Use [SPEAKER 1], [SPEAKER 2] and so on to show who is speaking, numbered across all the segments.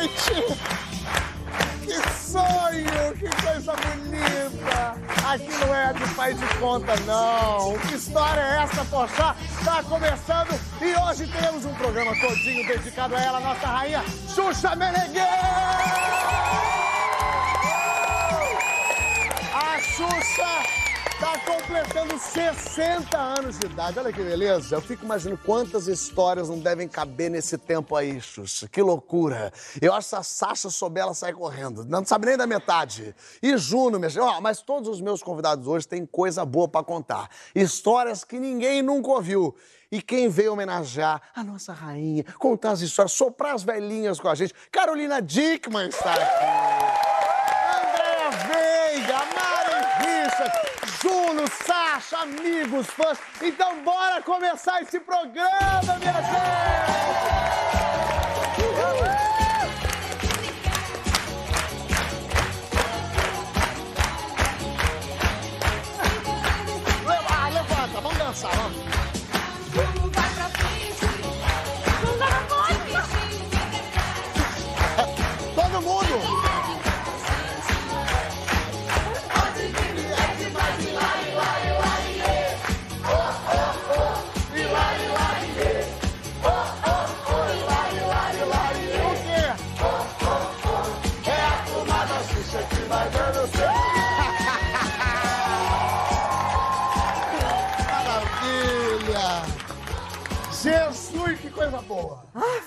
[SPEAKER 1] Gente, que sonho, que coisa bonita. Aqui não é de faz de conta, não. Que história é essa, Pochá? Tá começando e hoje teremos um programa todinho dedicado a ela, nossa rainha Xuxa Meneghel! A Xuxa tá completando 60 anos de idade. Olha que beleza. Eu fico imaginando quantas histórias não devem caber nesse tempo aí, Xuxa. Que loucura. Eu acho que se a Sasha souber, ela sai correndo. Não sabe nem da metade. E Juno, minha gente. Ó, mas todos os meus convidados hoje têm coisa boa pra contar. Histórias que ninguém nunca ouviu. E quem veio homenagear a nossa rainha, contar as histórias, soprar as velhinhas com a gente, Carolina Dickman está aqui. Andréa Veiga, Mari Richard, Juno, Sasha, amigos, fãs. Então bora começar esse programa, minha gente! Uhul! Ah, levanta, vamos dançar, vamos. Todo mundo! O quê? É a fumada Xuxa que vai dando Maravilha! Jesus, que coisa boa!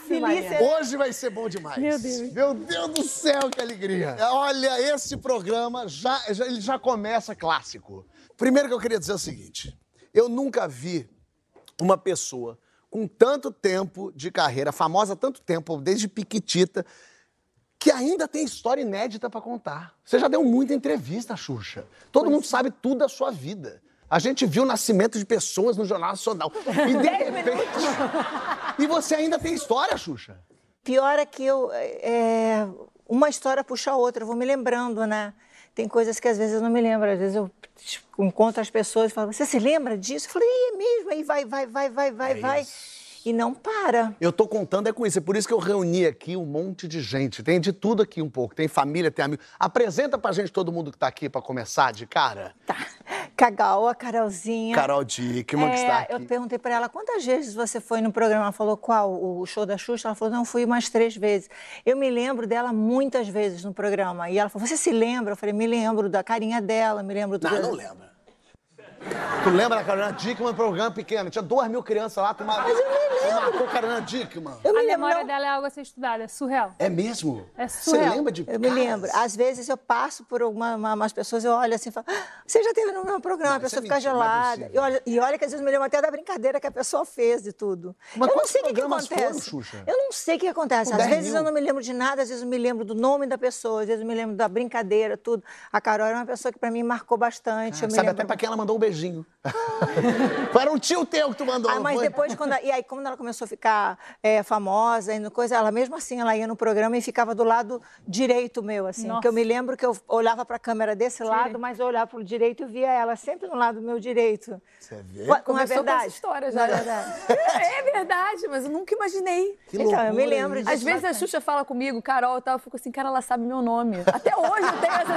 [SPEAKER 2] Felícia.
[SPEAKER 1] Hoje vai ser bom demais. Meu Deus. do céu, que alegria. É, Olha, esse programa já, já- ele já começa clássico. Primeiro que eu queria dizer é o seguinte: eu nunca vi uma pessoa com tanto tempo de carreira, famosa há tanto tempo, desde piquitita, que ainda tem história inédita pra contar. Você já deu muita entrevista, Xuxa. Todo mundo sabe tudo da sua vida. A gente viu o nascimento de pessoas no Jornal Nacional. E de repente. e você ainda tem história, Xuxa?
[SPEAKER 2] Pior é que eu. é, uma história puxa a outra, eu vou me lembrando, né? Tem coisas que às vezes eu não me lembro, às vezes eu encontro as pessoas e falo, você se lembra disso? Eu falo, "Ih, é mesmo, aí vai, vai, vai, vai,
[SPEAKER 1] É
[SPEAKER 2] vai, vai. E não para.
[SPEAKER 1] Eu tô contando é com isso. É por isso que eu reuni aqui um monte de gente. Tem de tudo aqui um pouco. Tem família, tem amigo. Apresenta pra gente todo mundo que tá aqui pra começar de cara.
[SPEAKER 2] Tá. Cagaua, Carolzinha.
[SPEAKER 1] Carol Dickman que
[SPEAKER 2] É,
[SPEAKER 1] está aqui.
[SPEAKER 2] Eu perguntei pra ela quantas vezes você foi no programa. Ela falou qual? O show da Xuxa? Ela falou, não, fui umas três vezes. Eu me lembro dela muitas vezes no programa. E ela falou, você se lembra? Eu falei, me lembro da carinha dela, me lembro do.
[SPEAKER 1] Não, não lembra.
[SPEAKER 2] tá.
[SPEAKER 1] Tu lembra da Carolina Dickman no programa pequeno? Tinha duas mil crianças lá, tu Mas eu nem lembro. Marcou Carolina Dickman.
[SPEAKER 2] Eu me
[SPEAKER 3] A
[SPEAKER 2] lembro.
[SPEAKER 3] memória
[SPEAKER 2] não.
[SPEAKER 3] dela é algo a ser estudada, é surreal.
[SPEAKER 1] É mesmo?
[SPEAKER 3] É
[SPEAKER 1] Você
[SPEAKER 3] surreal.
[SPEAKER 1] lembra de
[SPEAKER 2] Eu me
[SPEAKER 1] caras?
[SPEAKER 2] lembro. Às vezes eu passo por alguma- uma- umas pessoas, eu olho assim e falo, "Ah, você já teve no meu programa,
[SPEAKER 1] Não,
[SPEAKER 2] a
[SPEAKER 1] isso
[SPEAKER 2] pessoa
[SPEAKER 1] é
[SPEAKER 2] fica
[SPEAKER 1] mentira, não é
[SPEAKER 2] gelada.
[SPEAKER 1] possível.
[SPEAKER 2] e, olha, e olha que às vezes eu me lembro até da brincadeira que a pessoa fez e tudo.
[SPEAKER 1] Mas
[SPEAKER 2] eu não
[SPEAKER 1] quantos
[SPEAKER 2] sei o que, que
[SPEAKER 1] programas foram,
[SPEAKER 2] acontece.
[SPEAKER 1] Xuxa?
[SPEAKER 2] Eu não sei o que acontece.
[SPEAKER 1] Com
[SPEAKER 2] Às
[SPEAKER 1] 10
[SPEAKER 2] vezes
[SPEAKER 1] mil.
[SPEAKER 2] eu não me lembro de nada, às vezes eu me lembro do nome da pessoa, às vezes eu me lembro da brincadeira, tudo. A Carol era uma pessoa que pra mim marcou bastante. eu me
[SPEAKER 1] Sabe
[SPEAKER 2] lembro...
[SPEAKER 1] até pra quem ela mandou um beijinho. Era um tio teu que tu mandou.
[SPEAKER 2] Ah,
[SPEAKER 1] não
[SPEAKER 2] mas
[SPEAKER 1] foi?
[SPEAKER 2] depois, quando, e aí, quando ela começou a ficar eh, famosa e no coisa, ela mesmo assim, ela ia no programa e ficava do lado direito meu, assim. Porque eu me lembro que eu olhava para a câmera desse lado, mas eu olhava para o direito e via ela sempre no lado do meu direito.
[SPEAKER 1] Você vê?
[SPEAKER 2] Ué, Não é
[SPEAKER 4] Começou com essa
[SPEAKER 2] verdade?
[SPEAKER 4] história
[SPEAKER 2] Não
[SPEAKER 4] já.
[SPEAKER 2] é verdade.
[SPEAKER 4] É verdade, mas eu nunca imaginei.
[SPEAKER 1] Que
[SPEAKER 2] então, eu me
[SPEAKER 1] loucura,
[SPEAKER 2] lembro
[SPEAKER 1] hein?
[SPEAKER 2] disso.
[SPEAKER 4] Às vezes a
[SPEAKER 2] bastante.
[SPEAKER 4] Xuxa fala comigo, Carol e tal, eu fico assim, cara, ela sabe meu nome. Até hoje eu tenho essa.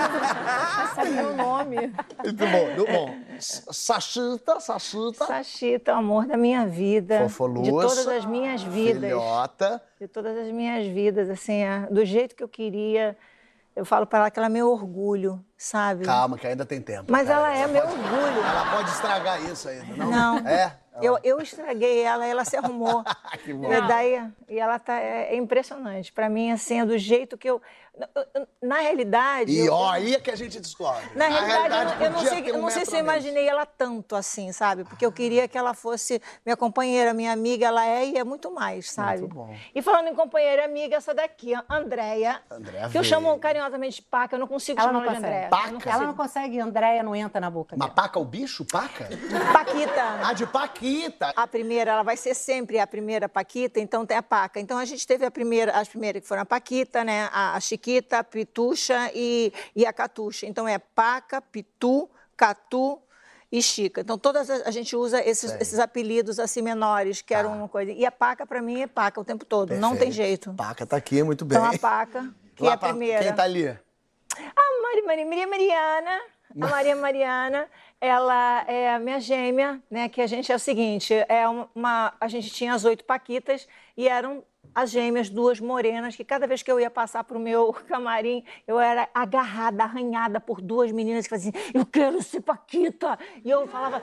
[SPEAKER 4] Ela sabe meu nome.
[SPEAKER 1] Muito bom, muito bom. S- Sachita, Sachita.
[SPEAKER 2] Sachita, o amor da minha vida.
[SPEAKER 1] Fofoluça.
[SPEAKER 2] De todas as minhas vidas.
[SPEAKER 1] Filhota.
[SPEAKER 2] de todas as minhas vidas, assim, a- do jeito que eu queria. Eu falo para ela que ela é meu orgulho. sabe?
[SPEAKER 1] Calma, que ainda tem tempo.
[SPEAKER 2] Mas
[SPEAKER 1] cara.
[SPEAKER 2] ela é meu orgulho.
[SPEAKER 1] Ela Ah, pode estragar isso ainda, não?
[SPEAKER 2] Não.
[SPEAKER 1] É? Ah,
[SPEAKER 2] Eu, eu estraguei ela, ela se arrumou.
[SPEAKER 1] Que bom.
[SPEAKER 2] e, daí, e ela tá. É, é impressionante. Pra mim, assim, é do jeito que eu. eu- eu- Na realidade.
[SPEAKER 1] E
[SPEAKER 2] eu-
[SPEAKER 1] ó, aí é que a gente descobre.
[SPEAKER 2] Na realidade, eu- eu, não
[SPEAKER 1] podia
[SPEAKER 2] sei,
[SPEAKER 1] ter
[SPEAKER 2] eu
[SPEAKER 1] um
[SPEAKER 2] não sei
[SPEAKER 1] metro
[SPEAKER 2] se é eu
[SPEAKER 1] a menos.
[SPEAKER 2] imaginei ela tanto assim, sabe? Porque eu queria que ela fosse minha companheira, minha amiga, ela é e é muito mais, sabe?
[SPEAKER 1] Muito bom.
[SPEAKER 2] E falando em companheira e amiga, essa daqui, a Andréia,
[SPEAKER 1] Andréia
[SPEAKER 2] que eu
[SPEAKER 1] veio.
[SPEAKER 5] um
[SPEAKER 2] chamo carinhosamente de Paca, eu não consigo
[SPEAKER 3] Ela
[SPEAKER 2] chamar
[SPEAKER 3] não
[SPEAKER 2] ela de
[SPEAKER 3] consegue.
[SPEAKER 2] Andréia.
[SPEAKER 1] É Paca?
[SPEAKER 2] Eu não
[SPEAKER 3] Ela não
[SPEAKER 2] consigo.
[SPEAKER 3] consegue, Andréia não entra na boca
[SPEAKER 1] Mas
[SPEAKER 3] dela.
[SPEAKER 1] paca o bicho? Paca?
[SPEAKER 2] Paquita.
[SPEAKER 1] Ah, de Paquita.
[SPEAKER 2] A primeira, ela vai ser sempre a primeira Paquita, então tem a Paca. Então a gente teve a primeira, as primeiras que foram a Paquita, né? A, a Chiquita, a Pitucha e, e a Catuxa. Então é Paca, Pitu, Catu e Chica. Então todas as- a gente usa esses, esses apelidos assim menores, que eram uma coisa. E a Paca pra mim é Paca o tempo todo, não tem
[SPEAKER 1] Tá. Perfeito.
[SPEAKER 2] jeito.
[SPEAKER 1] Paca tá aqui, muito bem.
[SPEAKER 2] Então a Paca, que
[SPEAKER 1] Lá
[SPEAKER 2] é a
[SPEAKER 1] pra-
[SPEAKER 2] primeira.
[SPEAKER 1] Quem tá ali?
[SPEAKER 2] A Maria, Maria, Maria Mariana, a Maria Mariana, ela é a minha gêmea, né? Que a gente é o seguinte, é um- uma, a gente tinha as oito paquitas e eram as gêmeas, duas morenas, que cada vez que eu ia passar pro meu camarim, eu era agarrada, arranhada por duas meninas que faziam, assim, eu quero ser paquita. E eu falava,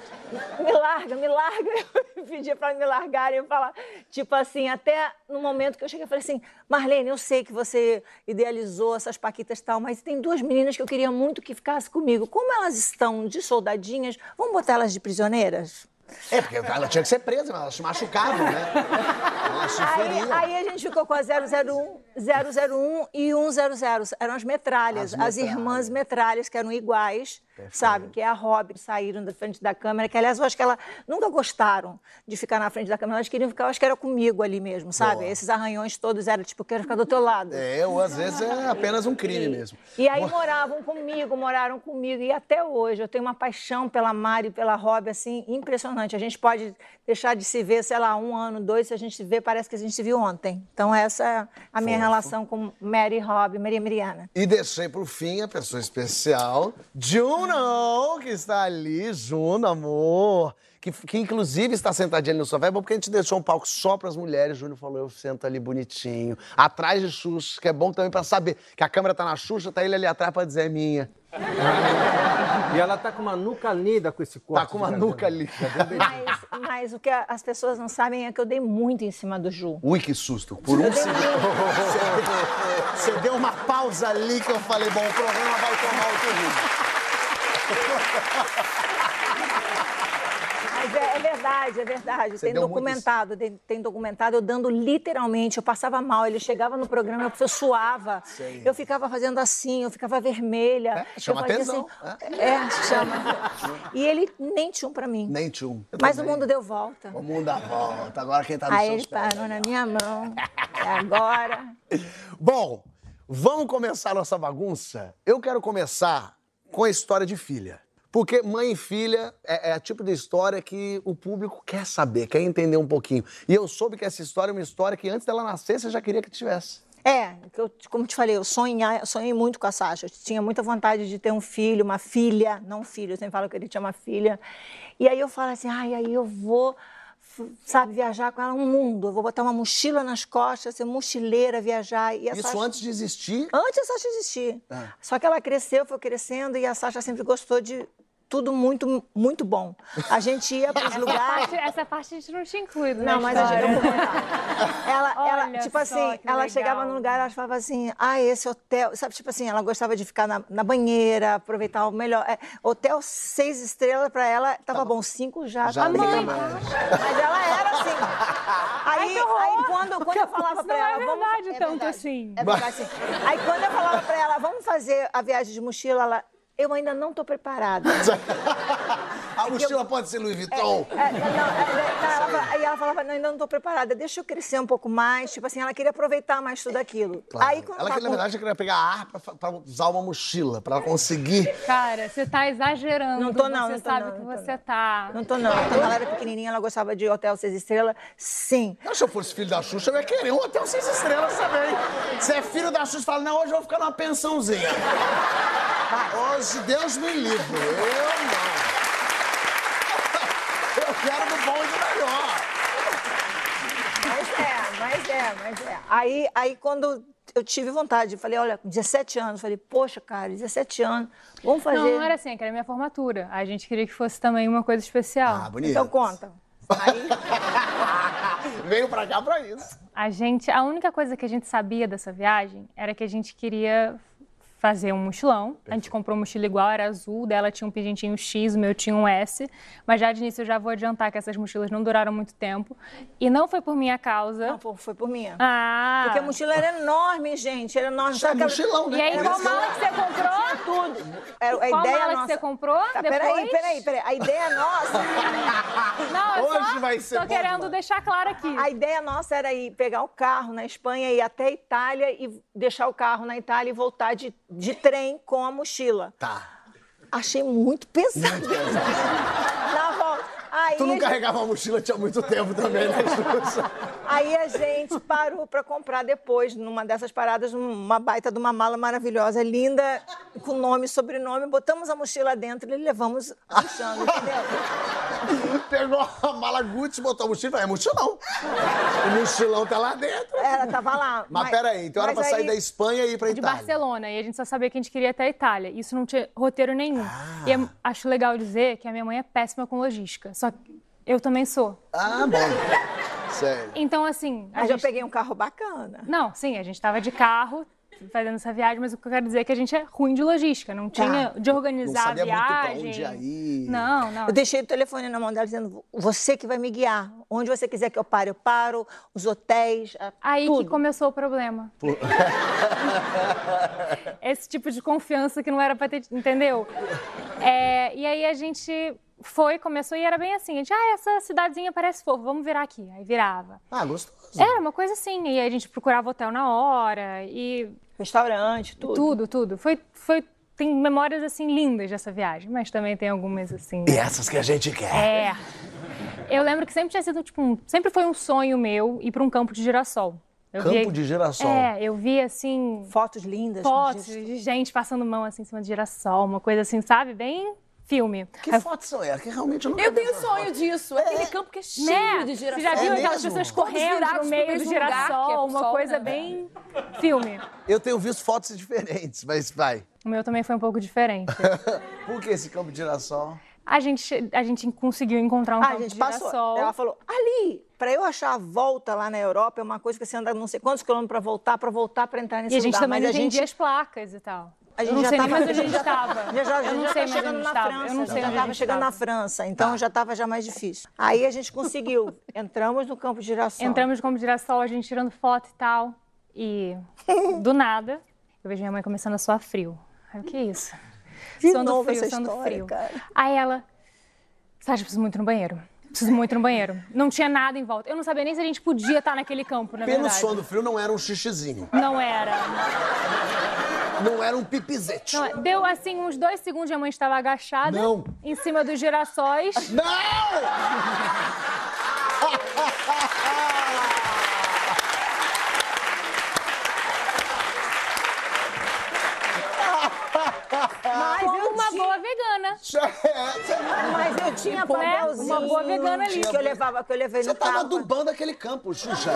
[SPEAKER 2] me larga, me larga. Eu pedia para me largarem, eu falava, tipo assim, até no momento que eu cheguei, eu falei assim, Marlene, eu sei que você idealizou essas paquitas e tal, mas tem duas meninas que eu queria muito que ficasse comigo. Como elas estão de soldadinhas, vamos botar elas de prisioneiras?
[SPEAKER 1] É, porque ela tinha que ser presa, mas ela se machucava, né? Ela se
[SPEAKER 2] Aí,
[SPEAKER 1] feria.
[SPEAKER 2] aí a gente ficou com a 001, 001 e 100. Eram as metralhas,
[SPEAKER 1] As
[SPEAKER 2] as,
[SPEAKER 1] metralhas.
[SPEAKER 2] irmãs metralhas, que eram iguais, sabe? Que é a Robin, saíram da frente da câmera, que aliás eu acho que elas nunca gostaram de ficar na frente da câmera, elas queriam ficar, eu acho que era comigo ali mesmo, sabe?
[SPEAKER 1] Boa.
[SPEAKER 2] Esses arranhões todos eram tipo, eu quero ficar do teu lado.
[SPEAKER 1] É, ou às vezes é apenas um crime mesmo.
[SPEAKER 2] E aí moravam comigo, moraram comigo. E até hoje eu tenho uma paixão pela Mari, pela Rob, assim, impressionante. A gente pode deixar de se ver, sei lá, um ano, dois, se a gente se vê, parece que a gente se viu ontem. Então essa é a minha relação com Mary e Rob, Maria e Miriana.
[SPEAKER 1] E deixei pro fim a pessoa especial, Juno, que está ali, Juno, amor. Que, que inclusive está sentadinha ali no sofá. É bom porque a gente deixou um palco só pras mulheres. Júnior falou, eu sento ali bonitinho. Atrás de Xuxa, que é bom também pra saber que a câmera tá na Xuxa, tá ele ali atrás pra dizer é minha.
[SPEAKER 6] E ela tá com uma nuca linda com esse corte.
[SPEAKER 1] Tá com uma
[SPEAKER 6] de
[SPEAKER 1] nuca
[SPEAKER 6] cabelo.
[SPEAKER 1] ali.
[SPEAKER 2] Mas, mas o que a- as pessoas não sabem é que eu dei muito em cima do Ju.
[SPEAKER 1] Ui, que susto. Por um segundo. Você deu- Você deu uma pausa ali que eu falei, bom, o programa vai tomar outro rumo.
[SPEAKER 2] Mas é, é verdade, é verdade.
[SPEAKER 1] Você
[SPEAKER 2] tem
[SPEAKER 1] deu muito
[SPEAKER 2] documentado, tem, tem documentado eu dando literalmente. Eu passava mal, ele chegava no programa, eu suava. Eu ficava fazendo assim, eu ficava vermelha.
[SPEAKER 1] É,
[SPEAKER 2] eu
[SPEAKER 1] chama
[SPEAKER 2] fazia
[SPEAKER 1] tesão,
[SPEAKER 2] Assim, é. chama. E ele nem tinha um pra mim.
[SPEAKER 1] Nem tchum. Eu
[SPEAKER 2] Mas o
[SPEAKER 1] também.
[SPEAKER 2] mundo deu volta.
[SPEAKER 1] O mundo dá volta. Agora quem tá no
[SPEAKER 2] Aí
[SPEAKER 1] seus
[SPEAKER 2] ele
[SPEAKER 1] pés.
[SPEAKER 2] parou na minha mão. É agora.
[SPEAKER 1] Bom, vamos começar a nossa bagunça? Eu quero começar com a história de filha. Porque mãe e filha é, é a tipo de história que o público quer saber, quer entender um pouquinho. E eu soube que essa história é uma história que antes dela nascer você já queria que tivesse.
[SPEAKER 2] É, que eu- como te falei, eu sonhei, sonhei muito com a Sasha. Eu tinha muita vontade de ter um filho, uma filha, não um filho, eu sempre falo que ele tinha uma filha. E aí eu falo assim, ai, aí eu vou, f- sabe, viajar com ela um mundo. Eu vou botar uma mochila nas costas, ser mochileira, viajar. E a
[SPEAKER 1] Isso
[SPEAKER 2] Sasha-
[SPEAKER 1] antes de existir. Ah.
[SPEAKER 2] Antes a Sasha existir. Só que ela cresceu, foi crescendo e a Sasha sempre gostou de tudo muito, muito bom. A gente ia para os lugares.
[SPEAKER 7] Parte- essa parte a gente não tinha incluído,
[SPEAKER 2] Não,
[SPEAKER 7] na
[SPEAKER 2] mas a gente
[SPEAKER 7] história.
[SPEAKER 2] não comentava. Ela, ela,
[SPEAKER 7] Olha
[SPEAKER 2] tipo
[SPEAKER 7] só,
[SPEAKER 2] assim,
[SPEAKER 7] que
[SPEAKER 2] ela
[SPEAKER 7] legal.
[SPEAKER 2] chegava num lugar, ela falava assim, ah, esse hotel, sabe, tipo assim, ela gostava de ficar na, na banheira, aproveitar o melhor. É, hotel seis estrelas pra ela, tava bom, cinco já.
[SPEAKER 1] Já
[SPEAKER 2] tava
[SPEAKER 1] não
[SPEAKER 7] Mãe,
[SPEAKER 1] reclamava.
[SPEAKER 2] Mas ela era assim. Aí, aí quando, quando eu falava pra
[SPEAKER 7] não é
[SPEAKER 2] ela. vamos-
[SPEAKER 7] verdade tanto
[SPEAKER 2] verdade,
[SPEAKER 7] assim.
[SPEAKER 2] É verdade, sim. Aí quando eu falava pra ela, vamos fazer a viagem de mochila, ela. Eu ainda não tô preparada.
[SPEAKER 1] A mochila pode ser Louis Vuitton.
[SPEAKER 2] É, não, é, não, ela fala- e ela falava, não, ainda não estou preparada, deixa eu crescer um pouco mais. Tipo assim, ela queria aproveitar mais tudo aquilo. Aí quando
[SPEAKER 1] ela
[SPEAKER 2] tá
[SPEAKER 1] que, na
[SPEAKER 2] com-
[SPEAKER 1] verdade, queria pegar a harpa fa- pra usar uma mochila, pra ela conseguir.
[SPEAKER 7] Cara, você tá exagerando.
[SPEAKER 2] Não tô, não,
[SPEAKER 7] Você
[SPEAKER 2] não tô,
[SPEAKER 7] sabe
[SPEAKER 2] não,
[SPEAKER 7] que
[SPEAKER 2] não tô,
[SPEAKER 7] você
[SPEAKER 2] não.
[SPEAKER 7] tá.
[SPEAKER 2] Não tô, não. Quando ela era pequenininha, ela gostava de Hotel Seis Estrelas. Sim.
[SPEAKER 1] Não, se eu fosse filho da Xuxa, eu ia querer um hotel seis estrelas também. Se é filho da Xuxa, fala, não, hoje eu vou ficar numa pensãozinha. Ah, Hoje, Deus me livre. Eu não. Eu quero do bom e do melhor.
[SPEAKER 2] Mas é, mas é, mas é. Aí, aí quando eu tive vontade. Eu falei, olha, com 17 anos. Eu falei, poxa, cara, 17 anos, vamos fazer.
[SPEAKER 7] Não, não era assim, que era minha formatura. A gente queria que fosse também uma coisa especial.
[SPEAKER 1] Ah, bonito.
[SPEAKER 2] Então conta. Aí,
[SPEAKER 1] Veio pra cá pra isso.
[SPEAKER 7] A gente, a única coisa que a gente sabia dessa viagem era que a gente queria fazer um mochilão. A gente comprou um mochila igual, era azul, dela tinha um pingentinho X, o meu tinha um S. Mas já de início eu já vou adiantar que essas mochilas não duraram muito tempo. E não foi por minha causa.
[SPEAKER 2] não, foi- foi por mim.
[SPEAKER 7] Ah!
[SPEAKER 2] Porque a mochila era enorme, gente. Era enorme.
[SPEAKER 1] Isso é mochilão, né?
[SPEAKER 7] E aí,
[SPEAKER 1] Por
[SPEAKER 7] qual
[SPEAKER 1] isso que-
[SPEAKER 7] mala que você comprou?
[SPEAKER 2] Tudo. Era, a
[SPEAKER 7] Qual
[SPEAKER 2] ideia
[SPEAKER 7] mala
[SPEAKER 2] nossa...
[SPEAKER 7] que você comprou?
[SPEAKER 2] Tá,
[SPEAKER 7] depois?
[SPEAKER 2] peraí, peraí, peraí. A ideia nossa.
[SPEAKER 7] Não, eu
[SPEAKER 1] Hoje
[SPEAKER 7] só
[SPEAKER 1] vai ser
[SPEAKER 7] tô
[SPEAKER 1] bom
[SPEAKER 7] querendo
[SPEAKER 1] demais.
[SPEAKER 7] deixar claro aqui.
[SPEAKER 2] A ideia nossa era ir pegar o carro na Espanha, ir até a Itália e deixar o carro na Itália e voltar de, de trem com a mochila.
[SPEAKER 1] Tá.
[SPEAKER 2] Achei muito pesado. na volta. Aí,
[SPEAKER 1] Tu
[SPEAKER 2] a
[SPEAKER 1] não
[SPEAKER 2] gente-
[SPEAKER 1] carregava a mochila tinha muito tempo também, né, Xuxa?
[SPEAKER 2] aí a gente parou pra comprar depois, numa dessas paradas, um, uma baita de uma mala maravilhosa, linda, com nome e sobrenome. Botamos a mochila dentro e levamos achando, entendeu?
[SPEAKER 1] Pegou a mala Gucci, botou a mochila e falou, é mochilão. O mochilão tá lá dentro.
[SPEAKER 7] É,
[SPEAKER 2] Ela tava lá.
[SPEAKER 1] Mas, peraí, então era
[SPEAKER 2] mas
[SPEAKER 1] pra sair
[SPEAKER 2] aí-
[SPEAKER 1] da Espanha e ir pra
[SPEAKER 7] de
[SPEAKER 1] Itália.
[SPEAKER 7] Barcelona e a gente só sabia que a gente queria ir até a Itália. Isso não tinha roteiro nenhum.
[SPEAKER 1] Ah.
[SPEAKER 7] E é- acho legal dizer que a minha mãe é péssima com logística. Só que eu também sou.
[SPEAKER 1] Ah, bom. Sério.
[SPEAKER 7] Então, assim. a
[SPEAKER 2] Mas eu
[SPEAKER 7] gente-
[SPEAKER 2] peguei um carro bacana.
[SPEAKER 7] Não, sim, a gente estava de carro fazendo essa viagem, mas o que eu quero dizer é que a gente é ruim de logística. Não tinha de organizar
[SPEAKER 1] Tá. Não sabia
[SPEAKER 7] a
[SPEAKER 1] muito pra
[SPEAKER 7] viagem.
[SPEAKER 1] onde ir.
[SPEAKER 7] Não, não.
[SPEAKER 2] Eu deixei o telefone na mão dela dizendo: você que vai me guiar. Onde você quiser que eu pare, eu paro. Os hotéis. a-
[SPEAKER 7] Aí
[SPEAKER 2] tudo.
[SPEAKER 7] que começou o problema. Esse tipo de confiança que não era pra ter, entendeu? É, e aí a gente foi, começou e era bem assim. A gente, ah, essa cidadezinha parece fofa, vamos virar aqui. Aí virava.
[SPEAKER 1] Ah, gostoso.
[SPEAKER 7] Era uma coisa assim. E aí a gente procurava hotel na hora e
[SPEAKER 2] Restaurante, tudo.
[SPEAKER 7] tudo, tudo. Foi, foi, tem memórias assim lindas dessa viagem, mas também tem algumas assim.
[SPEAKER 1] E essas que a gente quer.
[SPEAKER 7] É. Eu lembro que sempre tinha sido, tipo, um- sempre foi um sonho meu ir pra um campo de girassol. Eu
[SPEAKER 1] Campo
[SPEAKER 7] via-
[SPEAKER 1] de girassol.
[SPEAKER 7] É, eu vi assim,
[SPEAKER 2] Fotos lindas.
[SPEAKER 7] fotos
[SPEAKER 2] disso.
[SPEAKER 7] de gente passando mão assim em cima de girassol, uma coisa assim, sabe? Bem filme.
[SPEAKER 1] Que fotos são essas? Que realmente eu não
[SPEAKER 3] Eu tenho sonho disso. Aquele campo que é cheio
[SPEAKER 7] né?
[SPEAKER 3] de
[SPEAKER 7] Você
[SPEAKER 3] girassol.
[SPEAKER 7] já viu
[SPEAKER 1] É
[SPEAKER 7] aquelas
[SPEAKER 1] mesmo?
[SPEAKER 3] Todos
[SPEAKER 7] pessoas correndo
[SPEAKER 3] virados
[SPEAKER 7] no
[SPEAKER 3] pro
[SPEAKER 7] meio do
[SPEAKER 3] mesmo lugar,
[SPEAKER 7] girassol,
[SPEAKER 3] que é pro
[SPEAKER 7] uma
[SPEAKER 3] sol,
[SPEAKER 7] coisa
[SPEAKER 3] né?
[SPEAKER 7] bem filme.
[SPEAKER 1] Eu tenho visto fotos diferentes, mas vai.
[SPEAKER 7] O meu também foi um pouco diferente.
[SPEAKER 1] Por que esse campo de girassol?
[SPEAKER 7] A gente, a gente conseguiu encontrar um
[SPEAKER 2] Ah,
[SPEAKER 7] campo
[SPEAKER 2] gente,
[SPEAKER 7] de
[SPEAKER 2] passou.
[SPEAKER 7] girassol.
[SPEAKER 2] Ela falou: ali, pra eu achar a volta lá na Europa, é uma coisa que você anda não sei quantos quilômetros pra voltar, pra voltar, pra entrar nesse
[SPEAKER 7] E a gente
[SPEAKER 2] lugar.
[SPEAKER 7] também não
[SPEAKER 2] Mas a
[SPEAKER 7] entendia
[SPEAKER 2] gente.
[SPEAKER 7] as placas e tal.
[SPEAKER 2] A gente
[SPEAKER 7] eu não
[SPEAKER 2] já
[SPEAKER 7] sei
[SPEAKER 2] tava-
[SPEAKER 7] nem mais onde a gente estava.
[SPEAKER 2] Já, já, já já
[SPEAKER 7] eu não
[SPEAKER 2] tá
[SPEAKER 7] sei mais onde a
[SPEAKER 2] chegando
[SPEAKER 7] gente
[SPEAKER 2] na
[SPEAKER 7] estava.
[SPEAKER 2] França.
[SPEAKER 7] Eu não sei
[SPEAKER 2] já
[SPEAKER 7] onde a
[SPEAKER 2] estava
[SPEAKER 7] gente Tá.
[SPEAKER 2] chegando na
[SPEAKER 7] estava.
[SPEAKER 2] França, então já estava já mais difícil. Aí a gente conseguiu. Entramos no campo de girassol.
[SPEAKER 7] Entramos como girassol, a gente tirando foto e tal. E do nada, eu vejo minha mãe começando a suar frio. Aí, o que é isso?
[SPEAKER 2] De
[SPEAKER 7] Suando
[SPEAKER 2] novo
[SPEAKER 7] frio,
[SPEAKER 2] essa
[SPEAKER 7] suando
[SPEAKER 2] história,
[SPEAKER 7] frio.
[SPEAKER 2] cara.
[SPEAKER 7] Aí ela, Sasha, eu preciso muito ir no banheiro. Preciso muito ir no banheiro. Não tinha nada em volta. Eu não sabia nem se a gente podia estar naquele campo, na
[SPEAKER 1] Pelo
[SPEAKER 7] verdade.
[SPEAKER 1] sono do frio não era um xixizinho.
[SPEAKER 7] Não era.
[SPEAKER 1] Não era um pipizete.
[SPEAKER 7] Não era. Deu assim uns dois segundos, minha mãe estava agachada
[SPEAKER 1] Não.
[SPEAKER 7] em cima dos girassóis.
[SPEAKER 1] Não!
[SPEAKER 2] Mas
[SPEAKER 7] como
[SPEAKER 2] eu
[SPEAKER 7] uma
[SPEAKER 2] tinha-
[SPEAKER 7] boa vegana.
[SPEAKER 1] é,
[SPEAKER 2] Mas eu tinha
[SPEAKER 7] Tipo, né?
[SPEAKER 2] papelzinho.
[SPEAKER 7] Uma boa vegana ali.
[SPEAKER 2] Que eu levava, que eu levei
[SPEAKER 1] Você
[SPEAKER 2] no
[SPEAKER 1] tava
[SPEAKER 2] carro.
[SPEAKER 1] adubando aquele campo, Xuxa.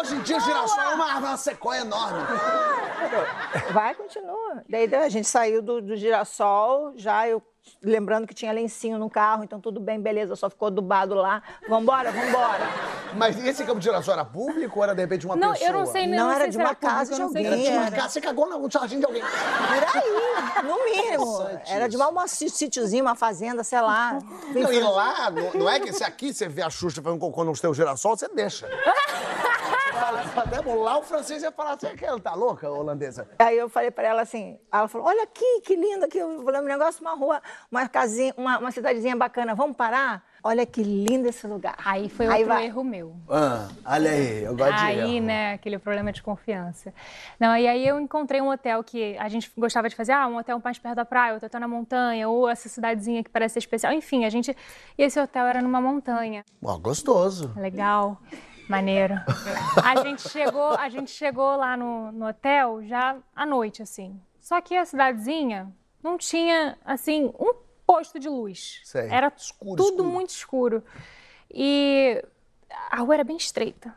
[SPEAKER 1] Hoje em dia, girassol é uma, uma sequoia enorme.
[SPEAKER 2] Vai, continua. Daí a gente saiu do, do girassol, já eu... Lembrando que tinha lencinho no carro, então tudo bem, beleza, só ficou adubado lá. Vambora, vambora.
[SPEAKER 1] um Mas esse campo de girassol era público ou era, de repente, uma
[SPEAKER 7] Não,
[SPEAKER 1] pessoa?
[SPEAKER 7] eu não sei nem
[SPEAKER 2] Não, era
[SPEAKER 7] sei
[SPEAKER 2] de
[SPEAKER 7] se é
[SPEAKER 2] uma casa
[SPEAKER 7] público, eu não sei
[SPEAKER 2] de
[SPEAKER 1] Era
[SPEAKER 7] se-
[SPEAKER 1] de uma
[SPEAKER 2] Era.
[SPEAKER 1] casa, você cagou no jardim de alguém.
[SPEAKER 2] Por aí, no mínimo.
[SPEAKER 1] Interessante
[SPEAKER 2] Era de uma, uma si- sítiozinho, uma fazenda, sei lá.
[SPEAKER 1] Não, e lá, não, não é que se aqui você vê a Xuxa fazendo cocô nos teus girassol, você deixa. Você fala, "Até bom, lá o francês ia falar, você que tá louca, holandesa?
[SPEAKER 2] Aí eu falei pra ela assim, ela falou, olha aqui, que lindo aqui, eu falei, um negócio, uma rua, uma casinha, uma, uma cidadezinha bacana, vamos parar? Olha que lindo esse lugar.
[SPEAKER 7] Aí foi
[SPEAKER 2] Aí
[SPEAKER 7] outro
[SPEAKER 2] vai.
[SPEAKER 7] erro meu.
[SPEAKER 1] Ah, olha aí, eu gosto de
[SPEAKER 7] Aí,
[SPEAKER 1] erro.
[SPEAKER 7] né, aquele problema de confiança. Não, e aí eu encontrei um hotel que a gente gostava de fazer, ah, um hotel mais perto da praia, outro hotel na montanha, ou essa cidadezinha que parece ser especial. Enfim, a gente. E esse hotel era numa montanha.
[SPEAKER 1] Ó, gostoso.
[SPEAKER 7] Legal, maneiro. A gente chegou, a gente chegou lá no, no hotel já à noite, assim. Só que a cidadezinha não tinha, assim, um posto de luz.
[SPEAKER 1] Sei.
[SPEAKER 7] Era
[SPEAKER 1] Escuro,
[SPEAKER 7] tudo
[SPEAKER 1] escuro.
[SPEAKER 7] muito escuro. E a rua era bem estreita.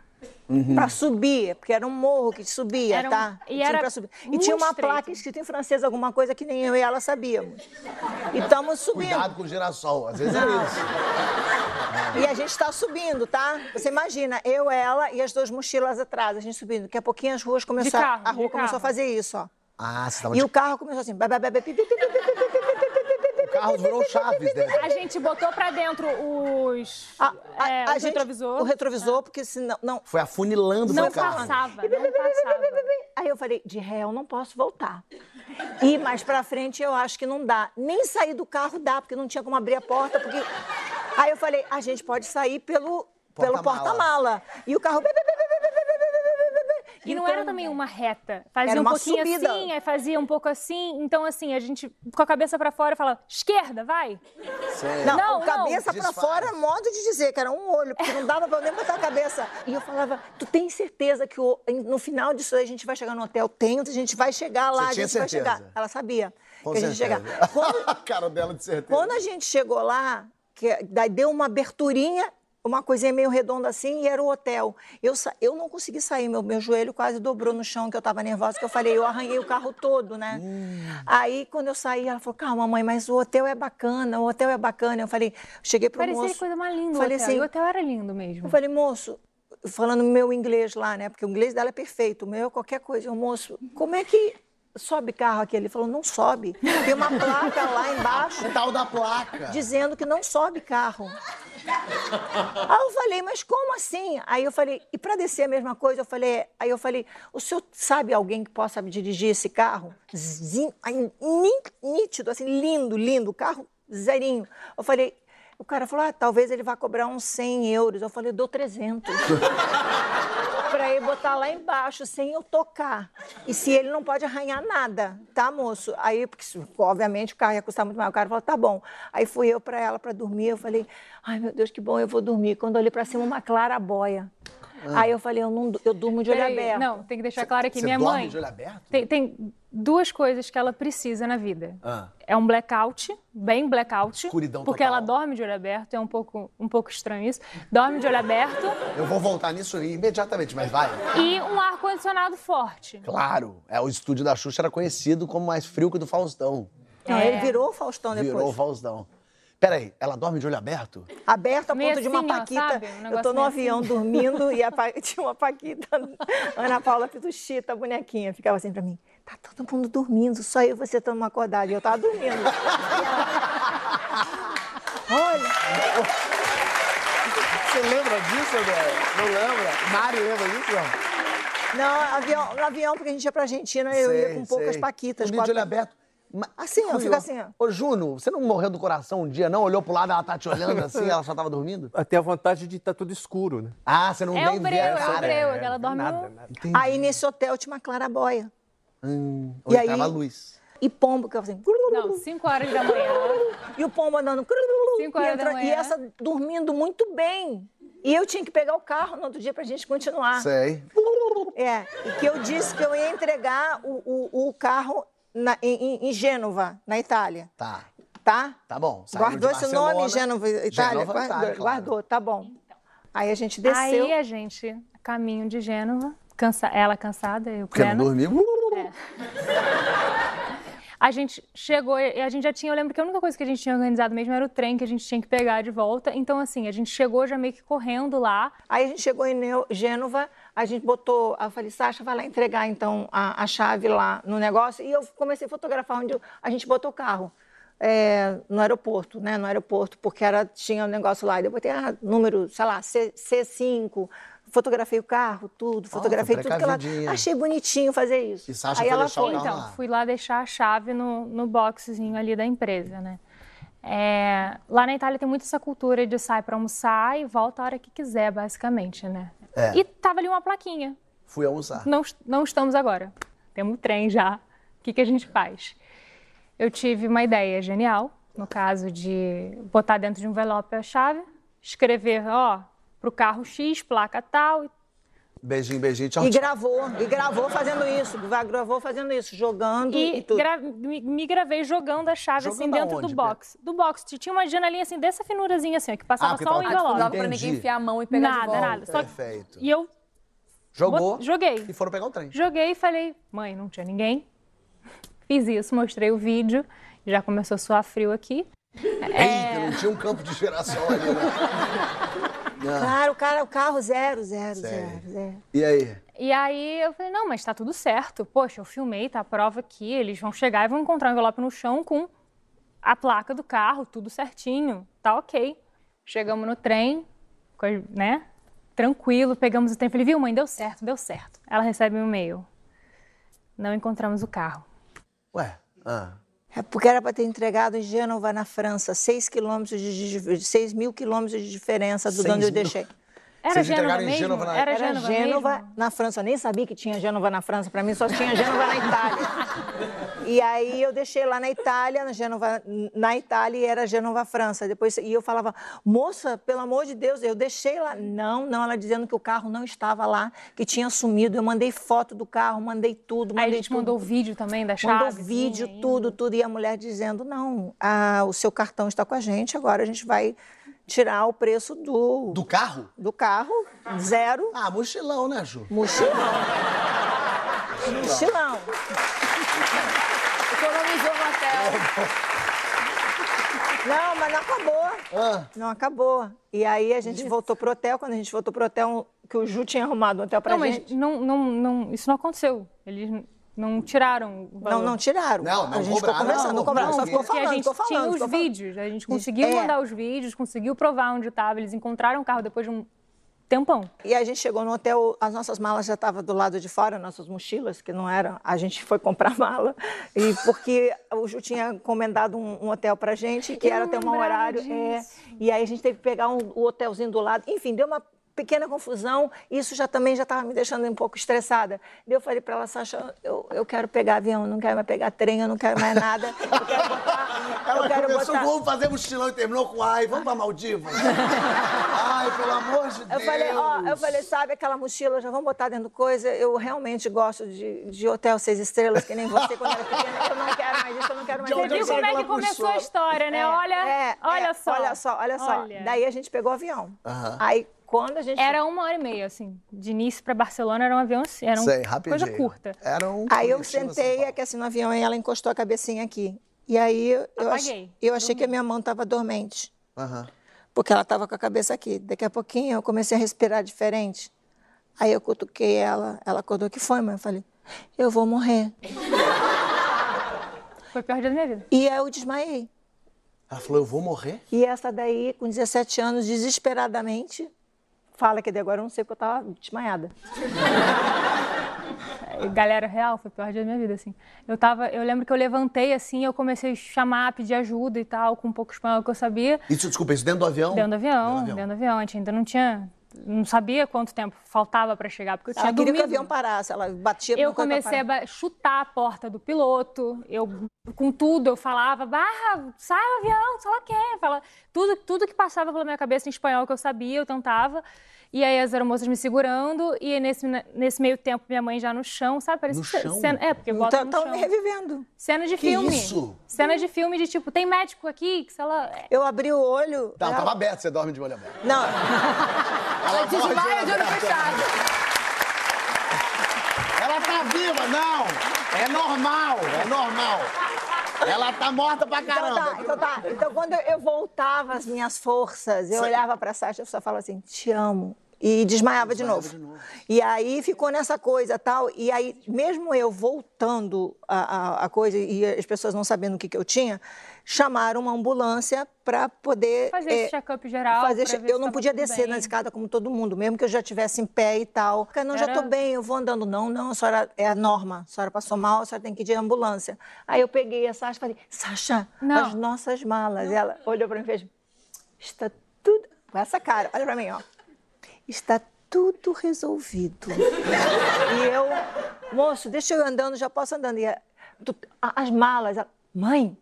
[SPEAKER 1] Uhum.
[SPEAKER 2] Pra subir, porque era um morro que subia,
[SPEAKER 7] Era um-
[SPEAKER 2] tá?
[SPEAKER 7] e
[SPEAKER 2] tinha
[SPEAKER 7] era
[SPEAKER 2] pra subir. E
[SPEAKER 7] muito
[SPEAKER 2] tinha uma
[SPEAKER 7] estreito.
[SPEAKER 2] placa escrita em francês alguma coisa que nem eu e ela sabíamos. E estamos subindo.
[SPEAKER 8] Cuidado com o girassol, às vezes é isso.
[SPEAKER 2] E a gente está subindo, tá? Você imagina, eu, ela e as duas mochilas atrás, a gente subindo. Daqui a pouquinho as ruas começaram.
[SPEAKER 7] carro,
[SPEAKER 2] a rua
[SPEAKER 7] de
[SPEAKER 2] começou a
[SPEAKER 7] carro.
[SPEAKER 2] fazer isso, ó.
[SPEAKER 8] Ah, você tava
[SPEAKER 2] E
[SPEAKER 8] de...
[SPEAKER 2] o carro começou assim. ba, ba, ba, ba, pi, pi, pi, pi, pi, pi, pi, pi, pi, pi, pi, pi,
[SPEAKER 8] O carro virou chaves, né?
[SPEAKER 7] A gente botou pra dentro os.
[SPEAKER 2] A- a-
[SPEAKER 7] é,
[SPEAKER 2] a
[SPEAKER 7] os
[SPEAKER 2] gente-
[SPEAKER 7] retrovisor. Tá.
[SPEAKER 2] O retrovisor, porque senão. Não,
[SPEAKER 8] Foi afunilando
[SPEAKER 7] Não
[SPEAKER 8] o carro.
[SPEAKER 7] passava, não passava.
[SPEAKER 2] Aí eu falei, de ré, eu não posso voltar. E mais pra frente eu acho que não dá. Nem sair do carro dá, porque não tinha como abrir a porta, porque. Aí eu falei, a gente pode sair pelo pelo
[SPEAKER 8] Porta-mala.
[SPEAKER 2] porta-mala. E o carro.
[SPEAKER 7] E não era também uma reta. Fazia
[SPEAKER 2] Então, é. Era
[SPEAKER 7] um
[SPEAKER 2] uma
[SPEAKER 7] pouquinho
[SPEAKER 2] subida.
[SPEAKER 7] assim, aí fazia um pouco assim. Então, assim, a gente com a cabeça pra fora falava, esquerda, vai.
[SPEAKER 2] Não,
[SPEAKER 7] Não, não.
[SPEAKER 2] cabeça pra
[SPEAKER 8] Desfaz.
[SPEAKER 2] fora, é modo de dizer, que era um olho, porque não dava pra eu nem botar a cabeça. E eu falava, tu tem certeza que o- em- no final disso aí a gente vai chegar no hotel? Tenho, a gente vai chegar lá,
[SPEAKER 8] Você
[SPEAKER 2] a
[SPEAKER 8] tinha
[SPEAKER 2] gente vai
[SPEAKER 8] certeza?
[SPEAKER 2] chegar. Ela sabia
[SPEAKER 8] Com
[SPEAKER 2] que a gente ia
[SPEAKER 8] certeza.
[SPEAKER 2] chegar. Quando-
[SPEAKER 8] A cara dela, de certeza.
[SPEAKER 2] Quando a gente chegou lá, que daí deu uma aberturinha, uma coisinha meio redonda assim, e era o hotel. Eu, sa- eu não consegui sair, meu, meu joelho quase dobrou no chão, que eu tava nervosa, que eu falei, eu arranhei o carro todo, né? Aí, quando eu saí, ela falou, calma, mãe, mas o hotel é bacana, o hotel é bacana. Eu falei, cheguei pro
[SPEAKER 7] Parecia
[SPEAKER 2] moço...
[SPEAKER 7] coisa mais linda.
[SPEAKER 2] falei
[SPEAKER 7] o hotel. E
[SPEAKER 2] assim,
[SPEAKER 7] o hotel era lindo mesmo.
[SPEAKER 2] eu falei, moço, falando meu inglês lá, né? Porque o inglês dela é perfeito, o meu é qualquer coisa. Eu, moço, como é que sobe carro aqui? Ele falou, não sobe. Tem uma placa lá embaixo
[SPEAKER 8] O tal da placa.
[SPEAKER 2] dizendo que não sobe carro. Aí eu falei, mas como assim? Aí eu falei, e para descer a mesma coisa? Eu falei, é. aí eu falei, o senhor sabe alguém que possa dirigir esse carro? Zin- aí, nin- nítido, assim, lindo, lindo, carro zerinho. Eu falei, o cara falou, ah, talvez ele vá cobrar uns 100 euros. Eu falei, eu dou 300. Pra ele botar lá embaixo, sem eu tocar. E se ele não pode arranhar nada, tá, moço? Aí, porque se- obviamente o carro ia custar muito mais. O cara falou, tá bom. Aí fui eu pra ela pra dormir. Eu falei, ai meu Deus, que bom, eu vou dormir. Quando eu olhei pra cima, uma clarabóia. Aí eu falei, eu, não, du- eu durmo de olho
[SPEAKER 7] Ah. Peraí,
[SPEAKER 2] aberto.
[SPEAKER 7] Não, tem que deixar claro aqui.
[SPEAKER 8] Você
[SPEAKER 7] Minha
[SPEAKER 8] dorme
[SPEAKER 7] mãe.
[SPEAKER 8] de olho aberto?
[SPEAKER 7] Tem, tem duas coisas que ela precisa na vida.
[SPEAKER 1] Ah,
[SPEAKER 7] É um blackout, bem blackout.
[SPEAKER 8] Ah. Escuridão
[SPEAKER 7] porque
[SPEAKER 8] total.
[SPEAKER 7] ela dorme de olho aberto, é um pouco, um pouco estranho isso. Dorme de olho aberto
[SPEAKER 8] Eu vou voltar nisso imediatamente, mas vai.
[SPEAKER 7] e um ar-condicionado forte.
[SPEAKER 8] Claro, é, o estúdio da Xuxa era conhecido como mais frio que o do Faustão.
[SPEAKER 2] Não,
[SPEAKER 7] É.
[SPEAKER 2] ele virou o Faustão depois.
[SPEAKER 8] Virou o Faustão. Peraí, ela dorme de olho aberto?
[SPEAKER 2] Aberto a
[SPEAKER 7] Meio
[SPEAKER 2] ponto de uma
[SPEAKER 7] assim, ó,
[SPEAKER 2] paquita.
[SPEAKER 7] sabe? Um
[SPEAKER 2] eu tô no
[SPEAKER 7] negócio meio
[SPEAKER 2] avião dormindo e a pa- tinha uma paquita, Ana Paula Pituchita, a bonequinha, ficava assim pra mim. Tá todo mundo dormindo, só eu e você estamos acordada. E eu tava dormindo. E ela, Olha,
[SPEAKER 8] Você lembra disso, André? Não lembra? Mari lembra disso, não?
[SPEAKER 2] não, avião, no avião, porque a gente ia pra Argentina, eu ia com poucas paquitas.
[SPEAKER 8] Dormir Um
[SPEAKER 2] quatro
[SPEAKER 8] de olho aberto. Ma-
[SPEAKER 2] Assim, ó,
[SPEAKER 8] Curioso.
[SPEAKER 2] fica assim, ó.
[SPEAKER 8] Ô, Juno, você não morreu do coração um dia, não? Olhou pro lado, ela tá te olhando assim, ela só tava dormindo?
[SPEAKER 6] Até a vantagem
[SPEAKER 8] tá
[SPEAKER 6] de estar tudo É escuro, né?
[SPEAKER 8] Ah, você não
[SPEAKER 7] É
[SPEAKER 8] nem
[SPEAKER 7] um breu,
[SPEAKER 8] vê a
[SPEAKER 7] é um
[SPEAKER 8] cara.
[SPEAKER 7] breu. é que ela dorme
[SPEAKER 6] Nada,
[SPEAKER 7] no-
[SPEAKER 6] nada.
[SPEAKER 2] Aí nesse hotel tinha uma clarabóia.
[SPEAKER 8] Ou
[SPEAKER 2] E aí-
[SPEAKER 8] entrava a Hum, luz.
[SPEAKER 2] E pombo, que eu assim.
[SPEAKER 7] Não, 5 horas da manhã.
[SPEAKER 2] E o pombo andando.
[SPEAKER 7] Cinco
[SPEAKER 2] e,
[SPEAKER 7] horas da manhã.
[SPEAKER 2] e essa dormindo muito bem. E eu tinha que pegar o carro no outro dia pra gente continuar.
[SPEAKER 8] Sei.
[SPEAKER 2] É, e que eu disse que eu ia entregar o, o, o carro na- em, em- em Gênova, na Itália,
[SPEAKER 8] Tá.
[SPEAKER 2] tá?
[SPEAKER 8] Tá bom. Saindo
[SPEAKER 2] Guardou
[SPEAKER 8] de
[SPEAKER 2] esse nome,
[SPEAKER 8] Barcelona.
[SPEAKER 2] Gênova, Itália?
[SPEAKER 8] Gênova,
[SPEAKER 2] guardou,
[SPEAKER 8] Itália, claro.
[SPEAKER 2] guardou, tá bom. Aí a gente desceu.
[SPEAKER 7] Aí a gente, caminho de Gênova, cansa- ela cansada, eu
[SPEAKER 8] Porque não
[SPEAKER 7] plena.
[SPEAKER 8] dormiu.
[SPEAKER 7] A gente chegou e a gente já tinha, eu lembro que a única coisa que a gente tinha organizado mesmo era o trem que a gente tinha que pegar de volta. Então, assim, a gente chegou já meio que correndo lá.
[SPEAKER 2] Aí a gente chegou em Neu- Gênova, a gente botou, eu falei, Sasha, vai lá entregar então a, a chave lá no negócio. E eu comecei a fotografar onde eu- a gente botou o carro. é, no aeroporto, né? No aeroporto, porque era, tinha um negócio lá. E eu botei ah, número, sei lá, C, C5. Fotografei o carro, tudo, fotografei tudo que ela.
[SPEAKER 8] precavidinha.
[SPEAKER 2] Achei bonitinho fazer isso.
[SPEAKER 8] E Sasha
[SPEAKER 2] Aí
[SPEAKER 8] foi
[SPEAKER 2] ela
[SPEAKER 8] deixar o
[SPEAKER 2] foi,
[SPEAKER 8] carro
[SPEAKER 2] então.
[SPEAKER 7] Então,
[SPEAKER 8] lá.
[SPEAKER 7] fui lá deixar a chave no, no boxezinho ali da empresa, né? É, lá na Itália tem muito essa cultura de sai pra almoçar e volta a hora que quiser, basicamente, né?
[SPEAKER 8] É.
[SPEAKER 7] E tava ali uma plaquinha.
[SPEAKER 8] Fui
[SPEAKER 1] Tá.
[SPEAKER 8] almoçar.
[SPEAKER 7] não, est- não estamos agora. Temos um trem já. O que, que a gente faz? Eu tive uma ideia genial, no caso de botar dentro de um envelope a chave, escrever, ó, pro carro X, placa tal. e-
[SPEAKER 8] Beijinho, beijinho, tchau,
[SPEAKER 2] E
[SPEAKER 8] tchau.
[SPEAKER 2] gravou, e gravou fazendo isso, gravou fazendo isso, jogando e,
[SPEAKER 7] E
[SPEAKER 2] tudo.
[SPEAKER 7] gra- me, me gravei jogando a chave assim
[SPEAKER 8] Jogando
[SPEAKER 7] dentro
[SPEAKER 8] aonde,
[SPEAKER 7] do box. Do box. Tinha uma janelinha assim, dessa finurazinha assim, ó, que passava
[SPEAKER 8] porque
[SPEAKER 7] só
[SPEAKER 8] tava-
[SPEAKER 7] um
[SPEAKER 8] Ah,
[SPEAKER 7] envelope.
[SPEAKER 4] Não dava pra
[SPEAKER 8] Entendi.
[SPEAKER 4] ninguém enfiar a mão e pegar de
[SPEAKER 7] Nada,
[SPEAKER 4] volta.
[SPEAKER 7] nada. Só que-
[SPEAKER 8] Perfeito.
[SPEAKER 7] E eu
[SPEAKER 8] Jogou
[SPEAKER 7] Bot- Joguei.
[SPEAKER 8] e foram pegar o
[SPEAKER 1] É.
[SPEAKER 8] trem.
[SPEAKER 7] Joguei e falei, mãe, não tinha ninguém. Fiz isso, mostrei o vídeo, já começou a suar frio aqui. É.
[SPEAKER 1] Eita, não tinha um campo de girassol ali, né? Ah.
[SPEAKER 2] Claro, o cara, o carro zero, zero, zero, zero.
[SPEAKER 1] E aí?
[SPEAKER 7] E aí eu falei, não, mas tá tudo certo. Poxa, eu filmei, tá a prova aqui, eles vão chegar e vão encontrar um envelope no chão com a placa do carro, tudo certinho. Tá ok. Chegamos no trem, coi- né? Tranquilo, pegamos o trem. Falei, viu, mãe, deu certo, deu certo. Ela recebe um e-mail. Não encontramos o carro.
[SPEAKER 1] Ué, ah.
[SPEAKER 2] É porque era para ter entregado em Gênova, na França, 6 quilômetros de, de, 6 mil quilômetros de diferença do de onde eu deixei.
[SPEAKER 7] Era
[SPEAKER 1] Vocês
[SPEAKER 7] Gênova
[SPEAKER 1] entregaram em
[SPEAKER 7] mesmo?
[SPEAKER 1] Gênova na-
[SPEAKER 7] Era
[SPEAKER 2] Era
[SPEAKER 7] Gênova,
[SPEAKER 2] Gênova
[SPEAKER 7] mesmo?
[SPEAKER 2] na França. Eu nem sabia que tinha Gênova na França. Para mim só tinha Gênova na Itália. E aí eu deixei lá na Itália, na Gênova, na Itália e era Gênova França. Depois e eu falava: "Moça, pelo amor de Deus, eu deixei lá". Não, não, ela dizendo que o carro não estava lá, que tinha sumido. Eu mandei foto do carro, mandei tudo,
[SPEAKER 7] Aí a
[SPEAKER 2] mandei
[SPEAKER 7] gente
[SPEAKER 2] tudo.
[SPEAKER 7] mandou o vídeo também da chave. assim.
[SPEAKER 2] Mandou vídeo, tudo, tudo. E a mulher dizendo: não, ah, o seu cartão está com a gente, agora a gente vai tirar o preço do,
[SPEAKER 1] Do
[SPEAKER 2] do,
[SPEAKER 1] carro?
[SPEAKER 2] carro, zero,
[SPEAKER 1] Ah, mochilão, né, Ju?
[SPEAKER 2] mochilão. mochilão.
[SPEAKER 3] Economizou no hotel.
[SPEAKER 2] Não, mas não acabou.
[SPEAKER 1] Ah.
[SPEAKER 2] Não acabou. E aí a gente voltou pro hotel. Quando a gente voltou pro hotel, um- que o Ju tinha arrumado um hotel pra
[SPEAKER 7] Não, mas
[SPEAKER 2] gente.
[SPEAKER 7] não, não, não, isso não aconteceu. Eles n- não tiraram o valor.
[SPEAKER 2] Não, não tiraram.
[SPEAKER 1] Não, não
[SPEAKER 2] A gente
[SPEAKER 1] cobraram,
[SPEAKER 2] ficou conversando,
[SPEAKER 1] não
[SPEAKER 2] não cobraram. Só ficou
[SPEAKER 1] cobraram.
[SPEAKER 7] Porque
[SPEAKER 2] falando,
[SPEAKER 7] a gente
[SPEAKER 2] ficou falando.
[SPEAKER 7] tinha os
[SPEAKER 2] ficou falando.
[SPEAKER 7] vídeos, a gente conseguiu
[SPEAKER 2] É.
[SPEAKER 7] mandar os vídeos, conseguiu provar onde estava, eles encontraram o carro depois de um tempão.
[SPEAKER 2] E a gente chegou no hotel, as nossas malas já estavam do lado de fora, nossas mochilas, que não eram. A gente foi comprar mala, e porque o Ju tinha encomendado um, um hotel pra gente, que
[SPEAKER 7] Eu
[SPEAKER 2] era
[SPEAKER 7] não
[SPEAKER 2] até um
[SPEAKER 7] lembrava
[SPEAKER 2] horário. é. e aí a gente teve que pegar um, o hotelzinho do lado. Enfim, deu uma pequena confusão. Isso já também já estava me deixando um pouco estressada. Daí eu falei pra ela, Sasha, eu, eu quero pegar avião, eu não quero mais pegar trem, eu não quero mais nada. Eu quero botar.
[SPEAKER 1] Ela
[SPEAKER 2] eu quero
[SPEAKER 1] começou,
[SPEAKER 2] botar.
[SPEAKER 1] vamos fazer mochilão e terminou com ai, vamos pra Maldivas. ai, pelo amor de
[SPEAKER 2] Eu
[SPEAKER 1] Deus.
[SPEAKER 2] falei, ó, eu falei, sabe aquela mochila, já vamos botar dentro coisa. Eu realmente gosto de, de hotel seis estrelas, que nem você quando era pequena. Eu não quero mais isso, eu não quero mais
[SPEAKER 1] De
[SPEAKER 7] Você
[SPEAKER 1] onde
[SPEAKER 2] isso.
[SPEAKER 7] viu como
[SPEAKER 1] eu sei que
[SPEAKER 7] é que
[SPEAKER 1] ela
[SPEAKER 7] começou a
[SPEAKER 1] puxou?
[SPEAKER 7] história, né? Olha,
[SPEAKER 2] É,
[SPEAKER 7] olha
[SPEAKER 2] é,
[SPEAKER 7] só.
[SPEAKER 2] Olha só, olha só.
[SPEAKER 7] Olha.
[SPEAKER 2] Daí a gente pegou o avião.
[SPEAKER 1] Aham.
[SPEAKER 2] Aí quando a gente.
[SPEAKER 7] Era uma hora e meia, assim. De início pra Barcelona era um avião assim, era
[SPEAKER 1] Sei,
[SPEAKER 7] uma
[SPEAKER 1] rapidinho.
[SPEAKER 7] coisa curta.
[SPEAKER 1] Era um
[SPEAKER 2] Aí eu
[SPEAKER 1] coletivo,
[SPEAKER 2] sentei,
[SPEAKER 1] São Paulo.
[SPEAKER 2] aqui assim, no avião, e ela encostou a cabecinha aqui. E aí eu, eu ach-
[SPEAKER 7] Apaguei,
[SPEAKER 2] eu achei que a minha mão estava dormente.
[SPEAKER 1] Aham.
[SPEAKER 2] porque ela estava com a cabeça aqui. Daqui a pouquinho eu comecei a respirar diferente. Aí eu cutuquei ela, ela acordou, "O que foi, mãe? Eu falei, eu vou morrer.
[SPEAKER 7] Foi o pior dia da minha vida.
[SPEAKER 2] E aí eu desmaiei.
[SPEAKER 1] Ela falou, eu vou morrer?
[SPEAKER 2] E essa daí, com 17 anos, desesperadamente, fala que de agora eu não sei porque eu estava desmaiada.
[SPEAKER 7] É, Galera, real, foi o pior dia da minha vida, assim. Eu tava, eu lembro que eu levantei, assim, eu comecei a chamar, pedir ajuda e tal, com um pouco espanhol que eu sabia.
[SPEAKER 1] Isso, desculpa, isso dentro do avião?
[SPEAKER 7] Dentro do avião, dentro do avião. A gente ainda não tinha. Não sabia quanto tempo faltava pra chegar, porque eu tinha
[SPEAKER 2] Ela queria que o
[SPEAKER 7] dormido.
[SPEAKER 2] avião parasse, ela batia
[SPEAKER 7] Eu
[SPEAKER 2] no coisa pra
[SPEAKER 7] comecei a
[SPEAKER 2] parar.
[SPEAKER 7] ba- chutar a porta do piloto, eu com tudo, eu falava, barra, sai o avião, sei lá o quê. Fala, tudo, tudo que passava pela minha cabeça em espanhol que eu sabia, eu tentava. E aí as aeromoças me segurando, e nesse, nesse meio tempo minha mãe já no chão, sabe? Parece
[SPEAKER 1] No
[SPEAKER 7] ce-
[SPEAKER 1] chão?
[SPEAKER 7] Cena, é, porque bota
[SPEAKER 2] Então,
[SPEAKER 7] no
[SPEAKER 2] tava
[SPEAKER 7] chão.
[SPEAKER 2] me revivendo.
[SPEAKER 7] Cena de
[SPEAKER 1] Que
[SPEAKER 7] filme.
[SPEAKER 1] isso?
[SPEAKER 7] Cena de filme de tipo, tem médico aqui? Que sei lá. é-
[SPEAKER 2] Eu abri o olho.
[SPEAKER 1] Não,
[SPEAKER 2] ela-
[SPEAKER 1] tava aberto, você dorme de olho aberto.
[SPEAKER 2] Não,
[SPEAKER 1] Ela dorme de
[SPEAKER 3] Desmaia de olho
[SPEAKER 1] aberto.
[SPEAKER 3] fechado.
[SPEAKER 1] Ela tá viva, não! É normal, é normal. Ela tá morta pra
[SPEAKER 2] então
[SPEAKER 1] caramba.
[SPEAKER 2] tá, então tá. Então quando eu voltava as minhas forças, eu olhava pra Sasha e só falava assim, te amo. E desmaiava de novo. E aí ficou nessa coisa tal. E aí, mesmo eu voltando a, a- a coisa e as pessoas não sabendo o que, que eu tinha, chamaram uma ambulância pra poder. eh,
[SPEAKER 7] Fazer esse check-up geral,
[SPEAKER 2] fazer
[SPEAKER 7] pra
[SPEAKER 2] che-
[SPEAKER 7] ver
[SPEAKER 2] eu
[SPEAKER 7] se
[SPEAKER 2] não
[SPEAKER 7] tava
[SPEAKER 2] podia
[SPEAKER 7] tudo
[SPEAKER 2] descer
[SPEAKER 7] bem.
[SPEAKER 2] na escada como todo mundo, mesmo que eu já estivesse em pé e tal. Cara, não, já tô
[SPEAKER 7] Era-
[SPEAKER 2] bem, eu vou andando. Não, não, a senhora é a norma. A senhora passou mal, a senhora tem que ir de ambulância. Aí eu peguei a Sasha e falei, Sasha,
[SPEAKER 7] Não.
[SPEAKER 2] as nossas malas. Ela olhou pra mim e fez, está tudo... Com essa cara, olha pra mim, ó. Está tudo resolvido. e eu, moço, deixa eu ir andando, já posso andando. E a- tu- a- as malas, ela, mãe,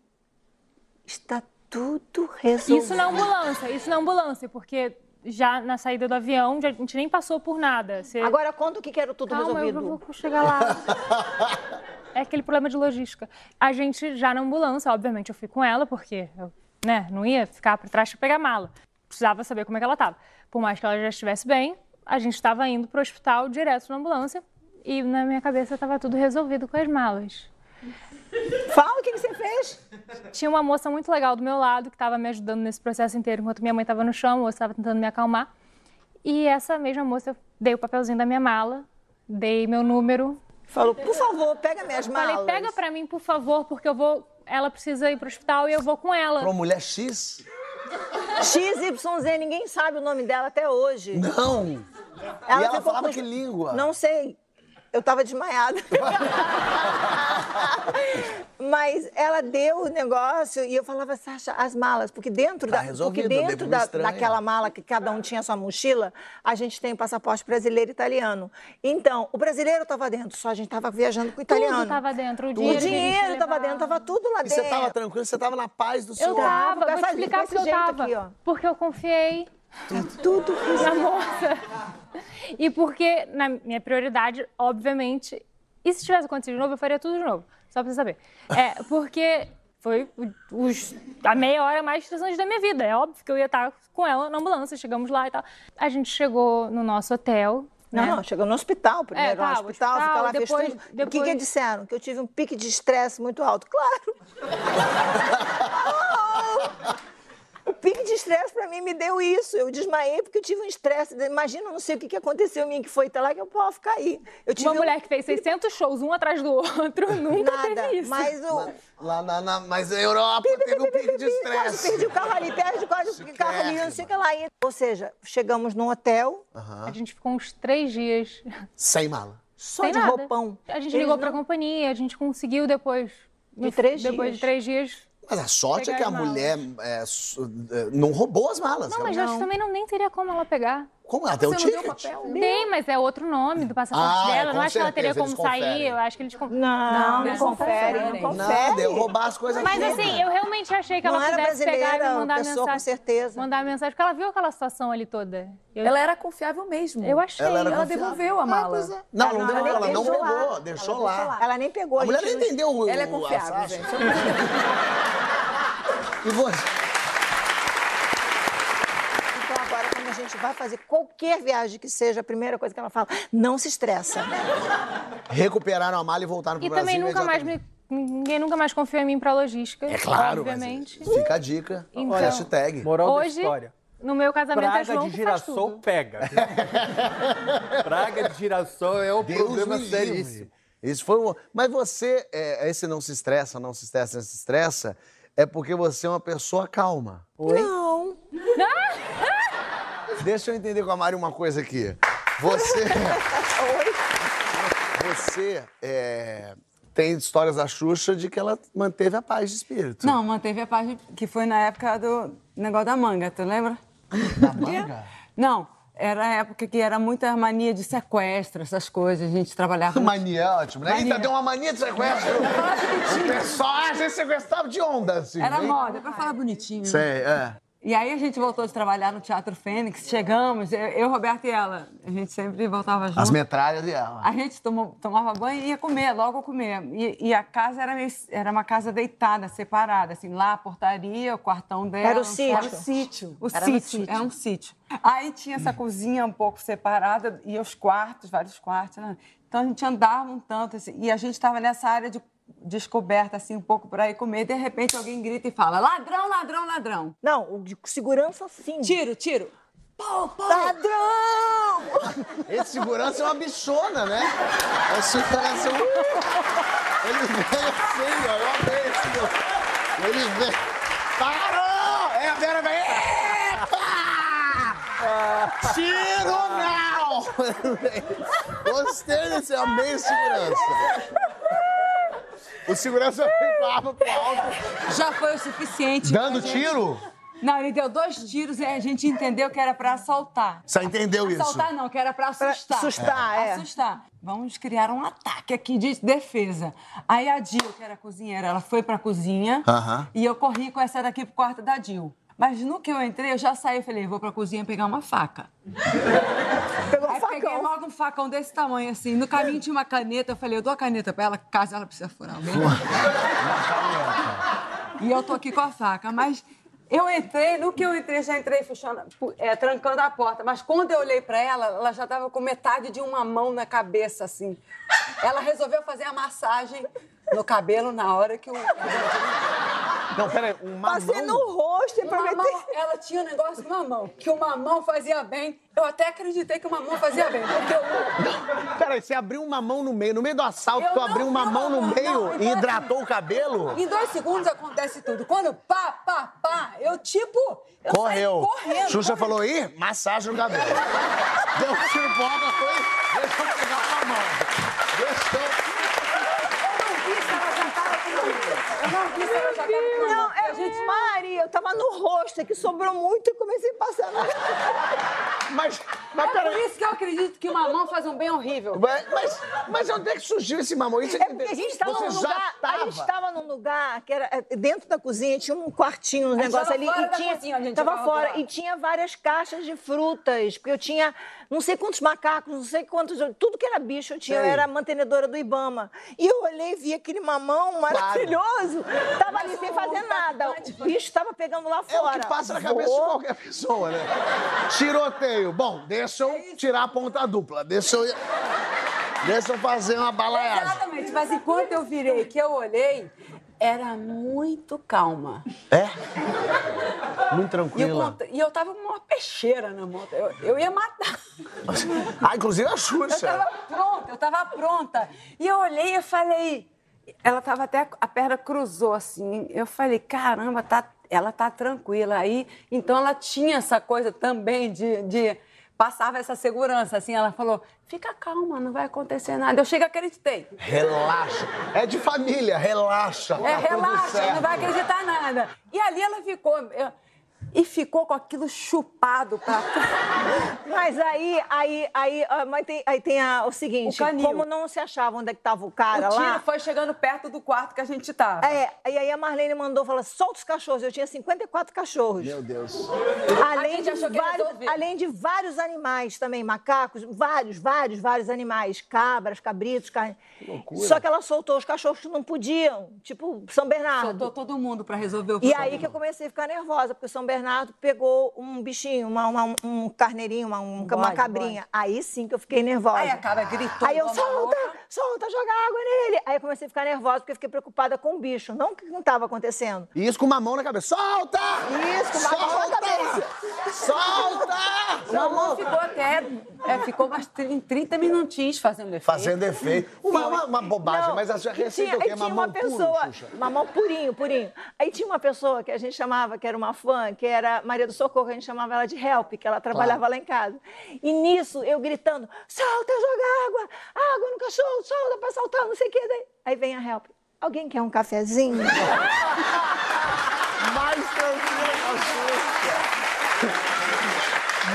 [SPEAKER 2] está tudo resolvido.
[SPEAKER 7] Isso na ambulância, isso na ambulância, porque já na saída do avião, já, a gente nem passou por nada. Você-
[SPEAKER 2] Agora conta o que que era o tudo
[SPEAKER 7] Calma,
[SPEAKER 2] resolvido.
[SPEAKER 7] eu vou chegar lá. é aquele problema de logística. A gente já na ambulância, obviamente eu fui com ela, porque eu né, não ia ficar pra trás pra pegar mala. Precisava saber como é que ela tava. Por mais que ela já estivesse bem, a gente estava indo para o hospital direto na ambulância e na minha cabeça estava tudo resolvido com as malas.
[SPEAKER 2] Fala o que, que você fez.
[SPEAKER 7] Tinha uma moça muito legal do meu lado que estava me ajudando nesse processo inteiro enquanto minha mãe estava no chão, a moça estava tentando me acalmar. E essa mesma moça, eu dei o papelzinho da minha mala, dei meu número.
[SPEAKER 2] Falou, por favor, pega minhas malas.
[SPEAKER 7] Falei, pega pra mim, por favor, porque eu vou. Ela precisa ir pro hospital e eu vou com ela.
[SPEAKER 1] Pra uma mulher X?
[SPEAKER 2] XYZ, ninguém sabe o nome dela até hoje.
[SPEAKER 1] Não! e ela
[SPEAKER 2] ficou
[SPEAKER 1] falava
[SPEAKER 2] com-
[SPEAKER 1] que língua?
[SPEAKER 2] assim, Não sei. Eu tava desmaiada. Mas ela deu o negócio e eu falava, Sasha, as malas, porque dentro,
[SPEAKER 1] Tá
[SPEAKER 2] da,
[SPEAKER 1] resolvido,
[SPEAKER 2] porque
[SPEAKER 1] dei pra
[SPEAKER 2] dentro
[SPEAKER 1] uma
[SPEAKER 2] da,
[SPEAKER 1] estranha.
[SPEAKER 2] daquela mala que cada um tinha sua mochila, a gente tem o passaporte brasileiro e italiano. Então, o brasileiro estava dentro, só a gente tava viajando com o italiano.
[SPEAKER 7] Tudo tava dentro. O
[SPEAKER 2] o
[SPEAKER 7] dinheiro, que a gente
[SPEAKER 2] dinheiro tava
[SPEAKER 7] levava.
[SPEAKER 2] dentro, tava tudo lá
[SPEAKER 1] E
[SPEAKER 2] dentro.
[SPEAKER 1] você tava tranquilo, você tava na paz do
[SPEAKER 7] Eu
[SPEAKER 1] Senhor.
[SPEAKER 7] tava, vou te
[SPEAKER 2] Faz
[SPEAKER 7] explicar
[SPEAKER 2] desse
[SPEAKER 7] porque eu
[SPEAKER 2] jeito
[SPEAKER 7] tava.
[SPEAKER 2] aqui, ó.
[SPEAKER 7] Porque eu confiei
[SPEAKER 2] Tudo
[SPEAKER 7] na moça. E porque, na minha prioridade, obviamente. E se tivesse acontecido de novo, eu faria tudo de novo. Só pra você saber. É, porque foi o- os- a meia hora mais estressante da minha vida. É óbvio que eu ia estar com ela na ambulância. Chegamos lá e tal. A gente chegou no nosso hotel.
[SPEAKER 2] Não,
[SPEAKER 7] né?
[SPEAKER 2] não, chegou no hospital primeiro,
[SPEAKER 7] É, tá,
[SPEAKER 2] no
[SPEAKER 7] o
[SPEAKER 2] hospital,
[SPEAKER 7] hospital,
[SPEAKER 2] fica lá, fez
[SPEAKER 7] depois-
[SPEAKER 2] tudo. O que, é
[SPEAKER 7] depois-
[SPEAKER 2] que disseram? Que eu tive um pique de estresse muito alto. Claro! o pique de estresse pra mim me deu isso. Eu desmaiei porque eu tive um estresse. Imagina, eu não sei o que, que aconteceu em mim, que foi até lá que eu posso cair. Eu tive
[SPEAKER 7] Uma
[SPEAKER 2] um-
[SPEAKER 7] mulher que fez 600 shows, um atrás do outro, nunca
[SPEAKER 2] Nada,
[SPEAKER 7] teve isso.
[SPEAKER 2] mas o...
[SPEAKER 1] Lá na, na- mas na Europa teve um pique de
[SPEAKER 2] Quase
[SPEAKER 1] estresse.
[SPEAKER 2] perdi o carro ali, perde quase o carro ali, não sei o que lá. Ou seja, chegamos num hotel,
[SPEAKER 7] A gente ficou uns três dias
[SPEAKER 1] Sem mala.
[SPEAKER 2] só
[SPEAKER 7] sem
[SPEAKER 2] de
[SPEAKER 7] nada.
[SPEAKER 2] roupão.
[SPEAKER 7] A gente
[SPEAKER 2] Eles
[SPEAKER 7] ligou
[SPEAKER 2] não-
[SPEAKER 7] pra companhia, a gente conseguiu depois.
[SPEAKER 2] De três
[SPEAKER 7] Depois
[SPEAKER 2] dias.
[SPEAKER 7] de três dias.
[SPEAKER 1] Mas a sorte é
[SPEAKER 7] Pegar
[SPEAKER 1] que a
[SPEAKER 7] as malas.
[SPEAKER 1] mulher é, su- é, não roubou as malas.
[SPEAKER 7] Não,
[SPEAKER 1] né? Ela-
[SPEAKER 7] mas eu acho que também não, nem teria como ela pegar.
[SPEAKER 1] Como? Até o
[SPEAKER 3] Você não deu
[SPEAKER 1] um ticket.
[SPEAKER 3] papel?
[SPEAKER 7] Tem, mas é outro nome do passaporte
[SPEAKER 1] Ah, é,
[SPEAKER 7] dela.
[SPEAKER 1] com
[SPEAKER 7] Não acho que ela teria
[SPEAKER 1] certeza,
[SPEAKER 7] como
[SPEAKER 1] eles
[SPEAKER 7] sair.
[SPEAKER 1] conferem.
[SPEAKER 7] Eu acho que eles. con-
[SPEAKER 2] Não, não,
[SPEAKER 3] eles não
[SPEAKER 2] confere, não
[SPEAKER 3] conferem.
[SPEAKER 2] confere.
[SPEAKER 1] Nada, é eu roubar as coisas
[SPEAKER 7] Mas
[SPEAKER 1] todas.
[SPEAKER 7] assim, eu realmente achei que
[SPEAKER 2] Não
[SPEAKER 7] ela
[SPEAKER 2] era
[SPEAKER 7] pudesse pegar
[SPEAKER 2] brasileira,
[SPEAKER 7] e me mandar
[SPEAKER 2] pessoa,
[SPEAKER 7] mensagem.
[SPEAKER 2] com certeza.
[SPEAKER 7] Mandar mensagem, porque ela viu aquela situação ali toda. Eu, Ah,
[SPEAKER 3] Ela era confiável mesmo.
[SPEAKER 7] eu achei.
[SPEAKER 1] Ela era
[SPEAKER 3] Ela
[SPEAKER 1] confiável.
[SPEAKER 3] devolveu a mala.
[SPEAKER 7] é.
[SPEAKER 1] Não, ela não
[SPEAKER 2] Não, ela
[SPEAKER 1] devolveu, ela
[SPEAKER 2] nem
[SPEAKER 1] não
[SPEAKER 2] deixou lá.
[SPEAKER 1] pegou, deixou lá.
[SPEAKER 2] Ela nem pegou.
[SPEAKER 1] A mulher
[SPEAKER 2] gente
[SPEAKER 1] não
[SPEAKER 2] não-
[SPEAKER 1] entendeu o
[SPEAKER 3] Ela é
[SPEAKER 1] o- a
[SPEAKER 3] confiável,
[SPEAKER 1] Sasha.
[SPEAKER 3] gente.
[SPEAKER 1] E você?
[SPEAKER 2] Então agora, quando a gente vai fazer qualquer viagem que seja, a primeira coisa que ela fala, não se estressa.
[SPEAKER 1] Recuperaram a mala e voltaram pro
[SPEAKER 7] E
[SPEAKER 1] Brasil.
[SPEAKER 7] também nunca mais
[SPEAKER 1] imediatamente.
[SPEAKER 7] me. Ninguém nunca mais confiou em mim pra logística.
[SPEAKER 1] É claro, mas-
[SPEAKER 7] Obviamente.
[SPEAKER 1] Fica a dica.
[SPEAKER 7] Então.
[SPEAKER 1] Olha, hashtag.
[SPEAKER 6] Moral da
[SPEAKER 7] Hoje,
[SPEAKER 6] história.
[SPEAKER 7] no meu casamento, é
[SPEAKER 6] Praga
[SPEAKER 7] João
[SPEAKER 6] de
[SPEAKER 7] que faz tudo.
[SPEAKER 6] girassol pega. Praga de girassol é um problema
[SPEAKER 1] me
[SPEAKER 6] seríssimo.
[SPEAKER 1] livre. Isso foi um... Mas você, é, esse não se estressa, não se estressa, não se estressa, é porque você é uma pessoa calma.
[SPEAKER 2] Não.
[SPEAKER 1] Deixa eu entender com a Mari uma coisa aqui. Você. você é, tem histórias da Xuxa de que ela manteve a paz de espírito.
[SPEAKER 9] Não, manteve a página que foi na época do negócio da manga, tu lembra? Da manga? Não, era a época que era muita mania de sequestro, essas coisas, a gente trabalhava... muito.
[SPEAKER 1] Mania é ótimo, né?
[SPEAKER 9] Mania.
[SPEAKER 1] Eita, deu uma mania de sequestro. o pessoal acha que sequestrava de onda, assim.
[SPEAKER 9] Era
[SPEAKER 1] né?
[SPEAKER 9] moda, pra falar bonitinho. né?
[SPEAKER 1] Sei, é.
[SPEAKER 9] E aí a gente voltou de trabalhar no Teatro Fênix, chegamos, eu, eu, Roberto e ela, a gente sempre voltava junto.
[SPEAKER 1] As metralhas e ela.
[SPEAKER 9] A gente tomou- tomava banho e ia comer, logo comer. E, e a casa era, meio- era uma casa deitada, separada, assim, lá a portaria, o quartão dela.
[SPEAKER 2] Era o
[SPEAKER 9] um
[SPEAKER 2] sítio.
[SPEAKER 9] quarto- sítio. O
[SPEAKER 3] Era no
[SPEAKER 9] sítio,
[SPEAKER 3] sítio.
[SPEAKER 7] É
[SPEAKER 9] era um sítio. Aí tinha essa cozinha um pouco separada e os quartos, vários quartos. né? Então a gente andava um tanto, assim, e a gente estava nessa área de descoberta, assim, um pouco por aí comer. De repente alguém grita e fala, ladrão, ladrão, ladrão.
[SPEAKER 2] Não, o de segurança sim.
[SPEAKER 9] Tiro, tiro. Pô, pô.
[SPEAKER 2] Ladrão!
[SPEAKER 1] Esse segurança é uma bichona, né? É segurança. Ele vem assim, ó. Eu amei esse meu. Ele vem. Parou! É, a Vera vem. Epa! Tiro não! Gostei desse, eu amei o segurança. O segurança ficava pro alto.
[SPEAKER 9] Já foi o suficiente.
[SPEAKER 1] Dando
[SPEAKER 9] pra gente-
[SPEAKER 1] tiro?
[SPEAKER 9] Não, ele deu dois tiros e a gente entendeu que era pra assaltar.
[SPEAKER 1] Você entendeu isso?
[SPEAKER 9] Assaltar não, que era pra assustar.
[SPEAKER 2] assustar, é.
[SPEAKER 9] Assustar. Vamos criar um ataque aqui de defesa. Aí a Dil, que era cozinheira, ela foi pra cozinha
[SPEAKER 1] Aham.
[SPEAKER 9] e eu corri com essa daqui pro quarto da Dil. Mas no que eu entrei, eu já saí e falei, vou pra cozinha pegar uma faca.
[SPEAKER 2] Pegou um
[SPEAKER 9] Aí peguei
[SPEAKER 2] facão.
[SPEAKER 9] logo um facão desse tamanho, assim. No caminho tinha uma caneta, eu falei, eu dou a caneta pra ela, caso ela precise furar alguém. e eu tô aqui com a faca, mas Eu entrei, no que eu entrei, já entrei fechando, pu- é, trancando a porta. Mas quando eu olhei pra ela, ela já tava com metade de uma mão na cabeça, assim. Ela resolveu fazer a massagem no cabelo na hora que o.
[SPEAKER 8] Não, peraí, uma
[SPEAKER 2] Passei
[SPEAKER 8] mão...
[SPEAKER 2] no rosto e
[SPEAKER 9] O mamão,
[SPEAKER 2] aproveitei.
[SPEAKER 9] ela tinha um negócio com mamão, que o mamão fazia bem. Eu até acreditei que o mamão fazia bem, porque eu,
[SPEAKER 8] Peraí, você abriu uma mão no meio. No meio do assalto,
[SPEAKER 9] Eu
[SPEAKER 8] tu abriu
[SPEAKER 9] não
[SPEAKER 8] uma
[SPEAKER 9] vou,
[SPEAKER 8] mão no
[SPEAKER 9] não,
[SPEAKER 8] meio
[SPEAKER 9] não,
[SPEAKER 8] e
[SPEAKER 9] então-
[SPEAKER 8] hidratou o cabelo?
[SPEAKER 9] em dois segundos acontece tudo. Quando pá, pá, pá, eu tipo. Eu
[SPEAKER 8] Correu.
[SPEAKER 9] Saí correndo.
[SPEAKER 8] Xuxa
[SPEAKER 9] correndo.
[SPEAKER 8] falou, ih, massagem no cabelo. Deu um tiro bola, foi. Deixa eu pegar uma mão. Deixa
[SPEAKER 9] Eu não vi se ela já tava com mamão. Eu não vi se ela já tava com mamão.
[SPEAKER 2] Não,
[SPEAKER 9] A
[SPEAKER 2] é,
[SPEAKER 9] gente-
[SPEAKER 2] gente, Mari, eu tava no rosto, é que sobrou muito e comecei a passar na
[SPEAKER 8] eu... Mas, mas
[SPEAKER 9] É por
[SPEAKER 8] peraí.
[SPEAKER 9] isso que eu acredito que o mamão faz um bem horrível.
[SPEAKER 8] Mas, mas, mas onde é que surgiu esse mamão? Isso
[SPEAKER 2] É porque a
[SPEAKER 9] tá,
[SPEAKER 2] gente estava
[SPEAKER 8] Você
[SPEAKER 2] num
[SPEAKER 8] já
[SPEAKER 2] lugar. A
[SPEAKER 8] tava.
[SPEAKER 2] gente estava num lugar que era é, dentro da cozinha, tinha um quartinho, um
[SPEAKER 9] gente
[SPEAKER 2] negócio
[SPEAKER 9] tava
[SPEAKER 2] ali.
[SPEAKER 9] fora
[SPEAKER 2] e
[SPEAKER 9] da
[SPEAKER 2] tinha,
[SPEAKER 9] cozinha, a gente
[SPEAKER 2] tava
[SPEAKER 9] jogava
[SPEAKER 2] fora.
[SPEAKER 9] bola.
[SPEAKER 2] E tinha várias caixas de frutas. Porque eu tinha não sei quantos macacos, não sei quantos. Tudo que era bicho eu tinha. Eu
[SPEAKER 8] Sei.
[SPEAKER 2] era mantenedora do Ibama. E eu olhei e vi aquele mamão maravilhoso. Tava ali sem fazer nada. O bicho estava pegando lá
[SPEAKER 8] É o
[SPEAKER 2] fora.
[SPEAKER 8] que passa na cabeça de
[SPEAKER 2] Voou.
[SPEAKER 8] qualquer pessoa, né? Tiroteio. Bom, deixa eu tirar a ponta dupla. Deixa eu... Deixa eu fazer uma balaiagem.
[SPEAKER 9] Exatamente, mas enquanto eu virei, que eu olhei, era muito calma.
[SPEAKER 8] É? Muito
[SPEAKER 9] E eu,
[SPEAKER 8] tranquila.
[SPEAKER 9] contra- e eu tava com uma peixeira na moto. Eu, eu ia matar.
[SPEAKER 8] Ah, inclusive a
[SPEAKER 9] Eu
[SPEAKER 8] Xuxa.
[SPEAKER 9] tava pronta, eu tava pronta. E eu olhei e falei. Ela tava até. A perna cruzou assim. Eu falei, caramba, tá, ela tá tranquila. Aí, então ela tinha essa coisa também de. de- passava essa segurança, assim. Ela falou: fica calma, não vai acontecer nada. Eu cheguei e acreditei.
[SPEAKER 8] Relaxa. É de família, relaxa.
[SPEAKER 9] É,
[SPEAKER 8] tá tudo
[SPEAKER 9] relaxa,
[SPEAKER 8] certo.
[SPEAKER 9] não vai acreditar nada. E ali ela ficou. eu- e ficou com aquilo chupado pra trás.
[SPEAKER 2] Mas aí, aí, aí, ah, mas tem, aí tem a- o seguinte:
[SPEAKER 9] O canil.
[SPEAKER 2] como não se achava onde é que tava o cara
[SPEAKER 9] O tiro
[SPEAKER 2] lá.
[SPEAKER 9] foi chegando perto do quarto que a gente tava.
[SPEAKER 2] É, e aí a Marlene mandou, falou, solta os cachorros. Eu tinha 54 cachorros.
[SPEAKER 8] Meu Deus.
[SPEAKER 9] A
[SPEAKER 2] Além
[SPEAKER 9] gente
[SPEAKER 2] de,
[SPEAKER 9] achou que ia
[SPEAKER 2] vários,
[SPEAKER 9] resolver.
[SPEAKER 2] além de vários animais também, macacos, vários, vários, vários animais. Cabras, cabritos, carne. Só que ela soltou os cachorros que não podiam, tipo São Bernardo.
[SPEAKER 9] Soltou todo mundo pra resolver o
[SPEAKER 2] E
[SPEAKER 9] problema.
[SPEAKER 2] aí que eu comecei a ficar nervosa, porque o São Bernardo pegou um bichinho, uma- uma- um carneirinho, uma, um- uma
[SPEAKER 9] bode.
[SPEAKER 2] cabrinha. Aí sim que eu fiquei nervosa.
[SPEAKER 9] Aí a cabra gritou,
[SPEAKER 2] Aí eu,
[SPEAKER 9] igual uma
[SPEAKER 2] solta,
[SPEAKER 9] louca.
[SPEAKER 2] solta, joga água nele. Aí eu comecei a ficar nervosa, porque eu fiquei preocupada com o bicho, não o que não estava acontecendo.
[SPEAKER 8] E isso com uma mão na cabeça. Solta!
[SPEAKER 2] Isso, com uma mão na
[SPEAKER 8] cabeça. Solta!
[SPEAKER 9] Não, não ficou até. é, ficou umas 30, 30 minutinhos fazendo efeito.
[SPEAKER 8] Fazendo efeito. Uma, uma, uma bobagem, mas a sua
[SPEAKER 2] e
[SPEAKER 8] receita
[SPEAKER 2] tinha,
[SPEAKER 8] é o quê?
[SPEAKER 2] Aí tinha
[SPEAKER 8] Mamão
[SPEAKER 2] uma pessoa,
[SPEAKER 8] puro, Xuxa?
[SPEAKER 2] mamão purinho, purinho. Aí tinha uma pessoa que a gente chamava, que era uma fã, que era Maria do Socorro, a gente chamava ela de Help, que ela trabalhava lá em casa. E nisso, eu gritando, solta, joga água, água no cachorro, solta pra saltar, não sei o quê. Daí- Aí vem a Help, alguém quer um cafezinho?
[SPEAKER 8] Mais tranquila que a Xuxa.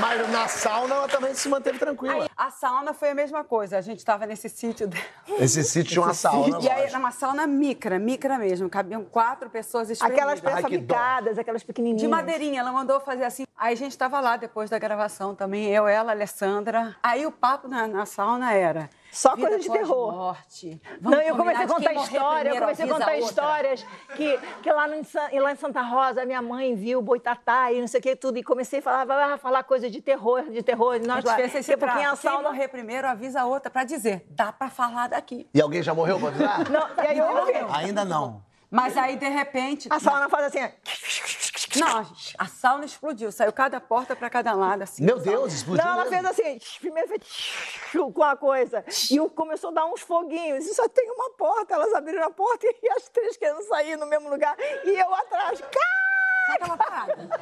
[SPEAKER 8] Mas na sauna ela também se manteve tranquila.
[SPEAKER 9] A sauna foi a mesma coisa. A gente tava nesse sítio dela.
[SPEAKER 8] Esse sítio tinha uma sauna.
[SPEAKER 9] E aí
[SPEAKER 8] lógico.
[SPEAKER 9] era uma sauna micra, micra mesmo. Cabiam quatro pessoas
[SPEAKER 2] Aquelas
[SPEAKER 9] espremidas.
[SPEAKER 2] prefabricadas, aquelas pequenininhas.
[SPEAKER 9] De madeirinha, ela mandou fazer assim. Aí a gente tava lá depois da gravação também, eu, ela, Alessandra. Aí o papo na, na sauna era.
[SPEAKER 2] Só
[SPEAKER 9] vida
[SPEAKER 2] coisa de
[SPEAKER 9] pós
[SPEAKER 2] terror.
[SPEAKER 9] Morte.
[SPEAKER 2] não, eu comecei a contar história, eu
[SPEAKER 9] história,
[SPEAKER 2] comecei a contar histórias que, que lá, no, em San- lá em Santa Rosa, a minha mãe viu o boitatá e não sei o que tudo, e comecei a falar, vai falar coisa de terror, de terror, e nós
[SPEAKER 9] A
[SPEAKER 2] lá, Tipo, é
[SPEAKER 9] gente fez esse
[SPEAKER 2] porque
[SPEAKER 9] trato.
[SPEAKER 2] a
[SPEAKER 9] assim, Quem
[SPEAKER 2] sauna...
[SPEAKER 9] morrer primeiro avisa a outra pra dizer, dá pra falar daqui.
[SPEAKER 8] E alguém já morreu pra avisar?
[SPEAKER 2] Não, e aí eu ouvi.
[SPEAKER 8] Ainda não.
[SPEAKER 9] Mas aí, de repente.
[SPEAKER 2] A sauna faz assim, ó.
[SPEAKER 9] Não, a sauna explodiu. Saiu cada porta pra cada lado, assim.
[SPEAKER 8] Meu Deus, explodiu.
[SPEAKER 2] não, ela
[SPEAKER 8] mesmo.
[SPEAKER 2] fez assim, primeiro fez com a coisa, e eu- começou a dar uns foguinhos, e só tem uma porta, elas abriram a porta e as três querendo sair no mesmo lugar, e eu atrás,
[SPEAKER 9] tá
[SPEAKER 2] cara!
[SPEAKER 9] Sabe aquela parada?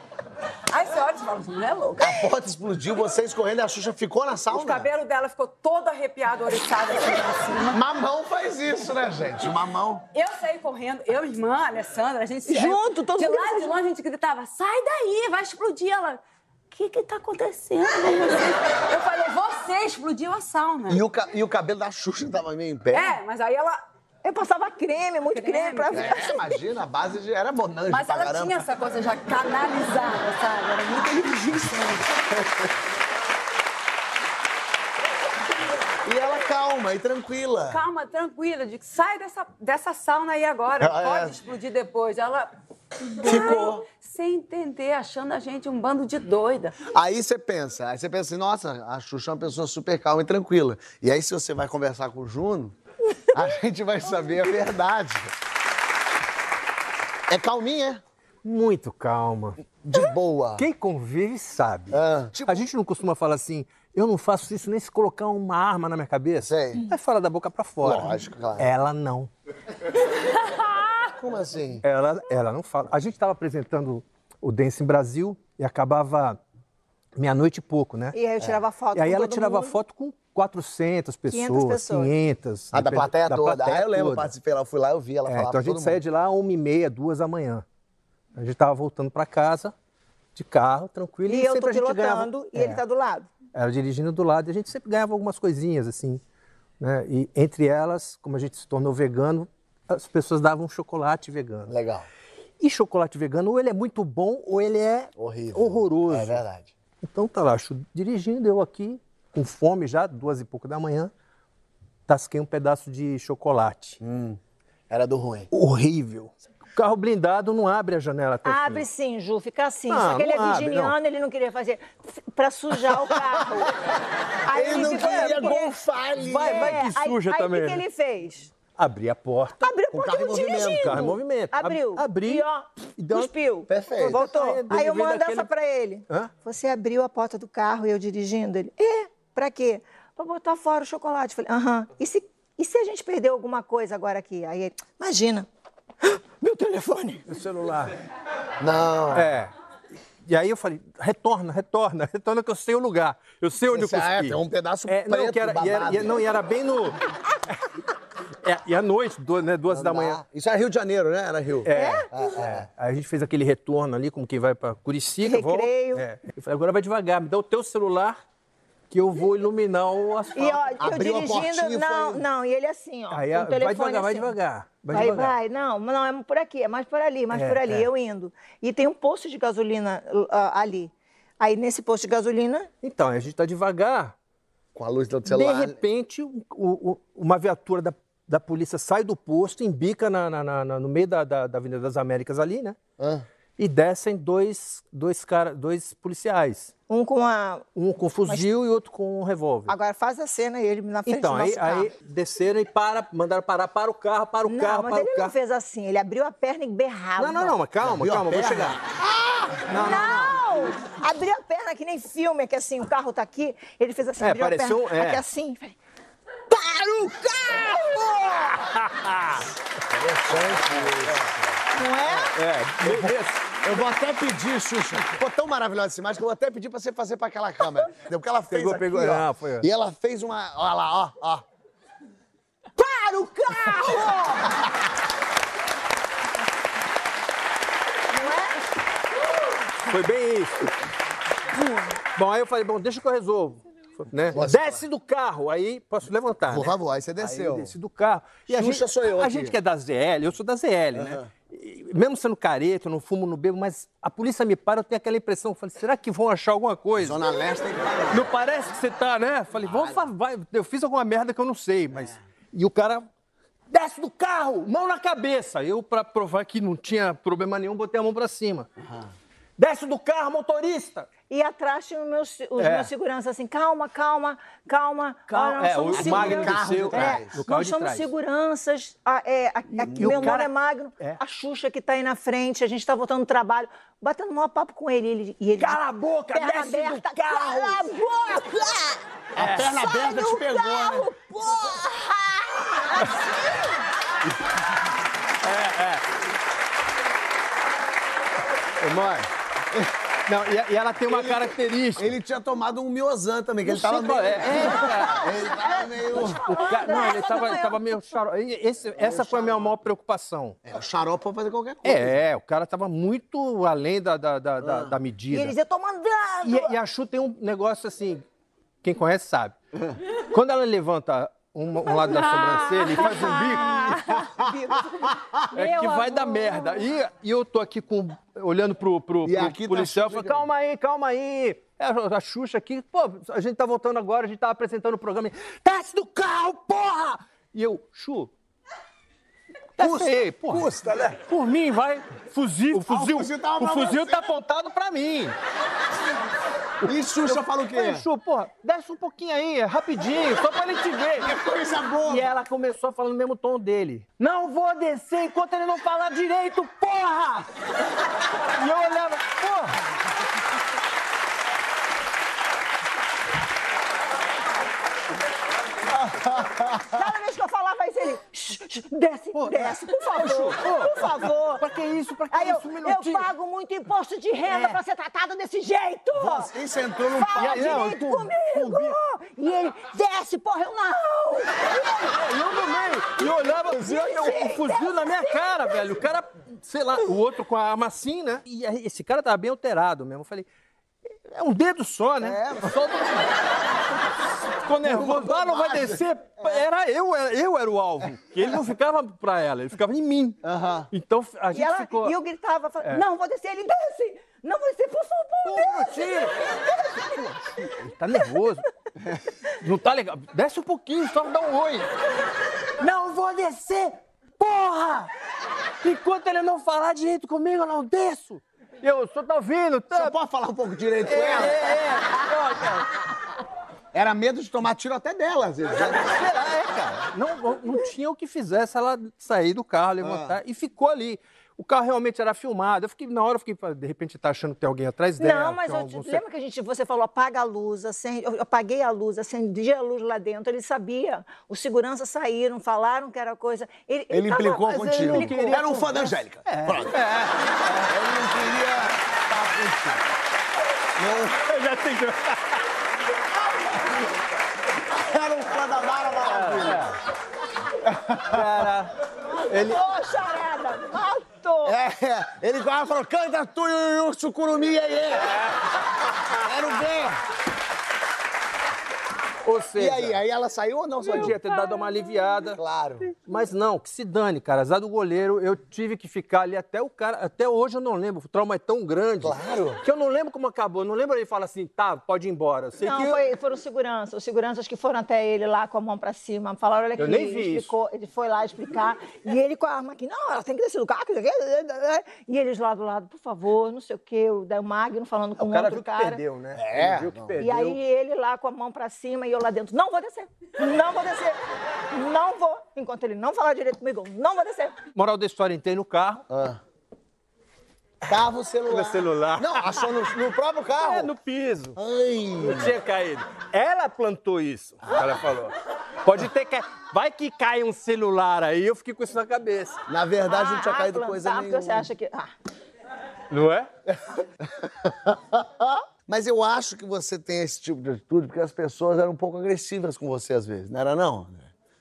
[SPEAKER 9] Aí você olha e fala, não é louca?
[SPEAKER 8] A porta explodiu, você escorrendo e a Xuxa ficou na sauna.
[SPEAKER 9] O cabelo dela ficou todo arrepiado, oriçado assim pra cima.
[SPEAKER 8] Mamão faz isso, né, gente? Mamão.
[SPEAKER 9] Eu saí correndo, eu, irmã, Alessandra, a gente saiu.
[SPEAKER 2] Junto, todo
[SPEAKER 9] De
[SPEAKER 2] mundo
[SPEAKER 9] lá de longe a gente gritava: sai daí, vai explodir. Ela, o que que tá acontecendo com você? Eu falei: você explodiu a sauna.
[SPEAKER 8] E o, ca- e o cabelo da Xuxa tava meio em pé.
[SPEAKER 9] É, mas aí ela.
[SPEAKER 2] Eu passava creme, muito creme,
[SPEAKER 9] Creme,
[SPEAKER 2] pra ver.
[SPEAKER 8] É, imagina, a base de, era monange
[SPEAKER 9] Mas
[SPEAKER 8] pra
[SPEAKER 9] ela
[SPEAKER 8] caramba.
[SPEAKER 9] tinha essa coisa já canalizada, sabe? Era muito inteligente.
[SPEAKER 8] E ela calma e tranquila.
[SPEAKER 9] Calma, tranquila, de que sai dessa, dessa sauna aí agora,
[SPEAKER 8] Ah, é.
[SPEAKER 9] pode explodir depois. Ela
[SPEAKER 8] Ficou.
[SPEAKER 9] Sem entender, achando a gente um bando de doida.
[SPEAKER 8] Aí você pensa, aí você pensa assim, nossa, a Xuxa é uma pessoa super calma e tranquila. E aí, se você vai conversar com o Juno, a gente vai saber a verdade. É calminha, é?
[SPEAKER 6] Muito calma.
[SPEAKER 8] De boa.
[SPEAKER 6] Quem convive sabe.
[SPEAKER 8] Ah.
[SPEAKER 6] A gente não costuma falar assim, eu não faço isso nem se colocar uma arma na minha cabeça.
[SPEAKER 8] Sei.
[SPEAKER 6] Vai fora da boca pra fora.
[SPEAKER 8] Lógico, claro.
[SPEAKER 6] Ela não.
[SPEAKER 8] Como assim?
[SPEAKER 6] Ela, ela não fala. A gente estava apresentando o Dance em Brasil e acabava meia-noite e pouco, né?
[SPEAKER 2] E aí eu tirava foto
[SPEAKER 6] E aí
[SPEAKER 2] com
[SPEAKER 6] ela
[SPEAKER 2] todo
[SPEAKER 6] tirava
[SPEAKER 2] mundo.
[SPEAKER 6] foto com 400 pessoas,
[SPEAKER 2] 500 pessoas.
[SPEAKER 6] 500.
[SPEAKER 8] Ah, da plateia toda. ah, eu lembro, eu
[SPEAKER 6] toda.
[SPEAKER 8] participei lá, eu fui lá, eu vi ela
[SPEAKER 6] É,
[SPEAKER 8] falar
[SPEAKER 6] então a
[SPEAKER 8] pra todo
[SPEAKER 6] gente saía
[SPEAKER 8] mundo.
[SPEAKER 6] de lá uma e meia, duas da manhã. A gente tava voltando pra casa, de carro, tranquilo.
[SPEAKER 2] E eu tô
[SPEAKER 6] sempre a gente ganhava-
[SPEAKER 2] pilotando e
[SPEAKER 6] É,
[SPEAKER 2] ele tá do lado.
[SPEAKER 6] Ela dirigindo do lado e a gente sempre ganhava algumas coisinhas, assim. Né? E entre elas, como a gente se tornou vegano, as pessoas davam um chocolate vegano.
[SPEAKER 8] Legal,
[SPEAKER 6] E chocolate vegano, ou ele é muito bom, ou ele é
[SPEAKER 8] horrível.
[SPEAKER 6] horroroso.
[SPEAKER 8] É verdade.
[SPEAKER 6] Então tá lá, chu- dirigindo, eu aqui, com fome já, duas e pouco da manhã, tasquei um pedaço de chocolate.
[SPEAKER 8] Hum, Era do ruim.
[SPEAKER 6] Horrível. O carro blindado não abre a janela até o fim.
[SPEAKER 2] Abre sim, Ju, fica assim.
[SPEAKER 6] Não,
[SPEAKER 2] Só que ele
[SPEAKER 6] não
[SPEAKER 2] é
[SPEAKER 6] abre,
[SPEAKER 2] virginiano,
[SPEAKER 6] não.
[SPEAKER 2] ele não queria fazer pra sujar o carro. Aí
[SPEAKER 8] Ele não
[SPEAKER 2] ficou-
[SPEAKER 8] queria
[SPEAKER 2] porque- É,
[SPEAKER 8] golfar ali.
[SPEAKER 6] Vai, vai que
[SPEAKER 2] aí-
[SPEAKER 6] suja
[SPEAKER 2] aí,
[SPEAKER 6] também.
[SPEAKER 2] O que que ele fez?
[SPEAKER 6] Abri a porta.
[SPEAKER 2] Abriu
[SPEAKER 6] com
[SPEAKER 2] porque
[SPEAKER 6] carro em
[SPEAKER 2] eu
[SPEAKER 6] movimento,
[SPEAKER 2] dirigindo.
[SPEAKER 6] carro em movimento. Ab-
[SPEAKER 2] Abriu.
[SPEAKER 6] abri,
[SPEAKER 2] E ó,
[SPEAKER 6] e deu uma-
[SPEAKER 2] cuspiu.
[SPEAKER 8] Perfeito.
[SPEAKER 2] Voltou.
[SPEAKER 6] Aí,
[SPEAKER 2] Aí eu
[SPEAKER 6] veio
[SPEAKER 2] mando
[SPEAKER 6] daquele-
[SPEAKER 2] essa pra ele.
[SPEAKER 6] Hã?
[SPEAKER 2] Você abriu a porta do carro e eu dirigindo? Ele, é, pra quê? Pra botar fora o chocolate. Falei, aham. E, se, e se a gente perder alguma coisa agora aqui? Aí ele, imagina. Meu telefone.
[SPEAKER 6] O celular.
[SPEAKER 8] Não.
[SPEAKER 6] É. E aí eu falei, retorna, retorna, retorna que eu sei o lugar. Eu sei onde eu
[SPEAKER 8] Você- ah,
[SPEAKER 6] cuspi.
[SPEAKER 8] tem um pedaço
[SPEAKER 6] é, não,
[SPEAKER 8] preto,
[SPEAKER 6] que era, e era,
[SPEAKER 8] babado.
[SPEAKER 6] e- não, e era bem no... É, e à noite, duas, né, duas da manhã.
[SPEAKER 8] Isso era Rio de Janeiro, né? Era Rio.
[SPEAKER 6] É, é. Aí a gente fez aquele retorno ali, como quem vai pra Curicica, volta.
[SPEAKER 2] Recreio.
[SPEAKER 6] É. Eu falei, agora vai devagar, me dá o teu celular que eu vou iluminar o asfalto.
[SPEAKER 2] E ó, eu
[SPEAKER 8] Abriu a portinha e
[SPEAKER 2] dirigindo, não,
[SPEAKER 8] foi-
[SPEAKER 2] não. E ele assim, ó,
[SPEAKER 6] Aí
[SPEAKER 2] com
[SPEAKER 6] ah,
[SPEAKER 2] o telefone
[SPEAKER 6] vai devagar, vai
[SPEAKER 2] assim.
[SPEAKER 6] devagar. Vai,
[SPEAKER 2] Vai,
[SPEAKER 6] devagar.
[SPEAKER 2] vai, não, não, é por aqui, é mais por ali, mais
[SPEAKER 6] É,
[SPEAKER 2] por ali,
[SPEAKER 6] é.
[SPEAKER 2] eu indo. E tem um posto de gasolina ah, ali. Aí nesse posto de gasolina,
[SPEAKER 6] Então, a gente tá devagar,
[SPEAKER 8] Com a luz do
[SPEAKER 6] De
[SPEAKER 8] celular.
[SPEAKER 6] repente, o- o- uma viatura da, da polícia sai do posto, embica na, na- na- na- no meio da, da, da Avenida das Américas ali, né?
[SPEAKER 8] Hã?
[SPEAKER 6] E descem dois, dois, cara, dois policiais.
[SPEAKER 2] um com a.
[SPEAKER 6] Um com fuzil e outro com um revólver.
[SPEAKER 2] Agora faz a cena e ele na frente
[SPEAKER 6] Então,
[SPEAKER 2] do
[SPEAKER 6] aí,
[SPEAKER 2] nosso carro.
[SPEAKER 6] aí desceram e para, mandaram parar para o carro, para o
[SPEAKER 2] não,
[SPEAKER 6] carro,
[SPEAKER 2] mas
[SPEAKER 6] para
[SPEAKER 2] ele
[SPEAKER 6] o
[SPEAKER 2] não
[SPEAKER 6] carro.
[SPEAKER 2] fez assim, ele abriu a perna e berrava.
[SPEAKER 6] Não, não, não, mas calma,
[SPEAKER 8] Abriu a
[SPEAKER 6] calma, vou
[SPEAKER 8] perna.
[SPEAKER 6] chegar.
[SPEAKER 2] Não, Abriu a perna que nem filme, que assim, o carro tá aqui, ele fez assim,
[SPEAKER 6] É,
[SPEAKER 2] abriu a
[SPEAKER 6] pareceu um-
[SPEAKER 2] perna,
[SPEAKER 6] é.
[SPEAKER 2] aqui assim. falei, Para o carro! Não é?
[SPEAKER 6] É, meu Deus.
[SPEAKER 8] Eu vou até pedir, Xuxa. Ficou tão maravilhosa essa imagem que eu vou até pedir pra você fazer pra aquela câmera. Entendeu? Porque ela fez
[SPEAKER 6] Pegou,
[SPEAKER 8] aqui,
[SPEAKER 6] pegou.
[SPEAKER 8] ó.
[SPEAKER 6] Não, foi-
[SPEAKER 8] E ela fez uma... Olha lá, ó, ó.
[SPEAKER 2] Para o carro!
[SPEAKER 6] Foi bem isso. Bom, aí eu falei, bom, deixa que eu resolvo. Né? Desce do carro, aí posso levantar.
[SPEAKER 8] Por
[SPEAKER 6] né?
[SPEAKER 8] favor, aí você
[SPEAKER 6] Aí eu
[SPEAKER 8] desceu.
[SPEAKER 6] desci do carro. E a
[SPEAKER 8] Xuxa
[SPEAKER 6] gente,
[SPEAKER 8] sou eu
[SPEAKER 6] A
[SPEAKER 8] aqui.
[SPEAKER 6] gente que é da ZL, eu sou da ZL, né? E mesmo sendo careta, eu não fumo, não bebo, mas a polícia me para, eu tenho aquela impressão. Eu falei, será que vão achar alguma coisa?
[SPEAKER 8] Zona Leste tem que parar.
[SPEAKER 6] Não parece que você tá, né? Eu Falei, vamos, fa- vai, eu fiz alguma merda que eu não sei,
[SPEAKER 8] É.
[SPEAKER 6] mas... E o cara, desce do carro, mão na cabeça. Eu, pra provar que não tinha problema nenhum, botei a mão pra cima. Desce do carro, motorista!
[SPEAKER 2] E atrás tinha os meus, os
[SPEAKER 6] É.
[SPEAKER 2] meus seguranças assim, calma, calma, calma.
[SPEAKER 6] Calma,
[SPEAKER 2] Olha, nós
[SPEAKER 6] é,
[SPEAKER 2] somos
[SPEAKER 6] o- o Magno
[SPEAKER 2] seguranças.
[SPEAKER 6] desceu,
[SPEAKER 2] É,
[SPEAKER 6] cara, no carro
[SPEAKER 2] nós
[SPEAKER 6] de
[SPEAKER 2] somos
[SPEAKER 6] trás.
[SPEAKER 2] seguranças, a- é, a- a-
[SPEAKER 6] e o
[SPEAKER 2] meu
[SPEAKER 6] cara-
[SPEAKER 2] nome é Magno,
[SPEAKER 6] é.
[SPEAKER 2] a Xuxa que tá aí na frente, a gente tá voltando do trabalho, batendo o maior papo com ele. ele, e ele
[SPEAKER 6] Cala a boca,
[SPEAKER 2] perna
[SPEAKER 6] desce do
[SPEAKER 2] aberta,
[SPEAKER 6] carro!
[SPEAKER 2] Cala a boca!
[SPEAKER 6] É.
[SPEAKER 8] A perna aberta te pegou, né?
[SPEAKER 2] Carro, porra!
[SPEAKER 8] Ô, mãe,
[SPEAKER 6] Não, e, e ela tem uma característica.
[SPEAKER 8] ele tinha tomado um miozan também, que ele
[SPEAKER 6] Não
[SPEAKER 8] tava
[SPEAKER 6] sei
[SPEAKER 8] meio...
[SPEAKER 6] qual é. É, cara.
[SPEAKER 8] Ele tava meio...
[SPEAKER 6] O ca- Não, ele
[SPEAKER 2] é, Essa
[SPEAKER 6] tava,
[SPEAKER 2] foi
[SPEAKER 6] ele
[SPEAKER 2] a-
[SPEAKER 6] tava meio charo... Esse, essa foi a minha maior preocupação.
[SPEAKER 8] É, o xarope pode fazer qualquer coisa. Ah.
[SPEAKER 6] É, o cara tava muito além da, da, da, da- da
[SPEAKER 2] E
[SPEAKER 6] medida.
[SPEAKER 2] ele dizia, tô
[SPEAKER 7] ah,
[SPEAKER 2] mandando!
[SPEAKER 6] E, e a Chu tem um negócio assim, quem conhece sabe. Quando ela levanta um, um lado da
[SPEAKER 2] Ah.
[SPEAKER 6] sobrancelha e faz um bico, é que
[SPEAKER 7] Meu
[SPEAKER 6] vai dar
[SPEAKER 7] amor.
[SPEAKER 6] merda. E, e eu tô aqui com, olhando pro, pro,
[SPEAKER 8] E
[SPEAKER 6] pro
[SPEAKER 8] aqui tá
[SPEAKER 6] policial e falo,
[SPEAKER 8] Xuxa de novo.
[SPEAKER 6] calma aí, calma aí. É, A a Xuxa aqui, pô, a gente tá voltando agora, a gente tá apresentando o programa. e, Desce do carro, porra! E eu, Chu, Tá feio, pô.
[SPEAKER 1] Custa, né?
[SPEAKER 6] Por mim, vai. Fuzil. O fuzil,
[SPEAKER 1] o fuzil tava
[SPEAKER 6] o
[SPEAKER 1] pra
[SPEAKER 6] fuzil
[SPEAKER 1] você.
[SPEAKER 6] tá apontado pra mim.
[SPEAKER 1] E Xuxa fala o quê?
[SPEAKER 6] Ei, Chu, porra, desce um pouquinho aí, rapidinho, só pra ele te ver.
[SPEAKER 1] Coisa boa.
[SPEAKER 6] E ela começou falando no mesmo tom dele. Não vou descer enquanto ele não falar direito, porra! E eu olhava, porra!
[SPEAKER 2] Cada vez que eu falava isso, ele. "Shh, shh, Desce, desce, por favor.
[SPEAKER 6] Ô,
[SPEAKER 2] Por favor.
[SPEAKER 6] Pra que isso? Pra que
[SPEAKER 2] Aí eu,
[SPEAKER 6] isso? Um
[SPEAKER 2] eu
[SPEAKER 6] minutinho. É.
[SPEAKER 2] pago muito imposto de renda pra ser tratada desse jeito.
[SPEAKER 1] Você entrou num
[SPEAKER 2] Fala
[SPEAKER 6] E aí, não,
[SPEAKER 2] direito
[SPEAKER 6] com-
[SPEAKER 2] comigo. E ele, desce, porra, eu não.
[SPEAKER 6] E eu no meio, e eu olhava e eu- o fuzil na minha cara, velho. O cara, sei lá, o outro com a arma assim, né? E aí, esse cara tava bem alterado mesmo. Eu falei, é um dedo só, né? É, só do- Ficou nervoso. Ah, não vai descer. Era eu, era- eu era o alvo. Que ele não ficava pra ela, ele ficava em mim. Então a
[SPEAKER 2] E,
[SPEAKER 6] gente
[SPEAKER 2] ela,
[SPEAKER 6] ficou.
[SPEAKER 2] e eu gritava, falava, não, vou descer, ele desce. Não vou descer, por favor,
[SPEAKER 6] Pô,
[SPEAKER 2] desce.
[SPEAKER 6] tio! Ele tá nervoso. Não tá legal. Desce um pouquinho, só me dá um oi. Não vou descer! Porra! Enquanto ele não falar direito comigo, eu não desço! Eu, só tá ouvindo?
[SPEAKER 8] Você
[SPEAKER 6] Tá...
[SPEAKER 8] pode falar um pouco direito com
[SPEAKER 6] É,
[SPEAKER 8] ela?
[SPEAKER 6] é, é. Ó, cara,
[SPEAKER 8] Era medo de tomar tiro até dela, às vezes. né?
[SPEAKER 6] sei lá, é, cara. Não, não tinha o que fizesse ela sair do carro,
[SPEAKER 8] Ah.
[SPEAKER 6] levantar, e ficou ali. O carro realmente era filmado. Eu fiquei, na hora eu fiquei, de repente, tá achando que tem alguém atrás dela.
[SPEAKER 2] Não, mas
[SPEAKER 6] tem
[SPEAKER 2] eu te,
[SPEAKER 6] algum sequ-
[SPEAKER 2] lembra que a gente, você falou, apaga a luz, acende, eu apaguei a luz, acendi a luz lá dentro, ele sabia. Os seguranças saíram, falaram que era coisa. Ele, ele
[SPEAKER 1] Ele
[SPEAKER 2] tava-
[SPEAKER 1] implicou
[SPEAKER 2] mas ele É.
[SPEAKER 1] contigo.
[SPEAKER 2] implicou.
[SPEAKER 1] Era um fã da Angélica. Pronto. Ele não queria estar contigo.
[SPEAKER 6] Eu já sei que eu-
[SPEAKER 1] Era um fã da Mara Maravilha.
[SPEAKER 6] Cara, ele...
[SPEAKER 2] Ô, charada, matou!
[SPEAKER 1] É, ele guarda e falou, canta tu, Yuyu, sucurumi, aí. Era o bem.
[SPEAKER 6] Ou seja,
[SPEAKER 8] E aí, aí ela saiu ou não? Saiu?
[SPEAKER 6] podia ter dado uma aliviada.
[SPEAKER 8] Claro.
[SPEAKER 6] Mas não, que se dane, cara. Azar do goleiro, eu tive que ficar ali até o cara. Até hoje eu não lembro. O trauma é tão grande.
[SPEAKER 8] Claro.
[SPEAKER 6] Que eu não lembro como acabou. Eu não lembro ele falar assim, tá, pode ir embora. Eu sei
[SPEAKER 2] Não,
[SPEAKER 6] que
[SPEAKER 2] foi, foram seguranças. Os seguranças que foram até ele lá com a mão pra cima, falaram, olha aqui,
[SPEAKER 6] Eu nem vi
[SPEAKER 2] ele explicou, ele foi lá explicar. e ele com a arma aqui, não, ela tem que descer do carro. que é, não sei o quê. E eles lá do lado, por favor, não sei o quê, o da- o Magno falando com
[SPEAKER 6] É, o
[SPEAKER 2] o
[SPEAKER 6] cara
[SPEAKER 2] um outro
[SPEAKER 6] viu que
[SPEAKER 2] cara.
[SPEAKER 6] perdeu, né?
[SPEAKER 1] É,
[SPEAKER 6] Ele viu que
[SPEAKER 1] não.
[SPEAKER 6] perdeu.
[SPEAKER 2] E aí ele lá com a mão pra cima e eu lá dentro, não vou descer, não vou descer, não vou. Enquanto ele não falar direito comigo, eu não vou descer.
[SPEAKER 6] Moral da história, entrei no carro.
[SPEAKER 8] Ah. Tava o celular.
[SPEAKER 6] No celular.
[SPEAKER 8] Não, achou no, no próprio carro.
[SPEAKER 6] É, no piso.
[SPEAKER 8] Ai.
[SPEAKER 6] Não tinha caído. Ela plantou isso. Ela falou. Pode ter caído. Vai que cai um celular aí, eu fiquei com isso na cabeça.
[SPEAKER 8] Na verdade, não tinha
[SPEAKER 2] Ah,
[SPEAKER 8] caído
[SPEAKER 2] plantar,
[SPEAKER 8] coisa nenhuma.
[SPEAKER 2] Porque você acha que... Ah,
[SPEAKER 6] Não é?
[SPEAKER 8] Mas eu acho que você tem esse tipo de atitude porque as pessoas eram um pouco agressivas com você às vezes, não era não?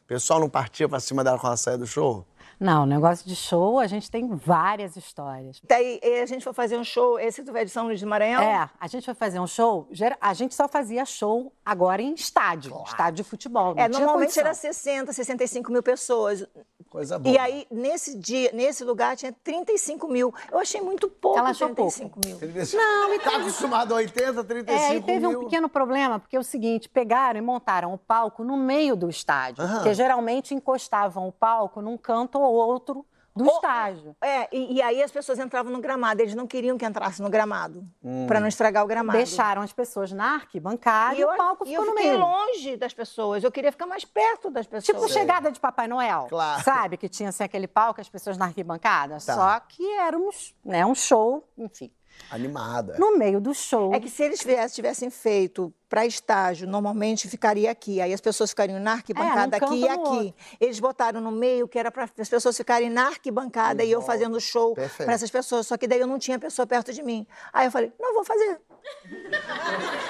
[SPEAKER 8] O pessoal não partia pra cima dela quando ela saía do show?
[SPEAKER 5] Não, negócio de show, a gente tem várias histórias.
[SPEAKER 2] daí eh, a gente foi fazer um show, esse do Edição Luiz de Maranhão.
[SPEAKER 5] É, a gente foi fazer um show, gera- a gente só fazia show agora em estádio, estádio de futebol. não
[SPEAKER 2] É,
[SPEAKER 5] tinha
[SPEAKER 2] normalmente era
[SPEAKER 5] condição.
[SPEAKER 2] 60, 65 mil pessoas.
[SPEAKER 8] Coisa boa.
[SPEAKER 2] E aí, nesse dia, nesse lugar, tinha 35 mil. Eu achei muito pouco
[SPEAKER 5] Ela achou
[SPEAKER 2] 35 mil.
[SPEAKER 5] Não, é, e
[SPEAKER 8] Tá acostumado a 80, 35
[SPEAKER 5] É, e teve
[SPEAKER 8] mil.
[SPEAKER 5] um pequeno problema, porque é o seguinte, pegaram e montaram o palco no meio do estádio, porque geralmente encostavam o palco num Um canto ou outro do estádio.
[SPEAKER 2] É, e, e aí as pessoas entravam no gramado. Eles não queriam que entrasse no gramado,
[SPEAKER 5] Hum.
[SPEAKER 2] pra não estragar o gramado.
[SPEAKER 5] Deixaram as pessoas na arquibancada e,
[SPEAKER 2] eu,
[SPEAKER 5] o palco
[SPEAKER 2] e eu
[SPEAKER 5] ficou no
[SPEAKER 2] fiquei
[SPEAKER 5] meio.
[SPEAKER 2] longe das pessoas. Eu queria ficar mais perto das pessoas.
[SPEAKER 5] Tipo chegada de Papai Noel,
[SPEAKER 8] Claro.
[SPEAKER 5] sabe? Que tinha assim, aquele palco, as pessoas na arquibancada.
[SPEAKER 2] Tá.
[SPEAKER 5] Só que era um, né, um show, enfim.
[SPEAKER 8] Animada.
[SPEAKER 5] No meio do show,
[SPEAKER 2] É que se eles viessem- tivessem feito para estágio, normalmente ficaria aqui. Aí as pessoas ficariam na arquibancada
[SPEAKER 5] É, num
[SPEAKER 2] aqui e
[SPEAKER 5] canto ou no
[SPEAKER 2] aqui. Eles botaram no meio que era para as pessoas ficarem na arquibancada e eu fazendo show
[SPEAKER 8] Perfeito.
[SPEAKER 2] para essas pessoas. Só que daí eu não tinha pessoa perto de mim. Aí eu falei, não vou fazer.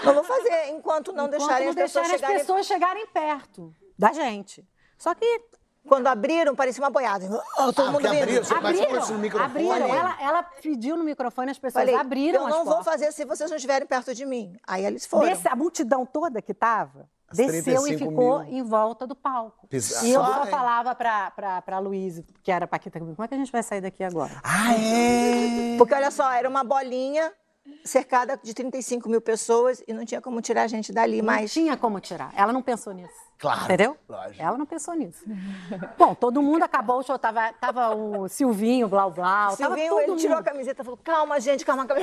[SPEAKER 2] não vou fazer enquanto não
[SPEAKER 5] enquanto
[SPEAKER 2] deixarem
[SPEAKER 5] não
[SPEAKER 2] as pessoas
[SPEAKER 5] deixarem as
[SPEAKER 2] chegarem.
[SPEAKER 5] pessoas chegarem perto da gente. Só que
[SPEAKER 2] Quando abriram, parecia uma boiada. Ah, Todo
[SPEAKER 8] Ah,
[SPEAKER 2] mundo
[SPEAKER 8] porque
[SPEAKER 2] vindo.
[SPEAKER 8] abriram, Você participou
[SPEAKER 5] abriram,
[SPEAKER 8] disso no microfone?
[SPEAKER 5] abriram. Ela, ela pediu no microfone, as pessoas
[SPEAKER 2] Falei,
[SPEAKER 5] abriram
[SPEAKER 2] eu
[SPEAKER 5] as
[SPEAKER 2] não vou
[SPEAKER 5] portas.
[SPEAKER 2] fazer se vocês não estiverem perto de mim. Aí eles foram.
[SPEAKER 5] Desce- a multidão toda que estava desceu e
[SPEAKER 8] 35
[SPEAKER 5] ficou
[SPEAKER 8] mil.
[SPEAKER 5] em volta do palco.
[SPEAKER 8] Pisa-
[SPEAKER 5] E eu
[SPEAKER 8] Só,
[SPEAKER 5] só
[SPEAKER 8] hein?
[SPEAKER 5] falava pra, pra, pra Luísa, que era a Paquita, comigo, como Ah, é que a gente vai sair daqui agora?
[SPEAKER 8] Ah, é?
[SPEAKER 2] Porque olha só, era uma bolinha cercada de 35 mil pessoas e não tinha como tirar a gente dali
[SPEAKER 5] não
[SPEAKER 2] mais.
[SPEAKER 5] tinha como tirar. Ela não pensou nisso.
[SPEAKER 8] Claro,
[SPEAKER 5] Entendeu?
[SPEAKER 8] lógico.
[SPEAKER 5] Ela não pensou nisso. Bom, todo mundo acabou o show. Tava, tava o Silvinho, Blau Blau.
[SPEAKER 2] Silvinho,
[SPEAKER 5] tava todo
[SPEAKER 2] ele
[SPEAKER 5] mundo.
[SPEAKER 2] tirou a camiseta e falou, calma, gente, calma, calma.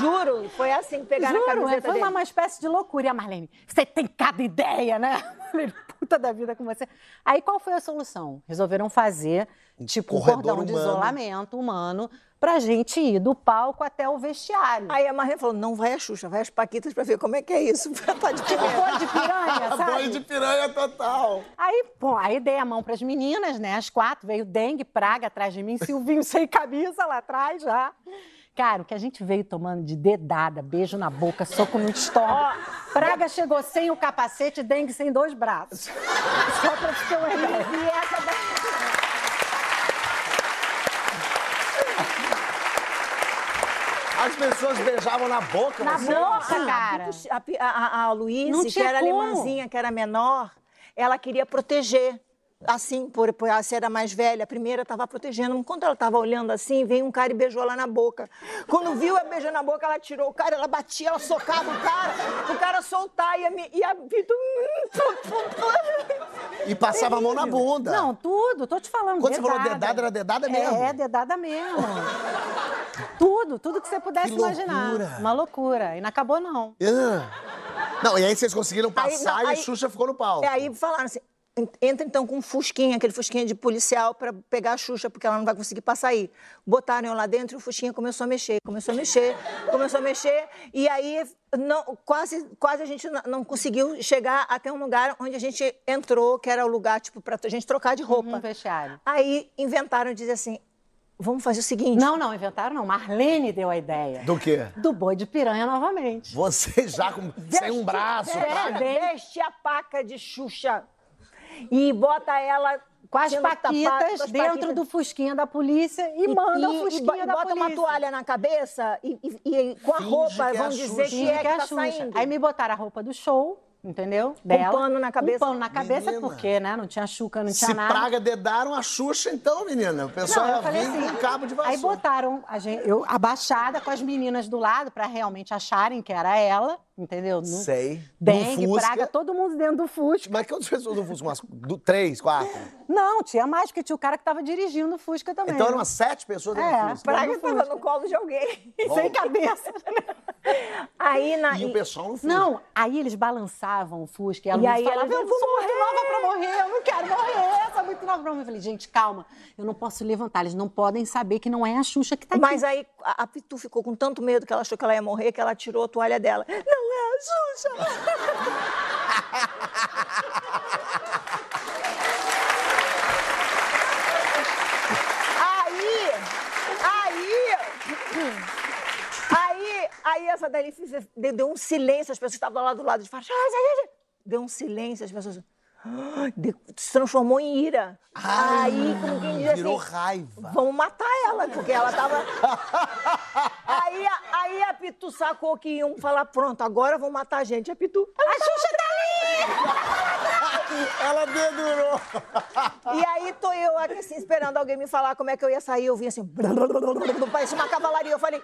[SPEAKER 2] Juro, foi assim, pegaram a
[SPEAKER 5] Juro,
[SPEAKER 2] camiseta
[SPEAKER 5] é, foi
[SPEAKER 2] dele.
[SPEAKER 5] uma, uma espécie de loucura. E a Marlene, você tem cada ideia, né? Marlene, puta da vida com você. Aí qual foi a solução? Resolveram fazer, tipo, um
[SPEAKER 8] corredor
[SPEAKER 5] cordão de
[SPEAKER 8] humano.
[SPEAKER 5] isolamento humano pra gente ir do palco até o vestiário.
[SPEAKER 2] Aí a Marlene falou, não vai a Xuxa, vai as Paquitas pra ver como é que é isso. tá de
[SPEAKER 5] Tipo, boi de piranha,
[SPEAKER 1] Boi de
[SPEAKER 5] sabe?
[SPEAKER 1] piranha total.
[SPEAKER 5] Aí, bom, aí dei a mão pras meninas, né? As quatro, veio dengue, praga atrás de mim, Silvinho sem camisa lá atrás já. Cara, o que a gente veio tomando de dedada, beijo na boca, soco no estômago. Praga chegou sem o capacete, dengue sem dois braços. Só pra te ter uma ideia.
[SPEAKER 2] E essa da...
[SPEAKER 1] As pessoas beijavam na boca.
[SPEAKER 5] Na
[SPEAKER 1] você-
[SPEAKER 8] assim.
[SPEAKER 5] boca, cara.
[SPEAKER 2] assim, A, Pi- a, a, a Luísa,
[SPEAKER 5] Não
[SPEAKER 2] que
[SPEAKER 5] tinha
[SPEAKER 2] era
[SPEAKER 5] como.
[SPEAKER 2] alemãzinha, que era menor, ela queria proteger. Assim, por, por ela se era mais velha, a primeira estava protegendo. Enquanto ela estava olhando assim, veio um cara e beijou ela na boca. Quando viu ela beijando na boca, ela tirou o cara, ela batia, ela socava o cara, o cara soltar e a, me- e a Vitor. hum,
[SPEAKER 8] E passava a mão na bunda.
[SPEAKER 5] Não, tudo, tô te falando.
[SPEAKER 8] Quando você falou dedada, era dedada mesmo?
[SPEAKER 5] É, dedada mesmo. tudo, tudo que você pudesse
[SPEAKER 8] Que loucura.
[SPEAKER 5] imaginar. Uma loucura. E não acabou, não.
[SPEAKER 8] Ah. Não, e aí vocês conseguiram
[SPEAKER 2] Aí,
[SPEAKER 8] passar
[SPEAKER 2] não,
[SPEAKER 8] e
[SPEAKER 2] aí-
[SPEAKER 8] a Xuxa ficou no palco.
[SPEAKER 2] É, aí falaram assim: "En- entra então com um fusquinha, aquele fusquinha de policial, pra pegar a Xuxa, porque ela não vai conseguir passar aí. Botaram eu lá dentro e o fusquinha começou a mexer, começou a mexer, começou a mexer. E aí não, quase, quase a gente n- não conseguiu chegar até um lugar onde a gente entrou, que era o lugar, tipo, pra t- gente trocar de roupa.
[SPEAKER 5] Um vestiário.
[SPEAKER 2] Aí inventaram dizer assim: vamos fazer o seguinte.
[SPEAKER 5] Não, não, inventaram não. Marlene deu a ideia.
[SPEAKER 8] Do quê?
[SPEAKER 5] Do boi de piranha novamente.
[SPEAKER 8] Você já com... sem um braço,
[SPEAKER 2] É,
[SPEAKER 8] tá?
[SPEAKER 2] veste a paca de Xuxa e bota ela
[SPEAKER 5] Com as
[SPEAKER 2] sendo tapada,
[SPEAKER 5] paquitas
[SPEAKER 2] com as
[SPEAKER 5] dentro
[SPEAKER 2] paquitas.
[SPEAKER 5] do fusquinha da polícia e, manda o
[SPEAKER 2] e
[SPEAKER 5] fusquinha
[SPEAKER 2] bo-
[SPEAKER 5] da
[SPEAKER 2] bota
[SPEAKER 5] polícia.
[SPEAKER 2] uma toalha na cabeça e, e- e com a
[SPEAKER 8] Finge
[SPEAKER 2] roupa
[SPEAKER 8] que é
[SPEAKER 2] vão
[SPEAKER 8] a
[SPEAKER 2] dizer
[SPEAKER 8] Xuxa.
[SPEAKER 2] que
[SPEAKER 5] Finge
[SPEAKER 2] é que,
[SPEAKER 5] que é a
[SPEAKER 2] tá
[SPEAKER 5] Xuxa.
[SPEAKER 2] saindo.
[SPEAKER 5] Aí me botaram a roupa do show, entendeu? Dela.
[SPEAKER 2] pano na cabeça.
[SPEAKER 5] Um pano na cabeça,
[SPEAKER 8] Menina.
[SPEAKER 5] porque, né? Não tinha chuca, não tinha
[SPEAKER 8] Se
[SPEAKER 5] nada.
[SPEAKER 8] praga dedaram a Xuxa, então, menina. O pessoal
[SPEAKER 5] Não, eu
[SPEAKER 8] ia
[SPEAKER 5] falei
[SPEAKER 8] vir com
[SPEAKER 5] assim.
[SPEAKER 8] um cabo de vassoura.
[SPEAKER 5] Aí botaram a gente, eu abaixada com as meninas do lado pra realmente acharem que era ela, entendeu? No-
[SPEAKER 8] Sei.
[SPEAKER 5] Dengue,
[SPEAKER 8] No Fusca.
[SPEAKER 5] praga, todo mundo dentro do Fusca.
[SPEAKER 8] Mas quantas pessoas no Fusca? Umas du- três, quatro?
[SPEAKER 5] Não, tinha mais, porque tinha o cara que tava dirigindo o Fusca também. né?
[SPEAKER 8] Então eram umas sete pessoas dentro
[SPEAKER 5] É,
[SPEAKER 8] do Fusca.
[SPEAKER 2] Praga tava no colo de alguém.
[SPEAKER 5] sem cabeça. né?
[SPEAKER 2] Aí na.
[SPEAKER 8] E o pessoal no Fusca.
[SPEAKER 5] Não, aí eles balançavam o Fusca e a
[SPEAKER 2] E
[SPEAKER 5] Luísa
[SPEAKER 2] aí
[SPEAKER 5] falava,
[SPEAKER 2] ela,
[SPEAKER 5] eu vou
[SPEAKER 2] "Eu sou
[SPEAKER 5] muito nova pra morrer, eu não quero morrer, eu sou muito nova pra morrer. Eu falei, gente, calma, eu não posso levantar, eles não podem saber que não é a Xuxa que tá aqui.
[SPEAKER 2] Mas aí a, a Pitu ficou com tanto medo que ela achou que ela ia morrer que ela tirou a toalha dela. Não é a Xuxa! aí, aí, aí, aí essa daí fez- deu, deu um silêncio, as pessoas estavam lá do lado de fora. "Ah, ah, ah, ah." Deu um silêncio, as pessoas. "Ah", de- se transformou em ira. aí, como quem diz assim.
[SPEAKER 8] Virou raiva.
[SPEAKER 2] Vamos matar ela, porque ela tava. aí, a- aí a Pitu sacou que iam falar: pronto, agora vão matar a gente. A Pitu. A Xuxa tá
[SPEAKER 8] Ela dedurou.
[SPEAKER 2] E aí tô eu aqui assim, esperando alguém me falar como é que eu ia sair. Eu vim assim, parecia uma cavalaria. Eu falei,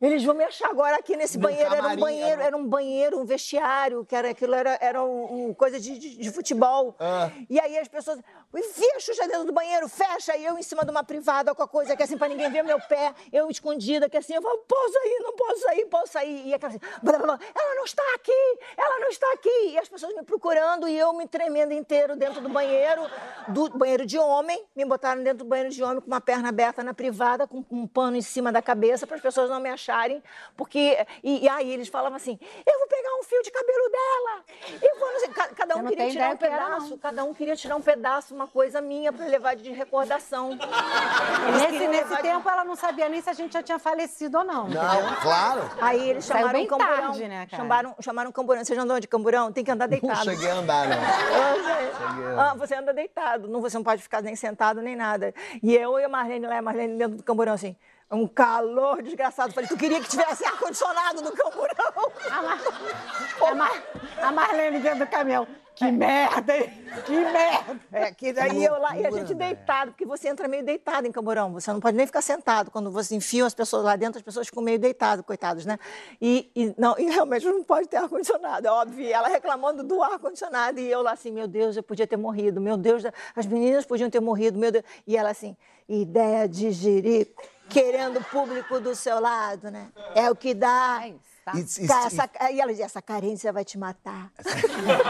[SPEAKER 2] eles vão me achar agora aqui nesse
[SPEAKER 8] Num
[SPEAKER 2] banheiro. Era um
[SPEAKER 8] camarim,
[SPEAKER 2] banheiro,
[SPEAKER 8] era um-
[SPEAKER 2] era um banheiro, um vestiário, que era aquilo, era, era um, um coisa de, de- de futebol.
[SPEAKER 8] Ah.
[SPEAKER 2] E aí as pessoas, enfia a Xuxa dentro do banheiro, fecha, e eu em cima de uma privada com a coisa que assim, pra ninguém ver meu pé, eu escondida, que assim, eu falo, posso sair, não posso sair, posso sair. E aquela assim, blá, blá, blá, ela não está aqui, ela não está aqui. E as pessoas me procurando e eu me tremendo inteiro dentro do banheiro, do banheiro de homem. Me botaram dentro do banheiro de homem com uma perna aberta na privada, com um pano em cima da cabeça, para as pessoas não me acharem. Porque. E, e aí eles falavam assim: eu vou pegar um fio de cabelo dela. Eu vou. não sei", ca- Cada
[SPEAKER 5] Eu
[SPEAKER 2] um
[SPEAKER 5] não
[SPEAKER 2] queria
[SPEAKER 5] tenho
[SPEAKER 2] tirar um
[SPEAKER 5] ideia que era, não.
[SPEAKER 2] pedaço, cada um queria tirar um pedaço, uma coisa minha, para levar de recordação. Eles
[SPEAKER 5] É, Nesse,
[SPEAKER 2] queriam
[SPEAKER 5] nesse
[SPEAKER 2] levar de-
[SPEAKER 5] tempo ela não sabia nem se a gente já tinha falecido ou não.
[SPEAKER 8] Não, claro.
[SPEAKER 2] Aí eles
[SPEAKER 5] Saiu
[SPEAKER 2] chamaram
[SPEAKER 5] bem
[SPEAKER 2] o camburão.
[SPEAKER 5] tarde, né, cara?
[SPEAKER 2] Chamaram, chamaram o camburão. Vocês já andam de camburão? Tem que andar
[SPEAKER 8] Não
[SPEAKER 2] deitado.
[SPEAKER 8] cheguei a andar, não.
[SPEAKER 2] Ah, você anda deitado, não, você não pode ficar nem sentado nem nada. E eu e a Marlene lá, a Marlene dentro do camburão, assim, um calor desgraçado. Falei, tu queria que tivesse ar-condicionado no camburão?
[SPEAKER 5] A, Mar... a Mar- a Marlene dentro do caminhão. Que merda, hein? Que merda!
[SPEAKER 2] É, que daí eu lá, e a
[SPEAKER 8] né?
[SPEAKER 2] gente deitado, porque você entra meio deitado em camburão, você não pode nem ficar sentado. Quando você enfia as pessoas lá dentro, as pessoas ficam meio deitadas, coitados, né? E, e não, e realmente não pode ter ar-condicionado, é óbvio. E ela reclamando do ar-condicionado, e eu lá assim, meu Deus, eu podia ter morrido, meu Deus, as meninas podiam ter morrido, meu Deus. E ela assim, ideia de jirico, querendo o público do seu lado, né? É o que dá.
[SPEAKER 8] E- e-
[SPEAKER 2] Cara, essa- e ela dizia, essa carência vai te matar.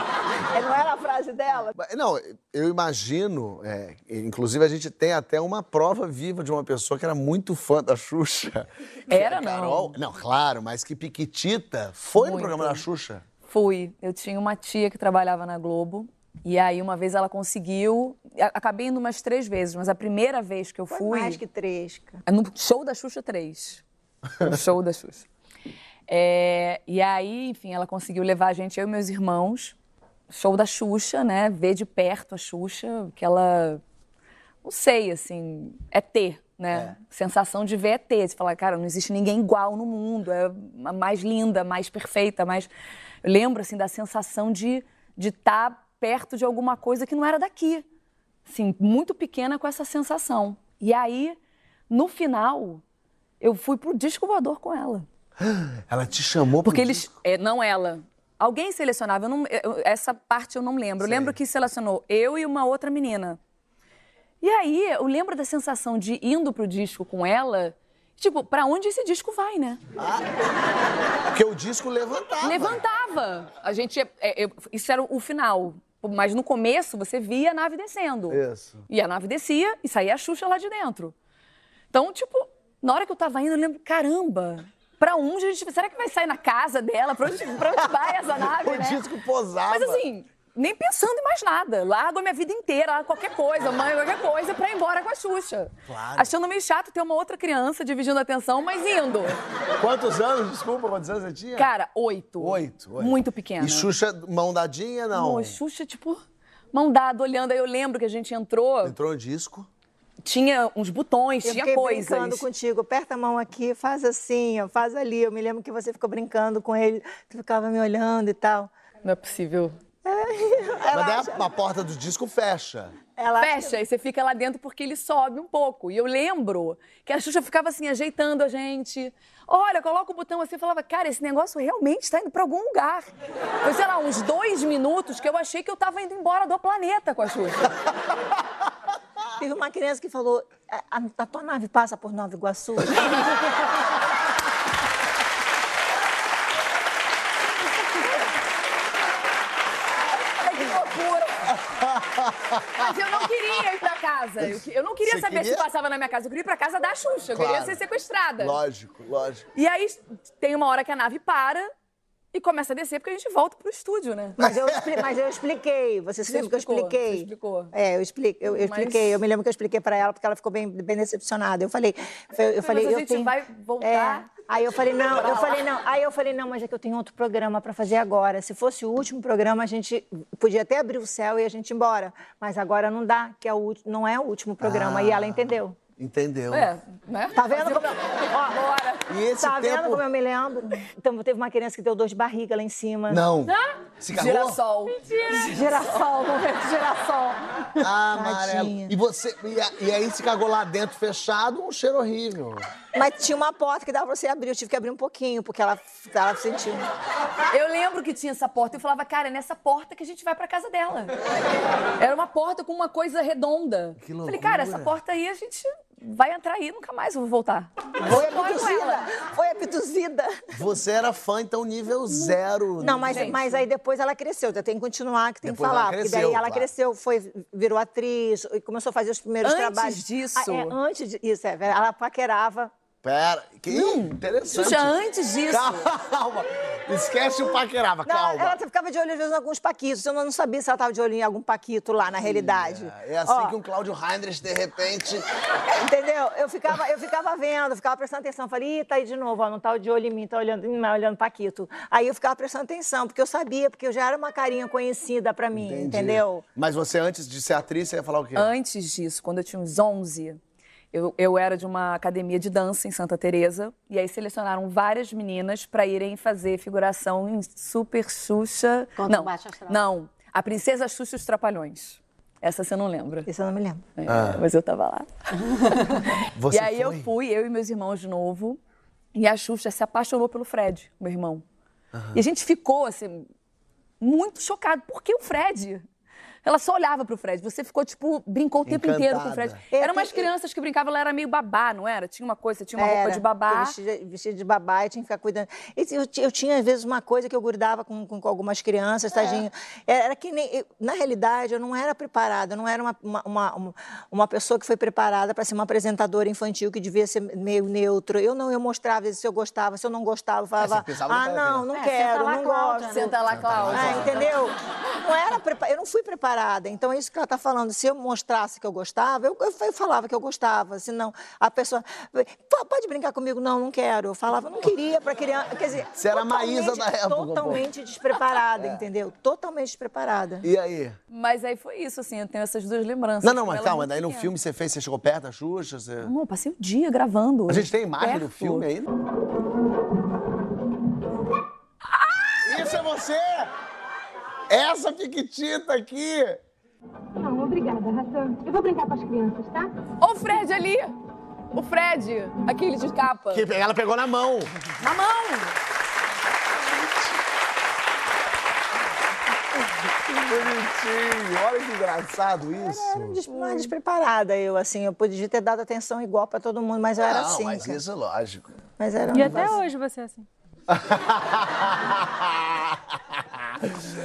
[SPEAKER 2] É, não era a frase dela?
[SPEAKER 8] Não, eu imagino, é, inclusive a gente tem até uma prova viva de uma pessoa que era muito fã da Xuxa. que é
[SPEAKER 4] Era,
[SPEAKER 8] a
[SPEAKER 4] não.
[SPEAKER 8] Carol, não. claro, mas que Piquitita foi no
[SPEAKER 4] Muito.
[SPEAKER 8] programa da Xuxa.
[SPEAKER 4] Fui. Eu tinha uma tia que trabalhava na Globo. E aí, uma vez ela conseguiu. a- Acabei indo umas três vezes, mas a primeira vez que eu
[SPEAKER 2] Foi
[SPEAKER 4] fui.
[SPEAKER 2] mais que três, cara.
[SPEAKER 4] É No show da Xuxa 3. No show da Xuxa. É, e aí, enfim, ela conseguiu levar a gente, eu e meus irmãos. Show da Xuxa, né? Ver de perto a Xuxa, que ela. Não sei, assim. É ter, né? Sensação de ver é ter. Você fala, cara, não existe ninguém igual no mundo. É a mais linda, mais perfeita, mais. Eu lembro, assim, da sensação de estar de tá perto de alguma coisa que não era daqui assim, muito pequena com essa sensação. E aí, no final, eu fui pro disco voador com ela.
[SPEAKER 8] Ela te chamou
[SPEAKER 4] Porque
[SPEAKER 8] pro
[SPEAKER 4] eles. é, não ela. Alguém selecionava, eu não- eu- essa parte eu não lembro. Eu lembro que selecionou eu e uma outra menina. E aí, eu lembro da sensação de indo pro disco com ela, tipo, pra onde esse disco vai, né?
[SPEAKER 8] Porque o disco levantava.
[SPEAKER 4] Levantava. A gente. é, é, eu- isso era o final. Mas no começo você via a nave descendo.
[SPEAKER 8] Isso.
[SPEAKER 4] E a nave descia e saía a Xuxa lá de dentro. Então, tipo, na hora que eu tava indo, eu lembro, caramba, pra onde a gente. Será que vai sair na casa dela? Pra onde, pra onde vai essa nave?
[SPEAKER 8] O
[SPEAKER 4] né?
[SPEAKER 8] disco posava.
[SPEAKER 4] Mas assim, nem pensando em mais nada. Largo a minha vida inteira, largo qualquer coisa, mãe, qualquer coisa, pra ir embora com a Xuxa.
[SPEAKER 8] Claro.
[SPEAKER 4] Achando meio chato ter uma outra criança dividindo a atenção, mas indo.
[SPEAKER 8] Quantos anos? Desculpa, quantos anos você tinha?
[SPEAKER 4] Cara, oito.
[SPEAKER 8] Oito, oito.
[SPEAKER 4] Muito pequena.
[SPEAKER 8] E Xuxa, mão dadinha, não.
[SPEAKER 4] Amor, Xuxa, tipo, mão dada, olhando. Aí eu lembro que a gente entrou,
[SPEAKER 8] Entrou no disco.
[SPEAKER 4] tinha uns botões,
[SPEAKER 2] Eu
[SPEAKER 4] tinha
[SPEAKER 2] fiquei
[SPEAKER 4] coisas.
[SPEAKER 2] brincando contigo. Aperta a mão aqui, faz assim, ó, faz ali. Eu me lembro que você ficou brincando com ele, tu ficava me olhando e tal.
[SPEAKER 4] Não é possível.
[SPEAKER 8] Mas daí a, a porta do disco fecha.
[SPEAKER 2] Ela
[SPEAKER 4] Fecha, e você fica lá dentro porque ele sobe um pouco. E eu lembro que a Xuxa ficava assim, ajeitando a gente. Olha, coloca o botão assim e falava, cara, esse negócio realmente está indo para algum lugar. Foi, sei lá, uns dois minutos que eu achei que eu tava indo embora do planeta com a Xuxa.
[SPEAKER 2] Teve uma criança que falou: a, a- a tua nave passa por Nova Iguaçu?
[SPEAKER 4] Ai, que loucura! Mas eu não queria ir pra casa. Eu, que- eu não queria
[SPEAKER 8] Você
[SPEAKER 4] saber se
[SPEAKER 8] queria?
[SPEAKER 4] passava na minha casa. Eu queria ir pra casa da Xuxa. Eu queria
[SPEAKER 8] Claro.
[SPEAKER 4] ser sequestrada.
[SPEAKER 8] Lógico, lógico.
[SPEAKER 4] E aí tem uma hora que a nave para e começa a descer porque a gente volta pro estúdio, né?
[SPEAKER 2] Mas eu, expli- mas eu expliquei. Você se
[SPEAKER 4] Você
[SPEAKER 2] lembra que eu
[SPEAKER 4] explicou,
[SPEAKER 2] expliquei?
[SPEAKER 4] você explicou.
[SPEAKER 2] É, eu, expliquei, eu, eu
[SPEAKER 4] Mas-
[SPEAKER 2] expliquei. Eu me lembro que eu expliquei pra ela, porque ela ficou bem, bem decepcionada. Eu falei, eu, eu falei,
[SPEAKER 4] mas a
[SPEAKER 2] eu
[SPEAKER 4] gente
[SPEAKER 2] tenho-
[SPEAKER 4] vai voltar.
[SPEAKER 2] É. Aí eu falei, não, eu falei, não. Aí eu falei, não, mas é que eu tenho outro programa pra fazer agora. Se fosse o último programa, a gente podia até abrir o céu e a gente ir embora. Mas agora não dá, que é o, ulti- não é o último programa. E ela
[SPEAKER 8] Ah,
[SPEAKER 2] entendeu.
[SPEAKER 8] Entendeu?
[SPEAKER 4] É, né?
[SPEAKER 2] Tá vendo como-
[SPEAKER 4] Ó, Bora.
[SPEAKER 8] E esse
[SPEAKER 2] tá
[SPEAKER 8] tempo...
[SPEAKER 2] vendo como eu me lembro? Então, teve uma criança que deu dor de barriga lá em cima.
[SPEAKER 8] Não. Se agarrou?
[SPEAKER 4] Girassol.
[SPEAKER 5] Geração, momento geração.
[SPEAKER 8] Ah, amarelo.
[SPEAKER 2] Tadinha.
[SPEAKER 8] E você. E, a- e aí se cagou lá dentro fechado, um cheiro horrível.
[SPEAKER 2] Mas tinha uma porta que dava pra você abrir. Eu tive que abrir um pouquinho, porque ela, ela sentiu.
[SPEAKER 4] Eu lembro que tinha essa porta. Eu falava, cara, é nessa porta que a gente vai pra casa dela. Era uma porta com uma coisa redonda.
[SPEAKER 8] Que
[SPEAKER 4] Falei, cara, essa
[SPEAKER 8] loucura.
[SPEAKER 4] porta aí a gente vai entrar aí e nunca mais eu vou voltar.
[SPEAKER 2] Foi
[SPEAKER 4] Bora com ela.
[SPEAKER 2] abduzida. Foi abduzida.
[SPEAKER 8] Você era fã, então nível zero.
[SPEAKER 2] Não, mas,
[SPEAKER 4] Gente.
[SPEAKER 2] mas aí depois ela cresceu. Tem que continuar, que tem
[SPEAKER 8] Depois
[SPEAKER 2] que
[SPEAKER 8] ela
[SPEAKER 2] falar. porque
[SPEAKER 8] cresceu,
[SPEAKER 2] daí ela
[SPEAKER 8] claro.
[SPEAKER 2] cresceu, foi, virou atriz, e começou a fazer os primeiros
[SPEAKER 4] Antes
[SPEAKER 2] trabalhos.
[SPEAKER 4] disso.
[SPEAKER 2] Ah, é, antes disso, é, ela paquerava.
[SPEAKER 8] Pera, que interessante.
[SPEAKER 4] Xuxa, antes disso.
[SPEAKER 8] Calma. Esquece o paquerava,
[SPEAKER 2] Não,
[SPEAKER 8] calma.
[SPEAKER 2] ela tá- ficava de olho, às vezes, em alguns paquitos. Eu não sabia se ela estava de olho em algum paquito lá, na realidade.
[SPEAKER 8] É assim
[SPEAKER 2] Ó. É,
[SPEAKER 8] que um Cláudio Heinrich, de repente.
[SPEAKER 2] Entendeu? Eu ficava, eu ficava vendo, ficava prestando atenção. Falei, ih, tá aí de novo, ó, não tá de olho em mim, tá olhando, hum, mas olhando Paquito. Aí eu ficava prestando atenção, porque eu sabia, porque eu já era uma carinha conhecida pra mim,
[SPEAKER 8] Entendi.
[SPEAKER 2] entendeu?
[SPEAKER 8] Mas você, antes de ser atriz, você ia falar o quê?
[SPEAKER 4] Antes disso, quando eu tinha uns 11, eu, eu era de uma academia de dança em Santa Teresa e aí selecionaram várias meninas para irem fazer figuração em Super Xuxa.
[SPEAKER 5] Contra o
[SPEAKER 4] não,
[SPEAKER 5] Baixo Astral.
[SPEAKER 4] não. A Princesa Xuxa e os Trapalhões. Essa você não lembra.
[SPEAKER 2] Isso eu não me lembro.
[SPEAKER 4] É,
[SPEAKER 8] Ah.
[SPEAKER 1] Ah,
[SPEAKER 4] Mas eu tava lá.
[SPEAKER 2] Você
[SPEAKER 4] e aí eu fui, eu e meus irmãos de novo. E a Xuxa se apaixonou pelo Fred, meu irmão. E a gente ficou, assim, muito chocado. Por que o Fred? Ela só olhava pro Fred. Você ficou, tipo, brincou o tempo inteiro com o Fred.
[SPEAKER 2] Encantada.
[SPEAKER 4] Eram umas crianças que brincavam, ela era meio babá, não era? Tinha uma coisa, tinha uma roupa
[SPEAKER 2] Era,
[SPEAKER 4] de babá.
[SPEAKER 2] porque Vestida, vestida de babá e tinha que ficar cuidando. E Eu, ti- eu tinha, às vezes, uma coisa que eu grudava com, com- com algumas
[SPEAKER 4] É.
[SPEAKER 2] crianças, tadinho. Era que nem. eu- na realidade, eu não era preparada, eu não era uma, uma, uma- uma- uma pessoa que foi preparada para ser uma apresentadora infantil que devia ser meio neutra. Eu não, eu mostrava às vezes, se eu gostava, se eu não gostava, eu falava.
[SPEAKER 10] pensava no
[SPEAKER 2] ah,
[SPEAKER 10] que ela
[SPEAKER 2] não,
[SPEAKER 10] queria."
[SPEAKER 2] não
[SPEAKER 10] É,
[SPEAKER 2] quero,
[SPEAKER 10] senta lá,
[SPEAKER 2] não
[SPEAKER 10] Cláudia,
[SPEAKER 2] gosto.
[SPEAKER 10] né? Senta lá, Cláudia.
[SPEAKER 2] Ah, entendeu? Não era prepa- eu não fui preparada. Então, é isso que ela está falando. Se eu mostrasse que eu gostava, eu, eu- eu falava que eu gostava. Senão, a pessoa. "Pô, Pode brincar comigo? Não, não quero. Eu falava, não queria para criança. Quer dizer.
[SPEAKER 1] Você era a
[SPEAKER 2] totalmente-
[SPEAKER 1] Maísa da época, um pouco.
[SPEAKER 2] Totalmente despreparada,
[SPEAKER 1] É.
[SPEAKER 2] entendeu? Totalmente despreparada.
[SPEAKER 1] E aí?
[SPEAKER 4] Mas aí foi isso, assim, eu tenho essas duas lembranças.
[SPEAKER 1] Não, não,
[SPEAKER 4] com
[SPEAKER 1] mas
[SPEAKER 4] ela é
[SPEAKER 1] calma,
[SPEAKER 4] muito
[SPEAKER 1] daí no
[SPEAKER 4] pequena.
[SPEAKER 1] filme você fez, você chegou perto da Xuxa? Você...
[SPEAKER 4] Não, eu passei o dia gravando.
[SPEAKER 1] A gente tem imagem do
[SPEAKER 4] Perto.
[SPEAKER 1] filme aí? Isso é você! Essa piquitita aqui!
[SPEAKER 8] Não, obrigada, Hassan. Eu vou brincar com as crianças, tá?
[SPEAKER 4] Ó o Fred ali! O Fred, aquele de capa.
[SPEAKER 1] Que ela pegou na mão.
[SPEAKER 4] Na mão!
[SPEAKER 1] Que bonitinho! Olha que engraçado isso!
[SPEAKER 2] Des- Mas despreparada eu, assim. Eu podia ter dado atenção igual para todo mundo, mas eu era
[SPEAKER 1] não,
[SPEAKER 2] assim.
[SPEAKER 1] mas
[SPEAKER 2] cara.
[SPEAKER 1] isso é lógico.
[SPEAKER 2] Mas era um
[SPEAKER 7] E até
[SPEAKER 2] negócio-
[SPEAKER 7] hoje você é assim.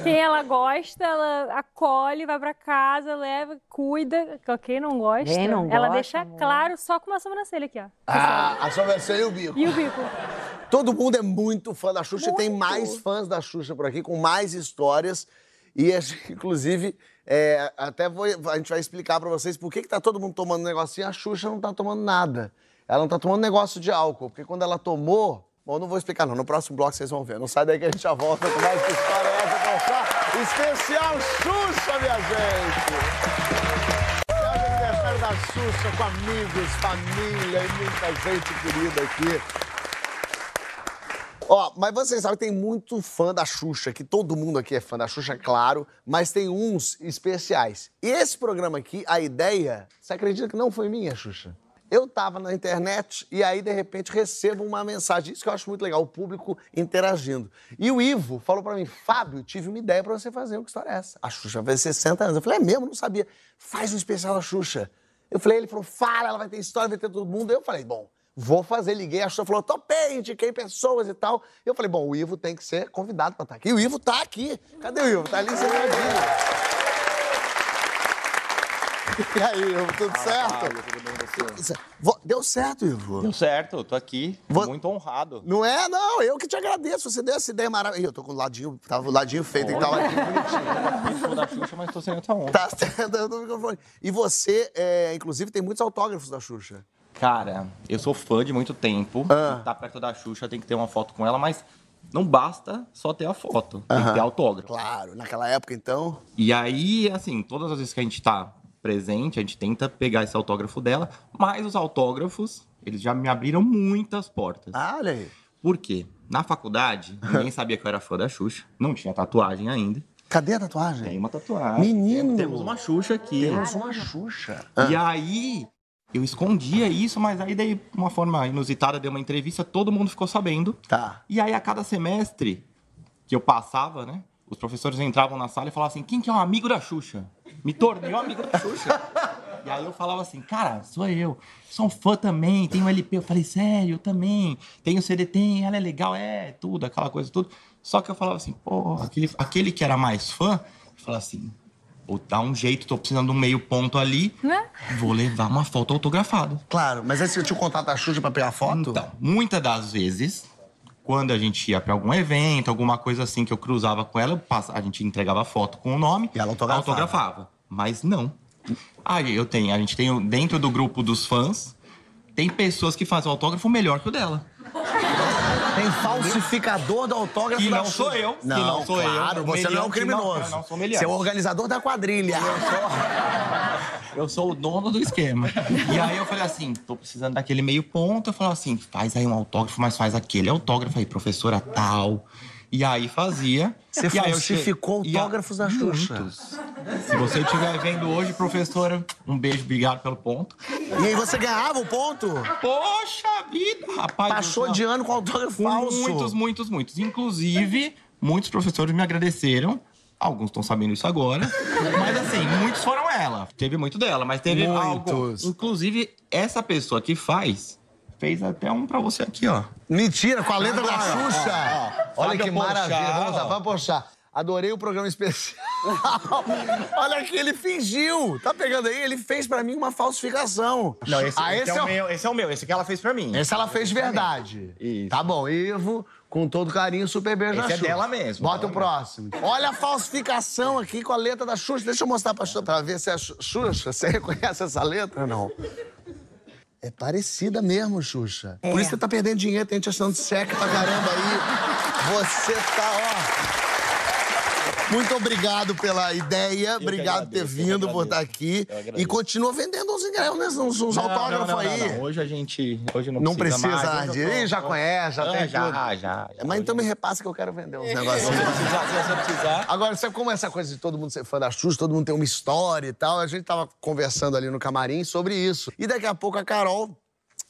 [SPEAKER 7] Quem ela gosta, ela acolhe, vai pra casa, leva, cuida. Quem não gosta,
[SPEAKER 10] Quem não
[SPEAKER 7] ela
[SPEAKER 10] gosta,
[SPEAKER 7] deixa
[SPEAKER 2] né?
[SPEAKER 7] claro só com uma sobrancelha aqui, ó.
[SPEAKER 1] Ah, a sobrancelha e o bico.
[SPEAKER 7] E o bico.
[SPEAKER 1] Todo mundo é muito fã da Xuxa e tem mais fãs da Xuxa por aqui, com mais histórias. E, a gente, inclusive, é, até vou- a gente vai explicar pra vocês por que, que tá todo mundo tomando um negocinho e a Xuxa não tá tomando nada. Ela não tá tomando negócio de álcool, porque quando ela tomou. Bom, não vou explicar, não. No próximo bloco vocês vão ver. Não sai daí que a gente já volta com mais que história é essa, Conchá? Especial Xuxa, minha gente! Hoje é aniversário da Xuxa, com amigos, família e muita gente querida aqui. Ó, mas vocês sabem que tem muito fã da Xuxa, que todo mundo aqui é fã da Xuxa, claro, mas tem uns especiais. E esse programa aqui, a ideia, você acredita que não foi minha, Xuxa? Eu tava na internet e aí, de repente, recebo uma mensagem. Isso que eu acho muito legal, o público interagindo. E o Ivo falou pra mim, Fábio, tive uma ideia pra você fazer. O que história é essa? A Xuxa vai fazer 60 anos. Eu falei, é mesmo? Não sabia. Faz um especial da Xuxa. Eu falei, ele falou, fala, ela vai ter história, vai ter todo mundo. Eu falei, bom, vou fazer. Liguei, a Xuxa falou, topei, indiquei pessoas e tal. Eu falei, bom, o Ivo tem que ser convidado pra estar aqui. E o Ivo tá aqui. Cadê o Ivo? Tá ali sentadinho. E aí, Ivo, tudo certo? Vo- Deu certo, Ivo?
[SPEAKER 11] Deu certo, eu tô aqui, muito honrado.
[SPEAKER 1] Não é, não, eu que te agradeço. Você deu essa ideia maravilhosa. Ih, Eu tô com o ladinho, tava o ladinho feito então, e tal, ladinho bonitinho.
[SPEAKER 11] da Xuxa, mas tô sem outra onda.
[SPEAKER 1] Tá sentando no microfone. E você, é, inclusive, tem muitos autógrafos da Xuxa.
[SPEAKER 11] Cara, eu sou fã de muito tempo.
[SPEAKER 1] Ah.
[SPEAKER 11] Tá perto da Xuxa, tem que ter uma foto com ela, mas não basta só ter a foto, tem que ter autógrafo.
[SPEAKER 1] Claro, naquela época, então.
[SPEAKER 11] E aí, assim, todas as vezes que a gente tá presente, a gente tenta pegar esse autógrafo dela, mas os autógrafos, eles já me abriram muitas portas.
[SPEAKER 1] Ah, olha aí.
[SPEAKER 11] Por quê? Na faculdade, ninguém sabia que eu era fã da Xuxa, não tinha tatuagem ainda.
[SPEAKER 1] Cadê a tatuagem?
[SPEAKER 11] Tem uma tatuagem.
[SPEAKER 1] Menino!
[SPEAKER 11] Temos uma Xuxa aqui.
[SPEAKER 1] Temos uma Xuxa.
[SPEAKER 11] E aí, eu escondia isso, mas aí, daí, uma forma inusitada, dei uma entrevista, todo mundo ficou sabendo.
[SPEAKER 1] Tá.
[SPEAKER 11] E aí, a cada semestre que eu passava, né? Os professores entravam na sala e falavam assim: quem que é um amigo da Xuxa? Me tornei um amigo da Xuxa. E aí eu falava assim, cara, sou eu, sou um fã também, tenho LP. Eu falei, sério, eu também, tenho CD, tem, ela é legal, é, tudo, aquela coisa, tudo. Só que eu falava assim, pô, aquele, aquele que era mais fã, falava assim, vou dar um jeito, tô precisando de um meio ponto ali,
[SPEAKER 7] Né?
[SPEAKER 11] vou levar uma foto autografada.
[SPEAKER 1] Claro, mas aí você tinha o contato da Xuxa pra pegar foto?
[SPEAKER 11] Então, muitas das vezes, quando a gente ia pra algum evento, alguma coisa assim que eu cruzava com ela, eu passa- a gente entregava foto com o nome. E ela autografava. Mas não. Aí eu tenho, a gente tem o- dentro do grupo dos fãs, tem pessoas que fazem o autógrafo melhor que o dela.
[SPEAKER 1] Tem falsificador do autógrafo
[SPEAKER 11] Que
[SPEAKER 1] da
[SPEAKER 11] não
[SPEAKER 1] Xuxa.
[SPEAKER 11] sou eu, que
[SPEAKER 1] Não,
[SPEAKER 11] não sou eu.
[SPEAKER 1] claro, você não é
[SPEAKER 11] Meliante,
[SPEAKER 1] um
[SPEAKER 11] não,
[SPEAKER 1] criminoso.
[SPEAKER 11] eu não sou
[SPEAKER 1] você
[SPEAKER 11] meliante.
[SPEAKER 1] é o organizador da quadrilha.
[SPEAKER 11] Eu sou o dono do esquema. e aí eu falei assim, tô precisando daquele meio ponto. Eu falei assim, faz aí um autógrafo, mas faz aquele autógrafo aí, professora tal. E aí fazia.
[SPEAKER 1] Você
[SPEAKER 11] e aí eu che-
[SPEAKER 1] falsificou
[SPEAKER 11] e a-
[SPEAKER 1] autógrafos da Xuxa.
[SPEAKER 11] Muitos. Se você estiver vendo hoje, professora, um beijo, obrigado pelo ponto.
[SPEAKER 1] E aí você ganhava o ponto?
[SPEAKER 11] Poxa vida, rapaz.
[SPEAKER 1] Passou de ano com autógrafo falso.
[SPEAKER 11] Muitos, muitos, muitos. Inclusive, muitos professores me agradeceram. Alguns estão sabendo isso agora. Mas assim, muitos foram ela. Teve muito dela, mas teve
[SPEAKER 1] Muitos.
[SPEAKER 11] alguns. Inclusive, essa pessoa que faz, fez até um pra você aqui, ó.
[SPEAKER 1] Mentira, com a letra da
[SPEAKER 11] Agora, ó,
[SPEAKER 1] Xuxa.
[SPEAKER 11] ó.
[SPEAKER 1] Olha
[SPEAKER 11] Fábio
[SPEAKER 1] que maravilha.
[SPEAKER 11] Porchat,
[SPEAKER 1] Vamos lá,
[SPEAKER 11] ó.
[SPEAKER 1] Fábio Porchat. Adorei o programa especial. Olha aqui, ele fingiu. Tá pegando aí? Ele fez pra mim uma falsificação.
[SPEAKER 11] Não, esse,
[SPEAKER 1] Ah,
[SPEAKER 11] esse é,
[SPEAKER 1] o-
[SPEAKER 11] o meu, esse é o meu, esse que ela fez pra mim.
[SPEAKER 1] Essa ela fez verdade. Tá bom, Ivo, com todo carinho, super beijo na
[SPEAKER 11] Esse é
[SPEAKER 1] Xuxa.
[SPEAKER 11] dela mesmo,
[SPEAKER 1] Bota
[SPEAKER 11] dela
[SPEAKER 1] o próximo. Olha a falsificação aqui com a letra da Xuxa. Deixa eu mostrar pra, Xuxa, pra ver se é a Xu- Xuxa. Você reconhece essa letra ou não? É parecida mesmo, Xuxa. Por isso você tá perdendo dinheiro, tem gente achando seca pra caramba aí. Você tá, ó. Muito obrigado pela ideia, obrigado por ter
[SPEAKER 11] agradeço, eu que
[SPEAKER 1] vindo, por estar
[SPEAKER 11] agradeço.
[SPEAKER 1] aqui.
[SPEAKER 11] Eu agradeço.
[SPEAKER 1] E continua vendendo uns ingressos, né? uns, uns
[SPEAKER 11] Não,
[SPEAKER 1] autógrafos
[SPEAKER 11] não, não,
[SPEAKER 1] aí.
[SPEAKER 11] não. Hoje a gente. Hoje não,
[SPEAKER 1] Não
[SPEAKER 11] precisa,
[SPEAKER 1] precisa,
[SPEAKER 11] mais.
[SPEAKER 1] de- Ih, já conhece, já
[SPEAKER 11] Ah,
[SPEAKER 1] tem
[SPEAKER 11] já,
[SPEAKER 1] tudo.
[SPEAKER 11] já, já.
[SPEAKER 1] Mas então me repassa que eu quero vender uns negócios.
[SPEAKER 11] Se você precisar, se você precisar.
[SPEAKER 1] Agora, sabe como é essa coisa de todo mundo ser fã da Xuxa, todo mundo tem uma história e tal? A gente tava conversando ali no camarim sobre isso. E daqui a pouco a Carol,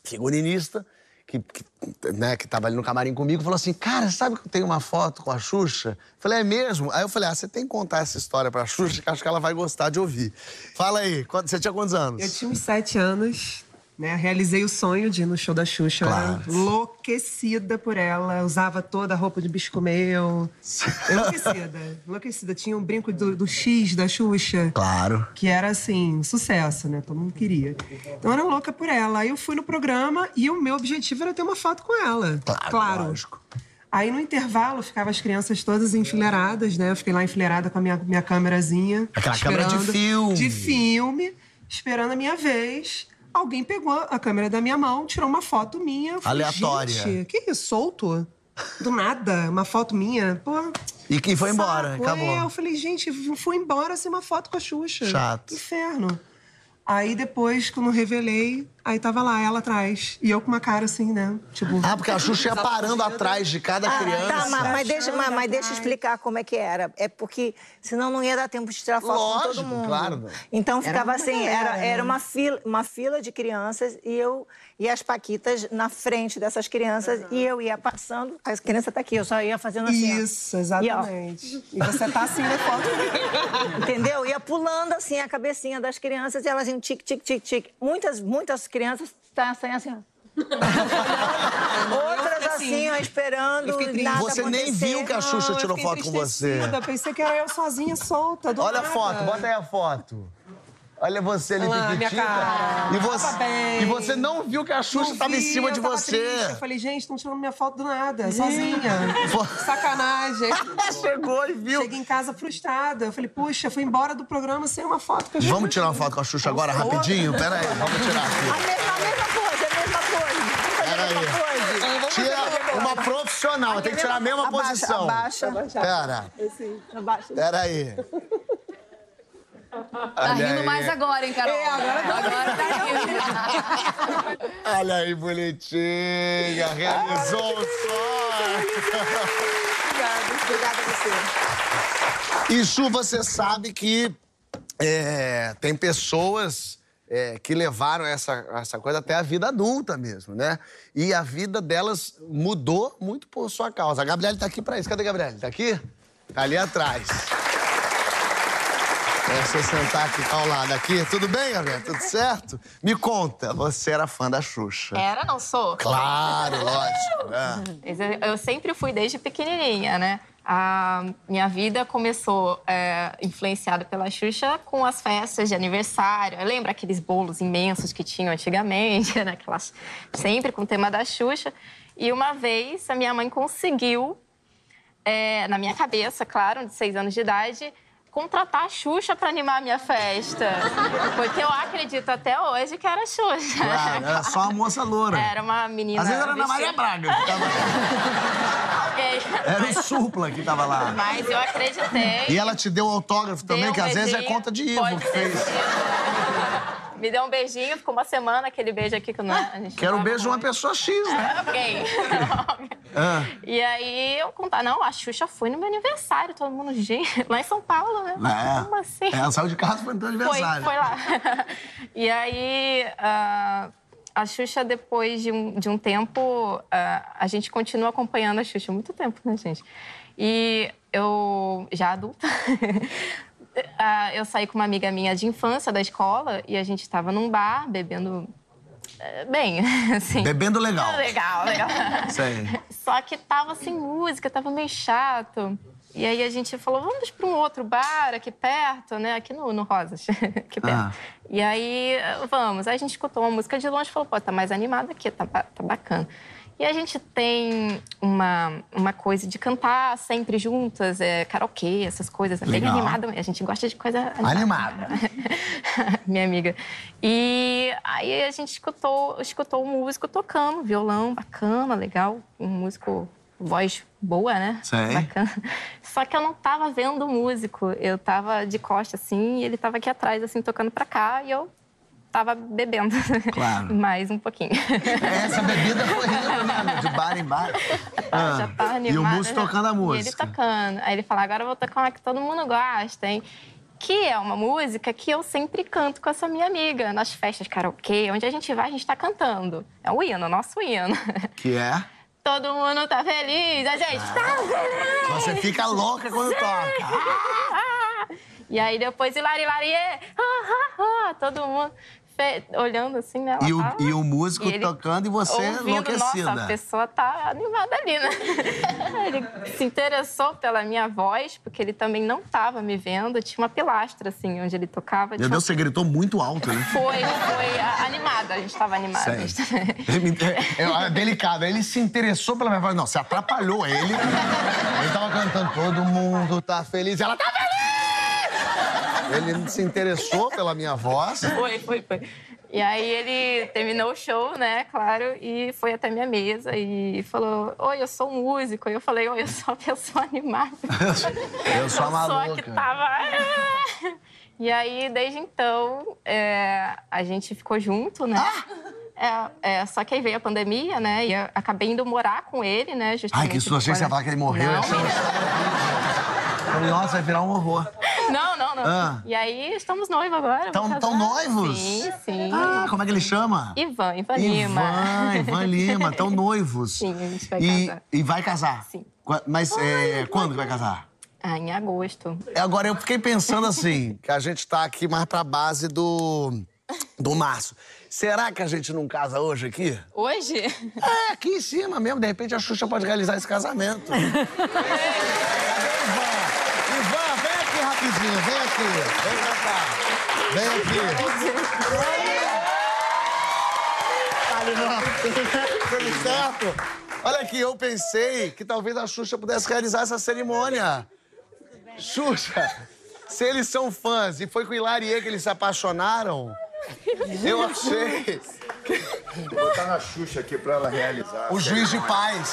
[SPEAKER 1] figurinista, que, que, né, que tava ali no camarim comigo, falou assim: Cara, sabe que eu tenho uma foto com a Xuxa? Eu Falei, é mesmo? Aí eu falei: Ah, você tem que contar essa história pra Xuxa, que acho que ela vai gostar de ouvir. Fala aí, quando- você tinha quantos anos?
[SPEAKER 12] Eu tinha uns sete anos, né? Realizei o sonho de ir no show da Xuxa. Eu era
[SPEAKER 1] Claro.
[SPEAKER 12] Enlouquecida por ela. Usava toda a roupa de bisco meu. Enlouquecida. Enlouquecida. Tinha um brinco do, do X da Xuxa.
[SPEAKER 1] Claro.
[SPEAKER 12] Que era assim, um sucesso, né? Todo mundo queria. Então eu era louca por ela. Aí eu fui no programa e o meu objetivo era ter uma foto com ela. Claro.
[SPEAKER 1] lógico.
[SPEAKER 12] Aí no intervalo ficavam as crianças todas enfileiradas, né? Eu fiquei lá enfileirada com a minha, minha câmerazinha.
[SPEAKER 1] Aquela câmera de
[SPEAKER 12] esperando-
[SPEAKER 1] filme.
[SPEAKER 12] De filme, esperando a minha vez. Alguém pegou a câmera da minha mão, tirou uma foto minha. Eu falei,
[SPEAKER 1] Aleatória.
[SPEAKER 12] Gente, que isso, solto? Do nada, uma foto minha. Pô.
[SPEAKER 1] E que foi embora,
[SPEAKER 12] saco.
[SPEAKER 1] acabou.
[SPEAKER 12] É, eu falei, gente, fui embora sem uma foto com a Xuxa.
[SPEAKER 1] Chato.
[SPEAKER 12] Inferno. Aí depois, quando eu revelei, aí tava lá ela atrás. E eu com uma cara assim, né? Tipo.
[SPEAKER 1] Ah, porque a Xuxa ia parando atrás de cada
[SPEAKER 12] Ah,
[SPEAKER 1] criança.
[SPEAKER 2] Tá, mas, mas deixa, mas, mas deixa eu explicar como é que era. É porque senão não ia dar tempo de tirar foto com
[SPEAKER 1] Lógico,
[SPEAKER 2] todo mundo.
[SPEAKER 1] claro.
[SPEAKER 2] Então
[SPEAKER 1] Era
[SPEAKER 2] ficava
[SPEAKER 1] uma
[SPEAKER 2] assim,
[SPEAKER 1] galera,
[SPEAKER 2] era,
[SPEAKER 1] né?
[SPEAKER 2] era uma, fila, uma fila de crianças e eu e as paquitas na frente dessas crianças e eu ia passando, as crianças tá aqui, eu só ia fazendo assim.
[SPEAKER 12] Isso,
[SPEAKER 2] exatamente.
[SPEAKER 12] E você tá assim
[SPEAKER 2] né,
[SPEAKER 12] na foto.
[SPEAKER 2] Entendeu? Ia pulando assim a cabecinha das crianças e elas iam tic, tic, tic, tic. Muitas, muitas crianças tá assim, assim. ó. Outras assim, ó, esperando.
[SPEAKER 12] Eu fiquei triste.
[SPEAKER 2] nada
[SPEAKER 1] Você nem
[SPEAKER 2] acontecer.
[SPEAKER 1] viu que a Xuxa tirou foto com você.
[SPEAKER 12] Eu pensei que era eu sozinha solta. Do
[SPEAKER 1] Olha a
[SPEAKER 12] nada.
[SPEAKER 1] foto, bota aí a foto. Olha você ali
[SPEAKER 12] Olha lá, minha
[SPEAKER 1] pequitinha.
[SPEAKER 12] cara.
[SPEAKER 1] E você,
[SPEAKER 12] Tava bem.
[SPEAKER 1] e você não viu que a Xuxa
[SPEAKER 12] Não
[SPEAKER 1] estava em
[SPEAKER 12] vi,
[SPEAKER 1] cima
[SPEAKER 12] eu
[SPEAKER 1] de
[SPEAKER 12] tava
[SPEAKER 1] você.
[SPEAKER 12] triste. Eu falei, gente, estão tirando minha foto do nada, sozinha. Sacanagem.
[SPEAKER 1] Chegou e viu.
[SPEAKER 12] Cheguei em casa frustrada. Eu falei, puxa, fui embora do programa sem uma foto. Que eu
[SPEAKER 1] Vamos tirar uma foto com a Xuxa agora, rapidinho? Pera aí, vamos tirar
[SPEAKER 2] A
[SPEAKER 1] aqui.
[SPEAKER 2] mesma, a mesma coisa, a mesma coisa. Vamos fazer a mesma coisa.
[SPEAKER 1] Tira uma profissional, tem que tirar a mesma
[SPEAKER 2] Abaixa,
[SPEAKER 1] posição.
[SPEAKER 2] abaixa, abaixa.
[SPEAKER 1] Pera,
[SPEAKER 3] Esse, abaixo.
[SPEAKER 1] pera aí.
[SPEAKER 3] Tá
[SPEAKER 1] Olha
[SPEAKER 3] rindo
[SPEAKER 1] aí.
[SPEAKER 3] mais agora, hein, Carol? É, agora tá
[SPEAKER 1] Olha aí, bonitinha, realizou o sonho.
[SPEAKER 2] Obrigada, obrigada a você.
[SPEAKER 1] E Chu, você sabe que é, tem pessoas é, que levaram essa, essa coisa até a vida adulta mesmo, né? E a vida delas mudou muito por sua causa. A Gabriele tá aqui pra isso. Cadê a Gabriele? Tá aqui? Tá ali atrás. É você sentar aqui ao lado aqui. Tudo bem, Gabriele? Tudo certo? Me conta, você era fã da Xuxa.
[SPEAKER 13] Era, não sou?
[SPEAKER 1] Claro, lógico. né?
[SPEAKER 13] Mas eu- Eu sempre fui desde pequenininha, né? A minha vida começou é, influenciada pela Xuxa com as festas de aniversário. Lembra aqueles bolos imensos que tinham antigamente, né? Aquelas, sempre com o tema da Xuxa. E uma vez a minha mãe conseguiu, é, na minha cabeça, claro, de seis anos de idade, contratar a Xuxa para animar a minha festa. Porque eu acredito até hoje que era a Xuxa.
[SPEAKER 1] Claro, era só uma moça loura.
[SPEAKER 13] Era uma menina.
[SPEAKER 1] Às vezes era Ana Maria
[SPEAKER 13] vestida-
[SPEAKER 1] Braga. que tava-
[SPEAKER 13] É,
[SPEAKER 1] Era o Supla que tava lá.
[SPEAKER 13] Mas eu acreditei.
[SPEAKER 1] E ela te deu autógrafo também,
[SPEAKER 13] Deu
[SPEAKER 1] que às vezes é
[SPEAKER 13] beijinho,
[SPEAKER 1] conta de Ivo
[SPEAKER 13] pode
[SPEAKER 1] que fez.
[SPEAKER 13] ter sido. Me deu um beijinho, ficou uma semana aquele beijo aqui que eu não. é. a gente
[SPEAKER 1] Quero um
[SPEAKER 13] não-
[SPEAKER 1] beijo de uma pessoa X, né?
[SPEAKER 13] Ok.
[SPEAKER 1] Ah.
[SPEAKER 13] E aí eu contar, não, a Xuxa foi no meu aniversário, todo mundo, gente, lá em São Paulo, né?
[SPEAKER 1] É.
[SPEAKER 13] Como assim?
[SPEAKER 1] Ela saiu de casa foi no teu aniversário.
[SPEAKER 13] Foi, foi lá. E aí, ah, a Xuxa, depois de um, de um tempo, ah, a gente continua acompanhando a Xuxa há muito tempo, né, gente? E eu, já adulta, ah, eu saí com uma amiga minha de infância, da escola, e a gente estava num bar, bebendo... eh, Bem, assim.
[SPEAKER 1] Bebendo legal.
[SPEAKER 13] Legal, legal.
[SPEAKER 1] Isso aí.
[SPEAKER 13] Só que tava sem música, tava meio chato. E aí a gente falou, vamos para um outro bar aqui perto, né? Aqui no, no Rosas, aqui perto. E aí, vamos. Aí a gente escutou uma música de longe e falou, pô, tá mais animada aqui, tá, ba- tá bacana. E a gente tem uma, uma coisa de cantar sempre juntas, é, karaokê, essas coisas. É bem
[SPEAKER 14] Legal.
[SPEAKER 13] animada. A gente gosta de coisa
[SPEAKER 1] Animada.
[SPEAKER 13] minha amiga. E aí a gente escutou, escutou um músico tocando, violão, bacana, legal. Um músico, voz boa, né?
[SPEAKER 15] Sei.
[SPEAKER 13] Bacana. Só que eu não tava vendo o músico. Eu tava de costa, assim, e ele tava aqui atrás, assim, tocando pra cá. E eu tava bebendo.
[SPEAKER 1] Claro.
[SPEAKER 13] Mais um pouquinho.
[SPEAKER 1] Essa bebida foi indo mesmo, de bar em bar. Ah,
[SPEAKER 13] já tá animado.
[SPEAKER 1] e o músico tocando a
[SPEAKER 13] E ele
[SPEAKER 1] música.
[SPEAKER 13] tocando. Aí ele fala, agora eu vou tocar uma que todo mundo gosta, hein? Que é uma música que eu sempre canto com essa minha amiga. Nas festas karaokê, onde a gente vai, a gente tá cantando. É o hino, nosso hino.
[SPEAKER 1] Que é?
[SPEAKER 13] Todo mundo tá feliz, a gente tá feliz!
[SPEAKER 1] Você fica louca quando
[SPEAKER 13] Sim.
[SPEAKER 1] toca.
[SPEAKER 13] Ah! E aí depois, hilari, lari, ah, ah, ah, todo mundo fe- olhando assim, né? Ela
[SPEAKER 1] E
[SPEAKER 13] tá-
[SPEAKER 1] o, e o músico
[SPEAKER 13] E ele
[SPEAKER 1] tocando e você
[SPEAKER 13] ouvindo,
[SPEAKER 1] enlouquecida.
[SPEAKER 13] Nossa, a pessoa tá animada ali, né? ele se interessou pela minha voz, porque ele também não tava me vendo. Tinha uma pilastra, assim, onde ele tocava.
[SPEAKER 1] Meu
[SPEAKER 13] tinha-
[SPEAKER 1] Deus, você gritou muito alto, né? hein?
[SPEAKER 13] Foi, foi a- animada, a gente tava animada.
[SPEAKER 1] Sei. Ele- é, é delicado. Ele se interessou pela minha voz. Não, você atrapalhou ele. Ele tava cantando, todo mundo tá feliz. Ela tá feliz! Ele se interessou pela minha voz.
[SPEAKER 13] Foi, foi, foi. E aí ele terminou o show, né, claro, e foi até minha mesa e falou, oi, eu sou um músico. E eu falei, oi, eu sou uma pessoa animada.
[SPEAKER 1] Eu sou a
[SPEAKER 13] Só que
[SPEAKER 1] maluca.
[SPEAKER 13] tava... E aí, desde então, é, a gente ficou junto, né?
[SPEAKER 1] Ah!
[SPEAKER 13] É, é, só que aí veio a pandemia, né? E eu acabei indo morar com ele, né?
[SPEAKER 1] Ai,
[SPEAKER 13] Justamente
[SPEAKER 1] que susto. Achei que você ia falar que ele morreu.
[SPEAKER 13] Não,
[SPEAKER 1] ia ser um escândalo. Falei, Nossa, vai virar um horror.
[SPEAKER 13] Não, não, não.
[SPEAKER 1] Ah.
[SPEAKER 13] E aí, estamos noivos agora.
[SPEAKER 1] Tão-
[SPEAKER 13] vamos
[SPEAKER 1] tão
[SPEAKER 13] casar.
[SPEAKER 1] noivos?
[SPEAKER 13] Sim, sim.
[SPEAKER 1] Ah, como é que ele chama?
[SPEAKER 13] Ivan, Ivan Lima.
[SPEAKER 1] Ivan, Ivan Lima. Estão noivos.
[SPEAKER 13] Sim, a gente vai
[SPEAKER 1] e,
[SPEAKER 13] casar.
[SPEAKER 1] e vai casar?
[SPEAKER 13] Sim.
[SPEAKER 1] Qua- Mas é, quando que vai casar? É,
[SPEAKER 13] Ah, em agosto.
[SPEAKER 1] Agora, eu fiquei pensando assim, que a gente tá aqui mais pra base do, do março. Será que a gente não casa hoje aqui?
[SPEAKER 13] Hoje?
[SPEAKER 1] É, aqui em cima mesmo. De repente, a Xuxa pode realizar esse casamento. Ivan, Ivan, vem aqui rapidinho, vem aqui. Vem pra cá. Vem aqui. Olha, não. Tudo certo? Olha aqui, eu pensei que talvez a Xuxa pudesse realizar essa cerimônia. Xuxa, se eles são fãs e foi com o Hilarie que eles se apaixonaram, eu achei
[SPEAKER 16] Vou botar na Xuxa aqui pra ela realizar.
[SPEAKER 1] o juiz de paz.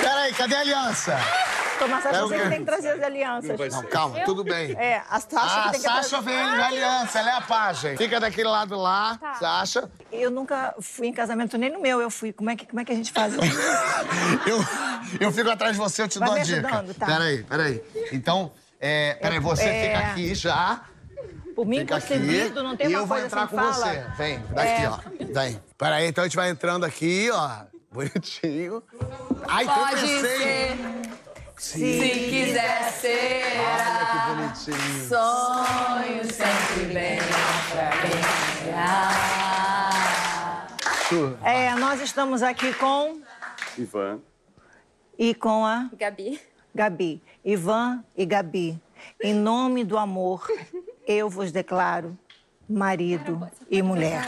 [SPEAKER 1] Peraí, cadê a aliança?
[SPEAKER 2] Tomás, acho
[SPEAKER 1] É
[SPEAKER 2] que
[SPEAKER 1] o
[SPEAKER 2] você
[SPEAKER 1] quê?
[SPEAKER 2] que tem que trazer as alianças.
[SPEAKER 1] Não, calma, tudo bem.
[SPEAKER 2] É, a Sasha
[SPEAKER 1] Ah,
[SPEAKER 2] que
[SPEAKER 1] a
[SPEAKER 2] tem que
[SPEAKER 1] Sasha
[SPEAKER 2] trazer-
[SPEAKER 1] vem na aliança, ela é a pajem. Fica daquele lado lá, Sasha.
[SPEAKER 2] Tá. Eu nunca fui em casamento, nem no meu eu fui. Como é que, como é que a gente faz?
[SPEAKER 1] Eu, eu fico atrás de você, eu te
[SPEAKER 2] Vai
[SPEAKER 1] dou a
[SPEAKER 2] me
[SPEAKER 1] dica.
[SPEAKER 2] ajudando, tá.
[SPEAKER 1] Peraí, peraí. Então, é, peraí, você
[SPEAKER 2] É.
[SPEAKER 1] fica aqui já.
[SPEAKER 2] Por mim,
[SPEAKER 1] fica
[SPEAKER 2] concebido, não tem
[SPEAKER 1] e
[SPEAKER 2] uma
[SPEAKER 1] eu vou
[SPEAKER 2] coisa
[SPEAKER 1] entrar
[SPEAKER 2] assim,
[SPEAKER 1] com
[SPEAKER 2] fala.
[SPEAKER 1] você. Vem, daqui,
[SPEAKER 2] É.
[SPEAKER 1] ó. Vem. Peraí, então a gente vai entrando aqui, ó. Bonitinho. Ai, então eu
[SPEAKER 3] Pode
[SPEAKER 1] pensei.
[SPEAKER 3] ser, se quiser ser.
[SPEAKER 1] Olha que bonitinho.
[SPEAKER 3] Sonho sempre bem pra quem
[SPEAKER 2] É, nós estamos aqui com
[SPEAKER 16] Ivan.
[SPEAKER 2] e com a
[SPEAKER 17] Gabi.
[SPEAKER 2] Gabi. Ivan e Gabi, em nome do amor, eu vos declaro marido e mulher.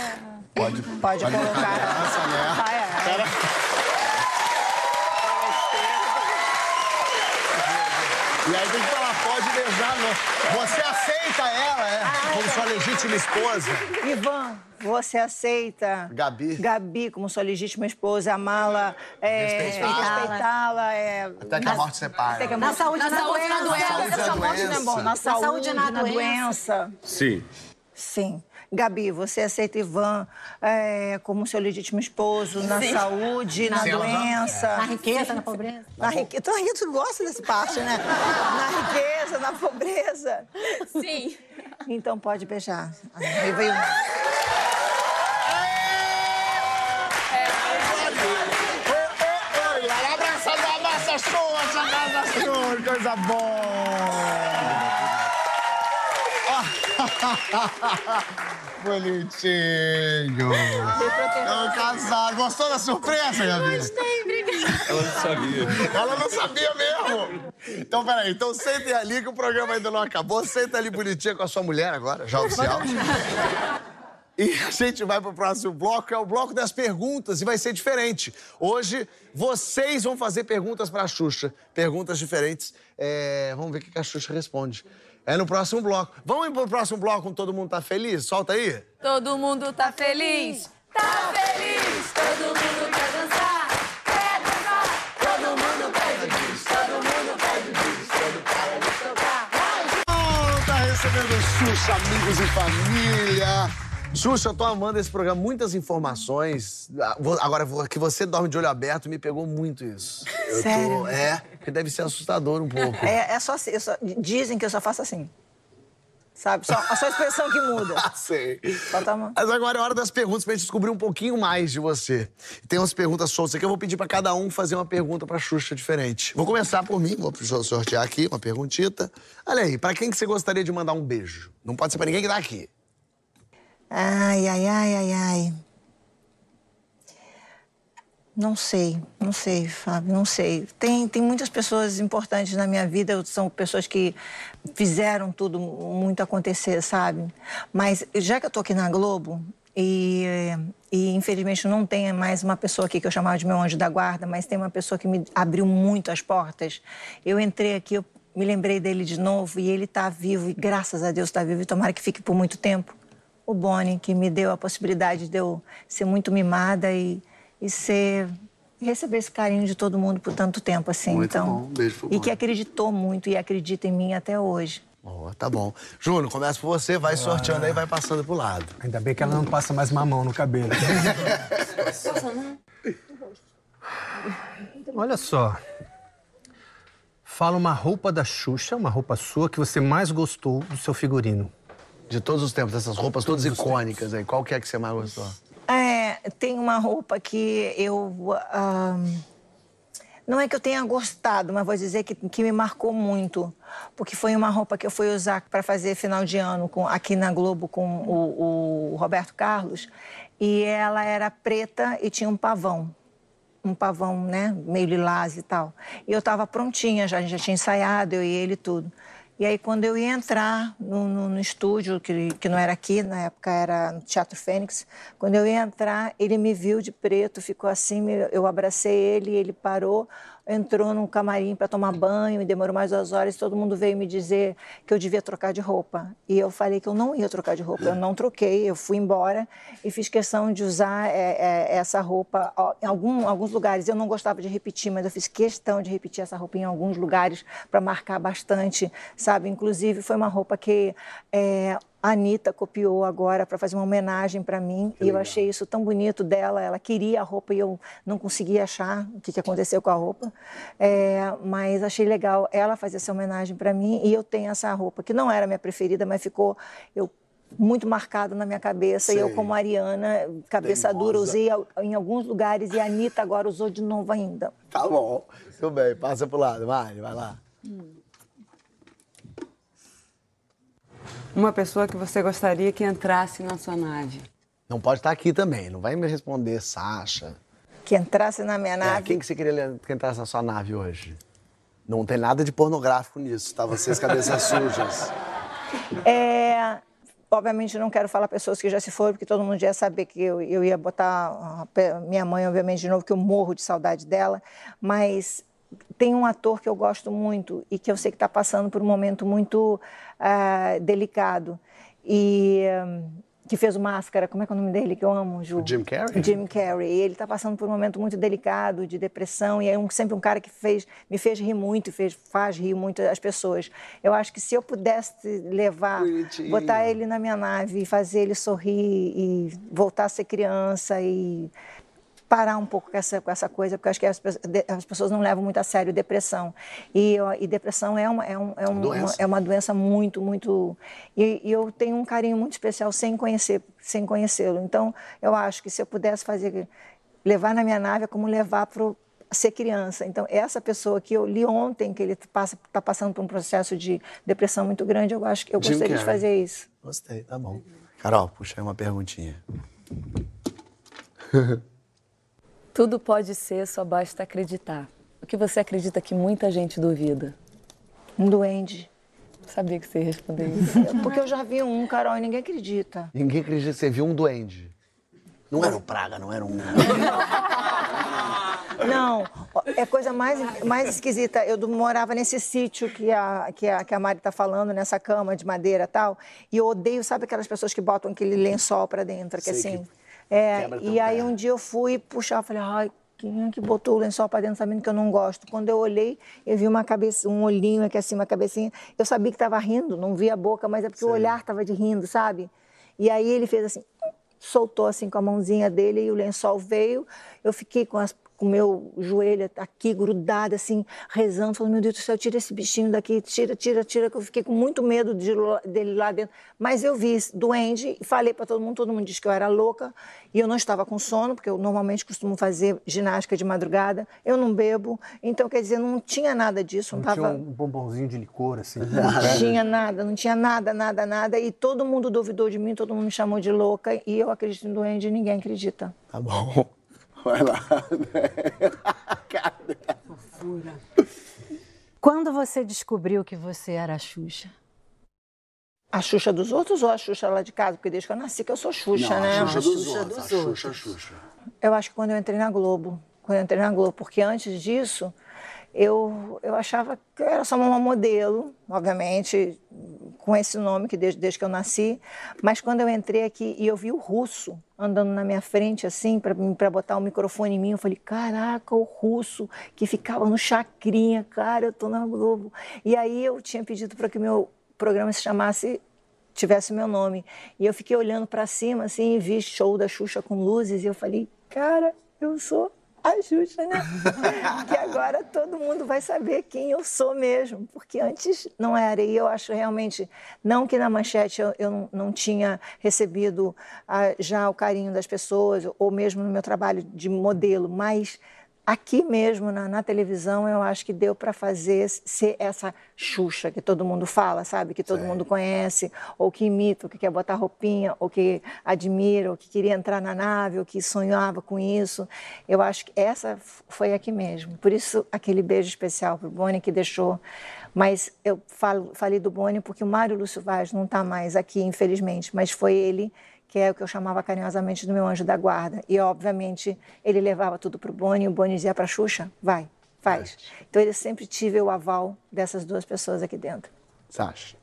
[SPEAKER 1] Pode,
[SPEAKER 2] pode colocar.
[SPEAKER 1] Essa, né? então,
[SPEAKER 2] Ah,
[SPEAKER 1] E aí tem que falar, pode beijar, não. Você aceita né? ela, é? Vamos só ler legítima esposa.
[SPEAKER 2] Ivan, você aceita
[SPEAKER 1] Gabi.
[SPEAKER 2] Gabi como sua legítima esposa, amá-la, é,
[SPEAKER 1] Respeitá-la.
[SPEAKER 2] respeitá-la. é,
[SPEAKER 1] Até que a morte separa.
[SPEAKER 2] até que a
[SPEAKER 5] Na
[SPEAKER 2] morte-
[SPEAKER 5] saúde, na
[SPEAKER 2] Na
[SPEAKER 5] doença. Na
[SPEAKER 2] saúde,
[SPEAKER 5] doença.
[SPEAKER 2] na bom,
[SPEAKER 5] Na
[SPEAKER 2] Na
[SPEAKER 5] saúde,
[SPEAKER 2] saúde,
[SPEAKER 5] na
[SPEAKER 2] na doença.
[SPEAKER 14] Sim.
[SPEAKER 2] Sim. Gabi, você aceita Ivan é, como seu legítimo esposo na
[SPEAKER 5] Sim.
[SPEAKER 2] saúde, na
[SPEAKER 5] Sim, ela já-
[SPEAKER 2] doença?
[SPEAKER 5] Na riqueza, na pobreza.
[SPEAKER 2] Na riqueza. Então, a gente gosta desse parte, né? na riqueza, na pobreza. Sim. Então pode beijar. Aí veio...
[SPEAKER 1] Oi, lá, abraça a massa show, essa massa show, coisa boa. Bonitinho. Estão casados. É um Gostou da surpresa, Gabi?
[SPEAKER 3] Gostei, obrigada.
[SPEAKER 1] Ela não sabia. Ela não sabia mesmo. Então, peraí. Então, sentem ali que o programa ainda não acabou. Senta ali bonitinha com a sua mulher agora, já oficial. E a gente vai pro próximo bloco, que é o bloco das perguntas, e vai ser diferente. Hoje, vocês vão fazer perguntas pra Xuxa. Perguntas diferentes. É, vamos ver o que que a Xuxa responde. É no próximo bloco. Vamos pro próximo bloco, quando todo mundo tá feliz? Solta aí.
[SPEAKER 4] Todo mundo tá feliz.
[SPEAKER 3] Tá feliz, todo mundo quer dançar. Quer dançar, todo mundo pede bis, todo mundo pede bis, todo para de tocar.
[SPEAKER 1] Bom, tá recebendo Xuxa, amigos e família. Xuxa, eu tô amando esse programa, muitas informações. Ah, vou- Agora, vou- que você dorme de olho aberto, me pegou muito isso. Eu Tô,
[SPEAKER 2] Sério?
[SPEAKER 1] é, porque deve ser assustador um pouco.
[SPEAKER 2] É, é só assim. eu só- dizem que eu só faço assim. Sabe? Só, a sua expressão que muda. tá
[SPEAKER 1] Sei.
[SPEAKER 2] Bota a mão.
[SPEAKER 1] Mas agora é hora das perguntas pra gente descobrir um pouquinho mais de você. Tem umas perguntas soltas aqui, eu vou pedir pra cada um fazer uma pergunta pra Xuxa diferente. Vou começar por mim, vou sortear aqui uma perguntita. Olha aí, pra quem que você gostaria de mandar um beijo? Não pode ser pra ninguém que tá aqui.
[SPEAKER 2] Ai, ai, ai, ai, ai. Não sei, não sei, Fábio, não sei. Tem, tem muitas pessoas importantes na minha vida, são pessoas que fizeram tudo muito acontecer, sabe? Mas já que eu tô aqui na Globo, e, eh, e infelizmente não tem mais uma pessoa aqui que eu chamava de meu anjo da guarda, mas tem uma pessoa que me abriu muito as portas. Eu entrei aqui, eu me lembrei dele de novo, e ele tá vivo, e graças a Deus tá vivo, e tomara que fique por muito tempo o Boni, que me deu a possibilidade de eu ser muito mimada e, e ser e receber esse carinho de todo mundo por tanto tempo assim.
[SPEAKER 1] Muito
[SPEAKER 2] então,
[SPEAKER 1] bom, um beijo pro
[SPEAKER 2] e que acreditou muito e acredita em mim até hoje.
[SPEAKER 1] Boa, tá bom. Júnior, começa por você, vai sorteando aí, vai passando pro lado.
[SPEAKER 15] Ainda bem que ela não passa mais mamão no cabelo.
[SPEAKER 12] né?
[SPEAKER 15] Olha só. Fala uma roupa da Xuxa, uma roupa sua, que você mais gostou do seu figurino.
[SPEAKER 1] De todos os tempos, essas roupas todas icônicas aí. Qual que é que você mais gostou?
[SPEAKER 2] É, tem uma roupa que eu. ah, não é que eu tenha gostado, mas vou dizer que, que me marcou muito. Porque foi uma roupa que eu fui usar para fazer final de ano com- aqui na Globo com o, o Roberto Carlos. E ela era preta e tinha um pavão. Um pavão, né? Meio lilás e tal. E eu estava prontinha, já, a gente já tinha ensaiado, eu e ele e tudo. E aí, quando eu ia entrar no, no- no estúdio, que, que não era aqui, na época era no Teatro Fênix, quando eu ia entrar, ele me viu de preto, ficou assim, me- eu abracei ele, ele parou, entrou num camarim para tomar banho, e demorou mais duas horas, todo mundo veio me dizer que eu devia trocar de roupa. E eu falei que eu não ia trocar de roupa, eu não troquei, eu fui embora e fiz questão de usar é, é, essa roupa ó, em algum- alguns lugares. Eu não gostava de repetir, mas eu fiz questão de repetir essa roupa em alguns lugares para marcar bastante, sabe? Inclusive, foi uma roupa que é, a Anitta copiou agora para fazer uma homenagem para mim. e eu achei isso tão bonito dela. Ela queria a roupa e eu não conseguia achar o que, que aconteceu com a roupa. É, mas achei legal ela fazer essa homenagem para mim. E eu tenho essa roupa, que não era a minha preferida, mas ficou. Eu muito marcado na minha cabeça. E eu,
[SPEAKER 17] Sei.
[SPEAKER 2] como Ariana, cabeça dura,
[SPEAKER 1] Teimosa.
[SPEAKER 2] usei al- em alguns lugares e a Anitta agora usou de novo ainda.
[SPEAKER 1] Tá bom. Tudo bem, passa pro lado, Mari, vai lá.
[SPEAKER 9] Uma pessoa que você gostaria que entrasse na sua nave.
[SPEAKER 1] Não pode estar aqui também, não vai me responder, Sasha.
[SPEAKER 2] Que entrasse na
[SPEAKER 9] É
[SPEAKER 2] minha
[SPEAKER 1] nave. quem que você queria le- que entrasse na sua nave hoje? Não tem nada de pornográfico nisso, tá? Vocês cabeças sujas.
[SPEAKER 2] É, obviamente, não quero falar pessoas que já se foram, porque todo mundo já ia saber que eu, eu ia botar a pe- minha mãe, obviamente, de novo, que eu morro de saudade dela. Mas tem um ator que eu tá gosto muito e que eu sei que está passando por um momento muito ah, é, delicado. e hum, que fez o Máscara, como é que é o nome dele que eu amo, Ju?
[SPEAKER 1] Jim Carrey?
[SPEAKER 2] Jim Carrey. Ele está passando por um momento muito delicado de depressão e é um, sempre um cara que fez, me fez rir muito, fez, faz rir muito as pessoas. Eu acho que se eu pudesse levar,
[SPEAKER 3] Bonitinho.
[SPEAKER 2] botar ele na minha nave, e fazer ele sorrir e voltar a ser criança e parar um pouco com essa, com essa coisa, porque eu acho que as, pe- de- as pessoas não levam muito a sério depressão. E, ó, e depressão é uma, é, um, é, um-
[SPEAKER 3] Doença.
[SPEAKER 2] é uma doença muito, muito. E, e eu tenho um carinho muito especial sem conhecer, sem conhecê-lo. Então, eu acho que se eu pudesse fazer levar na minha nave é como levar para ser criança. Então, essa pessoa que eu li ontem que ele está passa, tá passando por um processo de depressão muito grande, eu acho que eu
[SPEAKER 1] Jim
[SPEAKER 2] gostaria de
[SPEAKER 1] Carrey.
[SPEAKER 2] fazer isso.
[SPEAKER 1] Gostei, tá bom. Carol, puxa aí uma perguntinha.
[SPEAKER 14] Tudo pode ser, só basta acreditar. O que você acredita que muita gente duvida?
[SPEAKER 2] Um duende.
[SPEAKER 14] Sabia que você ia responder isso.
[SPEAKER 2] Porque eu já vi um, Carol, e ninguém acredita.
[SPEAKER 8] Ninguém acredita que você viu um duende. Não era um praga, não era um...
[SPEAKER 2] Não, ó, é coisa mais, mais esquisita. Eu do- morava nesse sítio que a, que, a, que a Mari tá falando, nessa cama de madeira e tal. E eu odeio, sabe aquelas pessoas que botam aquele lençol pra dentro, que
[SPEAKER 3] Sei que
[SPEAKER 2] assim. é,
[SPEAKER 3] quebra teu
[SPEAKER 2] e aí um dia eu fui puxar, eu falei, ai, quem é que botou o lençol pra dentro sabendo que eu não gosto? Quando eu olhei, eu vi uma cabeça, um olhinho aqui assim, uma cabecinha. Eu sabia que tava rindo, não vi a boca, mas é porque o olhar tava de rindo, sabe? E aí ele fez assim, soltou assim com a mãozinha dele e o lençol veio. Eu fiquei com as- com o meu joelho aqui grudado, assim, rezando, falando, meu Deus do céu, tira esse bichinho daqui, tira, tira, tira, que eu fiquei com muito medo de lo- dele lá dentro. Mas eu vi esse duende e falei para todo mundo, todo mundo disse que eu era louca e eu não estava com sono, porque eu normalmente costumo fazer ginástica de madrugada, eu não bebo, então, quer dizer, não tinha nada disso, não,
[SPEAKER 15] Não tinha
[SPEAKER 2] tava-
[SPEAKER 15] um bombonzinho de licor, assim.
[SPEAKER 2] não tinha nada, não tinha nada, nada, nada. E todo mundo duvidou de mim, todo mundo me chamou de louca. E eu acredito em duende e ninguém acredita.
[SPEAKER 1] Tá bom. Vai lá.
[SPEAKER 5] Quando você descobriu que você era a Xuxa?
[SPEAKER 2] A Xuxa dos outros ou a Xuxa lá de casa? Porque desde que eu nasci que eu sou Xuxa,
[SPEAKER 5] Não, a
[SPEAKER 2] né?
[SPEAKER 5] Xuxa dos outros, a
[SPEAKER 1] Xuxa, Xuxa.
[SPEAKER 2] Eu acho que quando eu entrei na Globo. Quando eu entrei na Globo. Porque antes disso, eu, eu achava que eu era só uma modelo, obviamente, com esse nome que desde, desde que eu nasci. Mas quando eu entrei aqui e eu vi o russo andando na minha frente, assim, para botar o microfone em mim, eu falei: caraca, o russo que ficava no Chacrinha, cara, eu tô na Globo. E aí eu tinha pedido para que meu programa se chamasse tivesse meu nome. E eu fiquei olhando para cima, assim, e vi show da Xuxa com luzes, e eu falei, cara, eu sou a Xuxa, né? que agora todo mundo vai saber quem eu sou mesmo, porque antes não era. E eu acho realmente, não que na manchete eu, eu não, não tinha recebido ah, já o carinho das pessoas, ou mesmo no meu trabalho de modelo, mas aqui mesmo na, na televisão eu acho que deu para fazer ser essa Xuxa que todo mundo fala, sabe? Que todo mundo conhece, ou que imita, ou que quer botar roupinha, ou que admira, ou que queria entrar na nave, ou que sonhava com isso. Eu acho que essa f- foi aqui mesmo. Por isso aquele beijo especial pro Boni que deixou. Mas eu falo, falei do Boni porque o Mário Lúcio Vaz não está mais aqui, infelizmente, mas foi ele que é o que eu chamava carinhosamente do meu anjo da guarda. E, obviamente, ele levava tudo para o Boni, e o Boni dizia para a Xuxa, vai, faz. Então, eu sempre tive o aval dessas duas pessoas aqui dentro.
[SPEAKER 1] Sasha.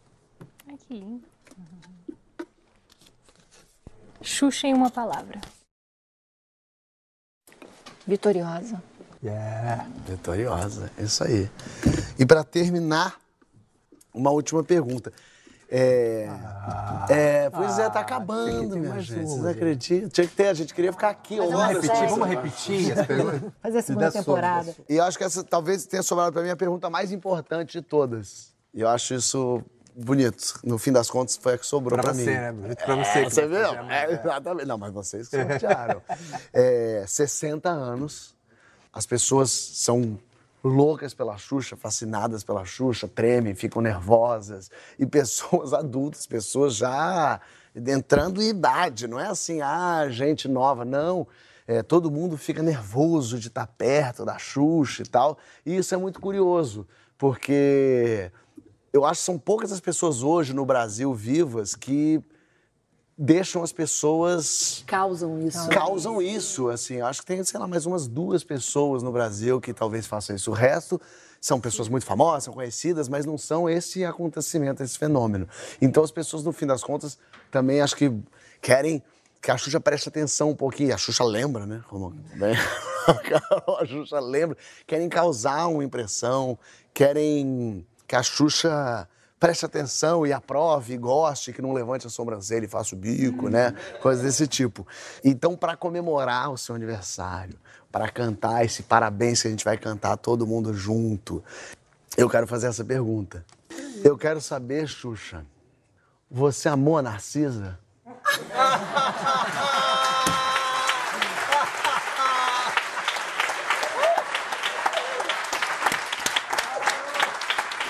[SPEAKER 7] Ai, que lindo. Xuxa em uma palavra.
[SPEAKER 2] Vitoriosa.
[SPEAKER 1] Yeah. Vitoriosa, é isso aí. E pra terminar, uma última pergunta. É, é, pois é, tá acabando, minha gente. Vocês acreditam? Tinha que ter, a gente queria ficar aqui. um
[SPEAKER 5] Fazer
[SPEAKER 1] horas.
[SPEAKER 5] uma Vamos repetir, vamos
[SPEAKER 15] repetir
[SPEAKER 5] as perguntas? Fazer
[SPEAKER 1] Me dá
[SPEAKER 5] a segunda
[SPEAKER 1] sono, me dá
[SPEAKER 5] temporada.
[SPEAKER 1] sono. E eu acho que essa talvez tenha sobrado pra mim a pergunta mais importante de todas. E eu acho isso bonito. No fim das contas, foi a que sobrou pra,
[SPEAKER 15] Pra
[SPEAKER 1] mim.
[SPEAKER 15] você, né? Bonito pra você
[SPEAKER 1] É,
[SPEAKER 15] que
[SPEAKER 1] Você
[SPEAKER 8] tá
[SPEAKER 15] vai
[SPEAKER 1] viu?
[SPEAKER 15] fazer a mais,
[SPEAKER 1] É, exatamente. Não, mas vocês que sortearam. É, 60 anos, as pessoas são loucas pela Xuxa, fascinadas pela Xuxa, tremem, ficam nervosas. E pessoas adultas, pessoas já entrando em idade, não é assim, ah, gente nova, não. É, todo mundo fica nervoso de estar perto da Xuxa e tal. E isso é muito curioso, porque eu acho que são poucas as pessoas hoje no Brasil vivas que deixam as pessoas.
[SPEAKER 14] Causam isso.
[SPEAKER 1] Causam isso, assim. Acho que tem, sei lá, mais umas duas pessoas no Brasil que talvez façam isso. O resto são pessoas muito famosas, são conhecidas, mas não são esse acontecimento, esse fenômeno. Então as pessoas, no fim das contas, também acho que querem que a Xuxa preste atenção um pouquinho. A Xuxa lembra, né? Como bem, a Carol, a Xuxa lembra. Querem causar uma impressão, querem que a Xuxa preste atenção e aprove, e goste, que não levante a sobrancelha e faça o bico, né? Coisas desse tipo. Então, para comemorar o seu aniversário, para cantar esse parabéns que a gente vai cantar todo mundo junto, eu quero fazer essa pergunta. Eu quero saber, Xuxa, você amou a Narcisa?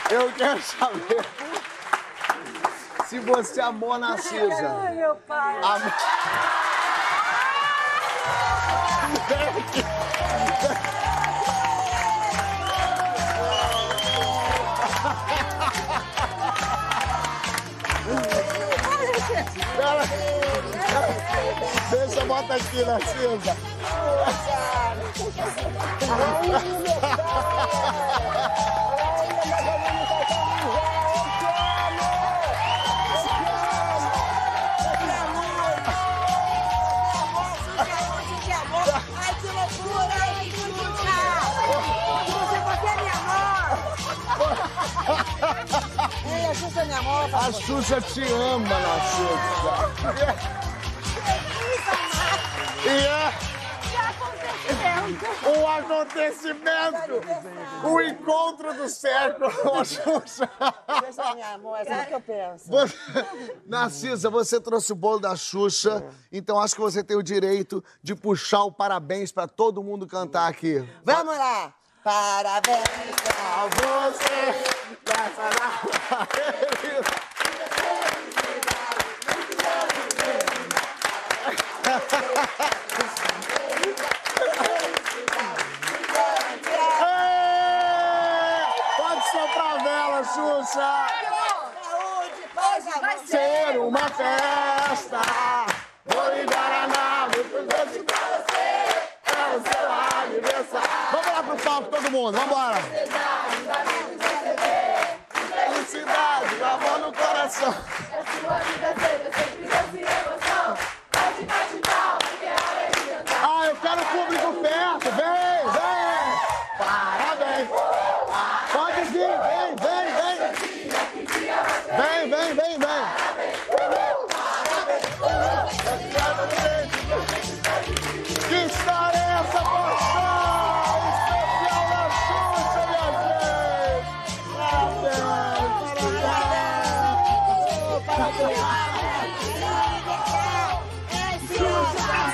[SPEAKER 1] Eu quero saber se você amou a Narcisa.
[SPEAKER 3] Ai, meu pai.
[SPEAKER 1] Ah, Pera, pera, deixa, bota aqui, Narcisa.
[SPEAKER 3] Ai, que loucura! Ai, que bonita! Xuxa, você é minha amor! Ei, a Xuxa é minha amor!
[SPEAKER 1] A Xuxa te ama, Narcisa. E é
[SPEAKER 3] é?
[SPEAKER 1] um acontecimento! O encontro do século, ô, Xuxa!
[SPEAKER 3] Xuxa é minha amor, é isso que eu penso.
[SPEAKER 1] Você- Narcisa, você trouxe o bolo da Xuxa, então acho que você tem o direito de puxar o parabéns pra todo mundo cantar aqui.
[SPEAKER 3] Vamos lá! Parabéns a você!
[SPEAKER 1] Pode soprar a vela, Xuxa!
[SPEAKER 3] Saúde, paz, vai
[SPEAKER 1] ser uma festa! Vou em Guaraná, muito um doce pra você! É o seu aniversário! Vamos lá pro palco, todo mundo, vambora! Felicidade, amor no coração! Ah, eu quero o público perto! Vem, vem! Parabéns! Pode vir, vem, vem, vem! Vem, vem, vem, vem! Que história é essa, porção? Especial da
[SPEAKER 3] é
[SPEAKER 1] Xuxa, minha gente! Parabéns, parabéns! Parabéns! Xuxa!
[SPEAKER 3] é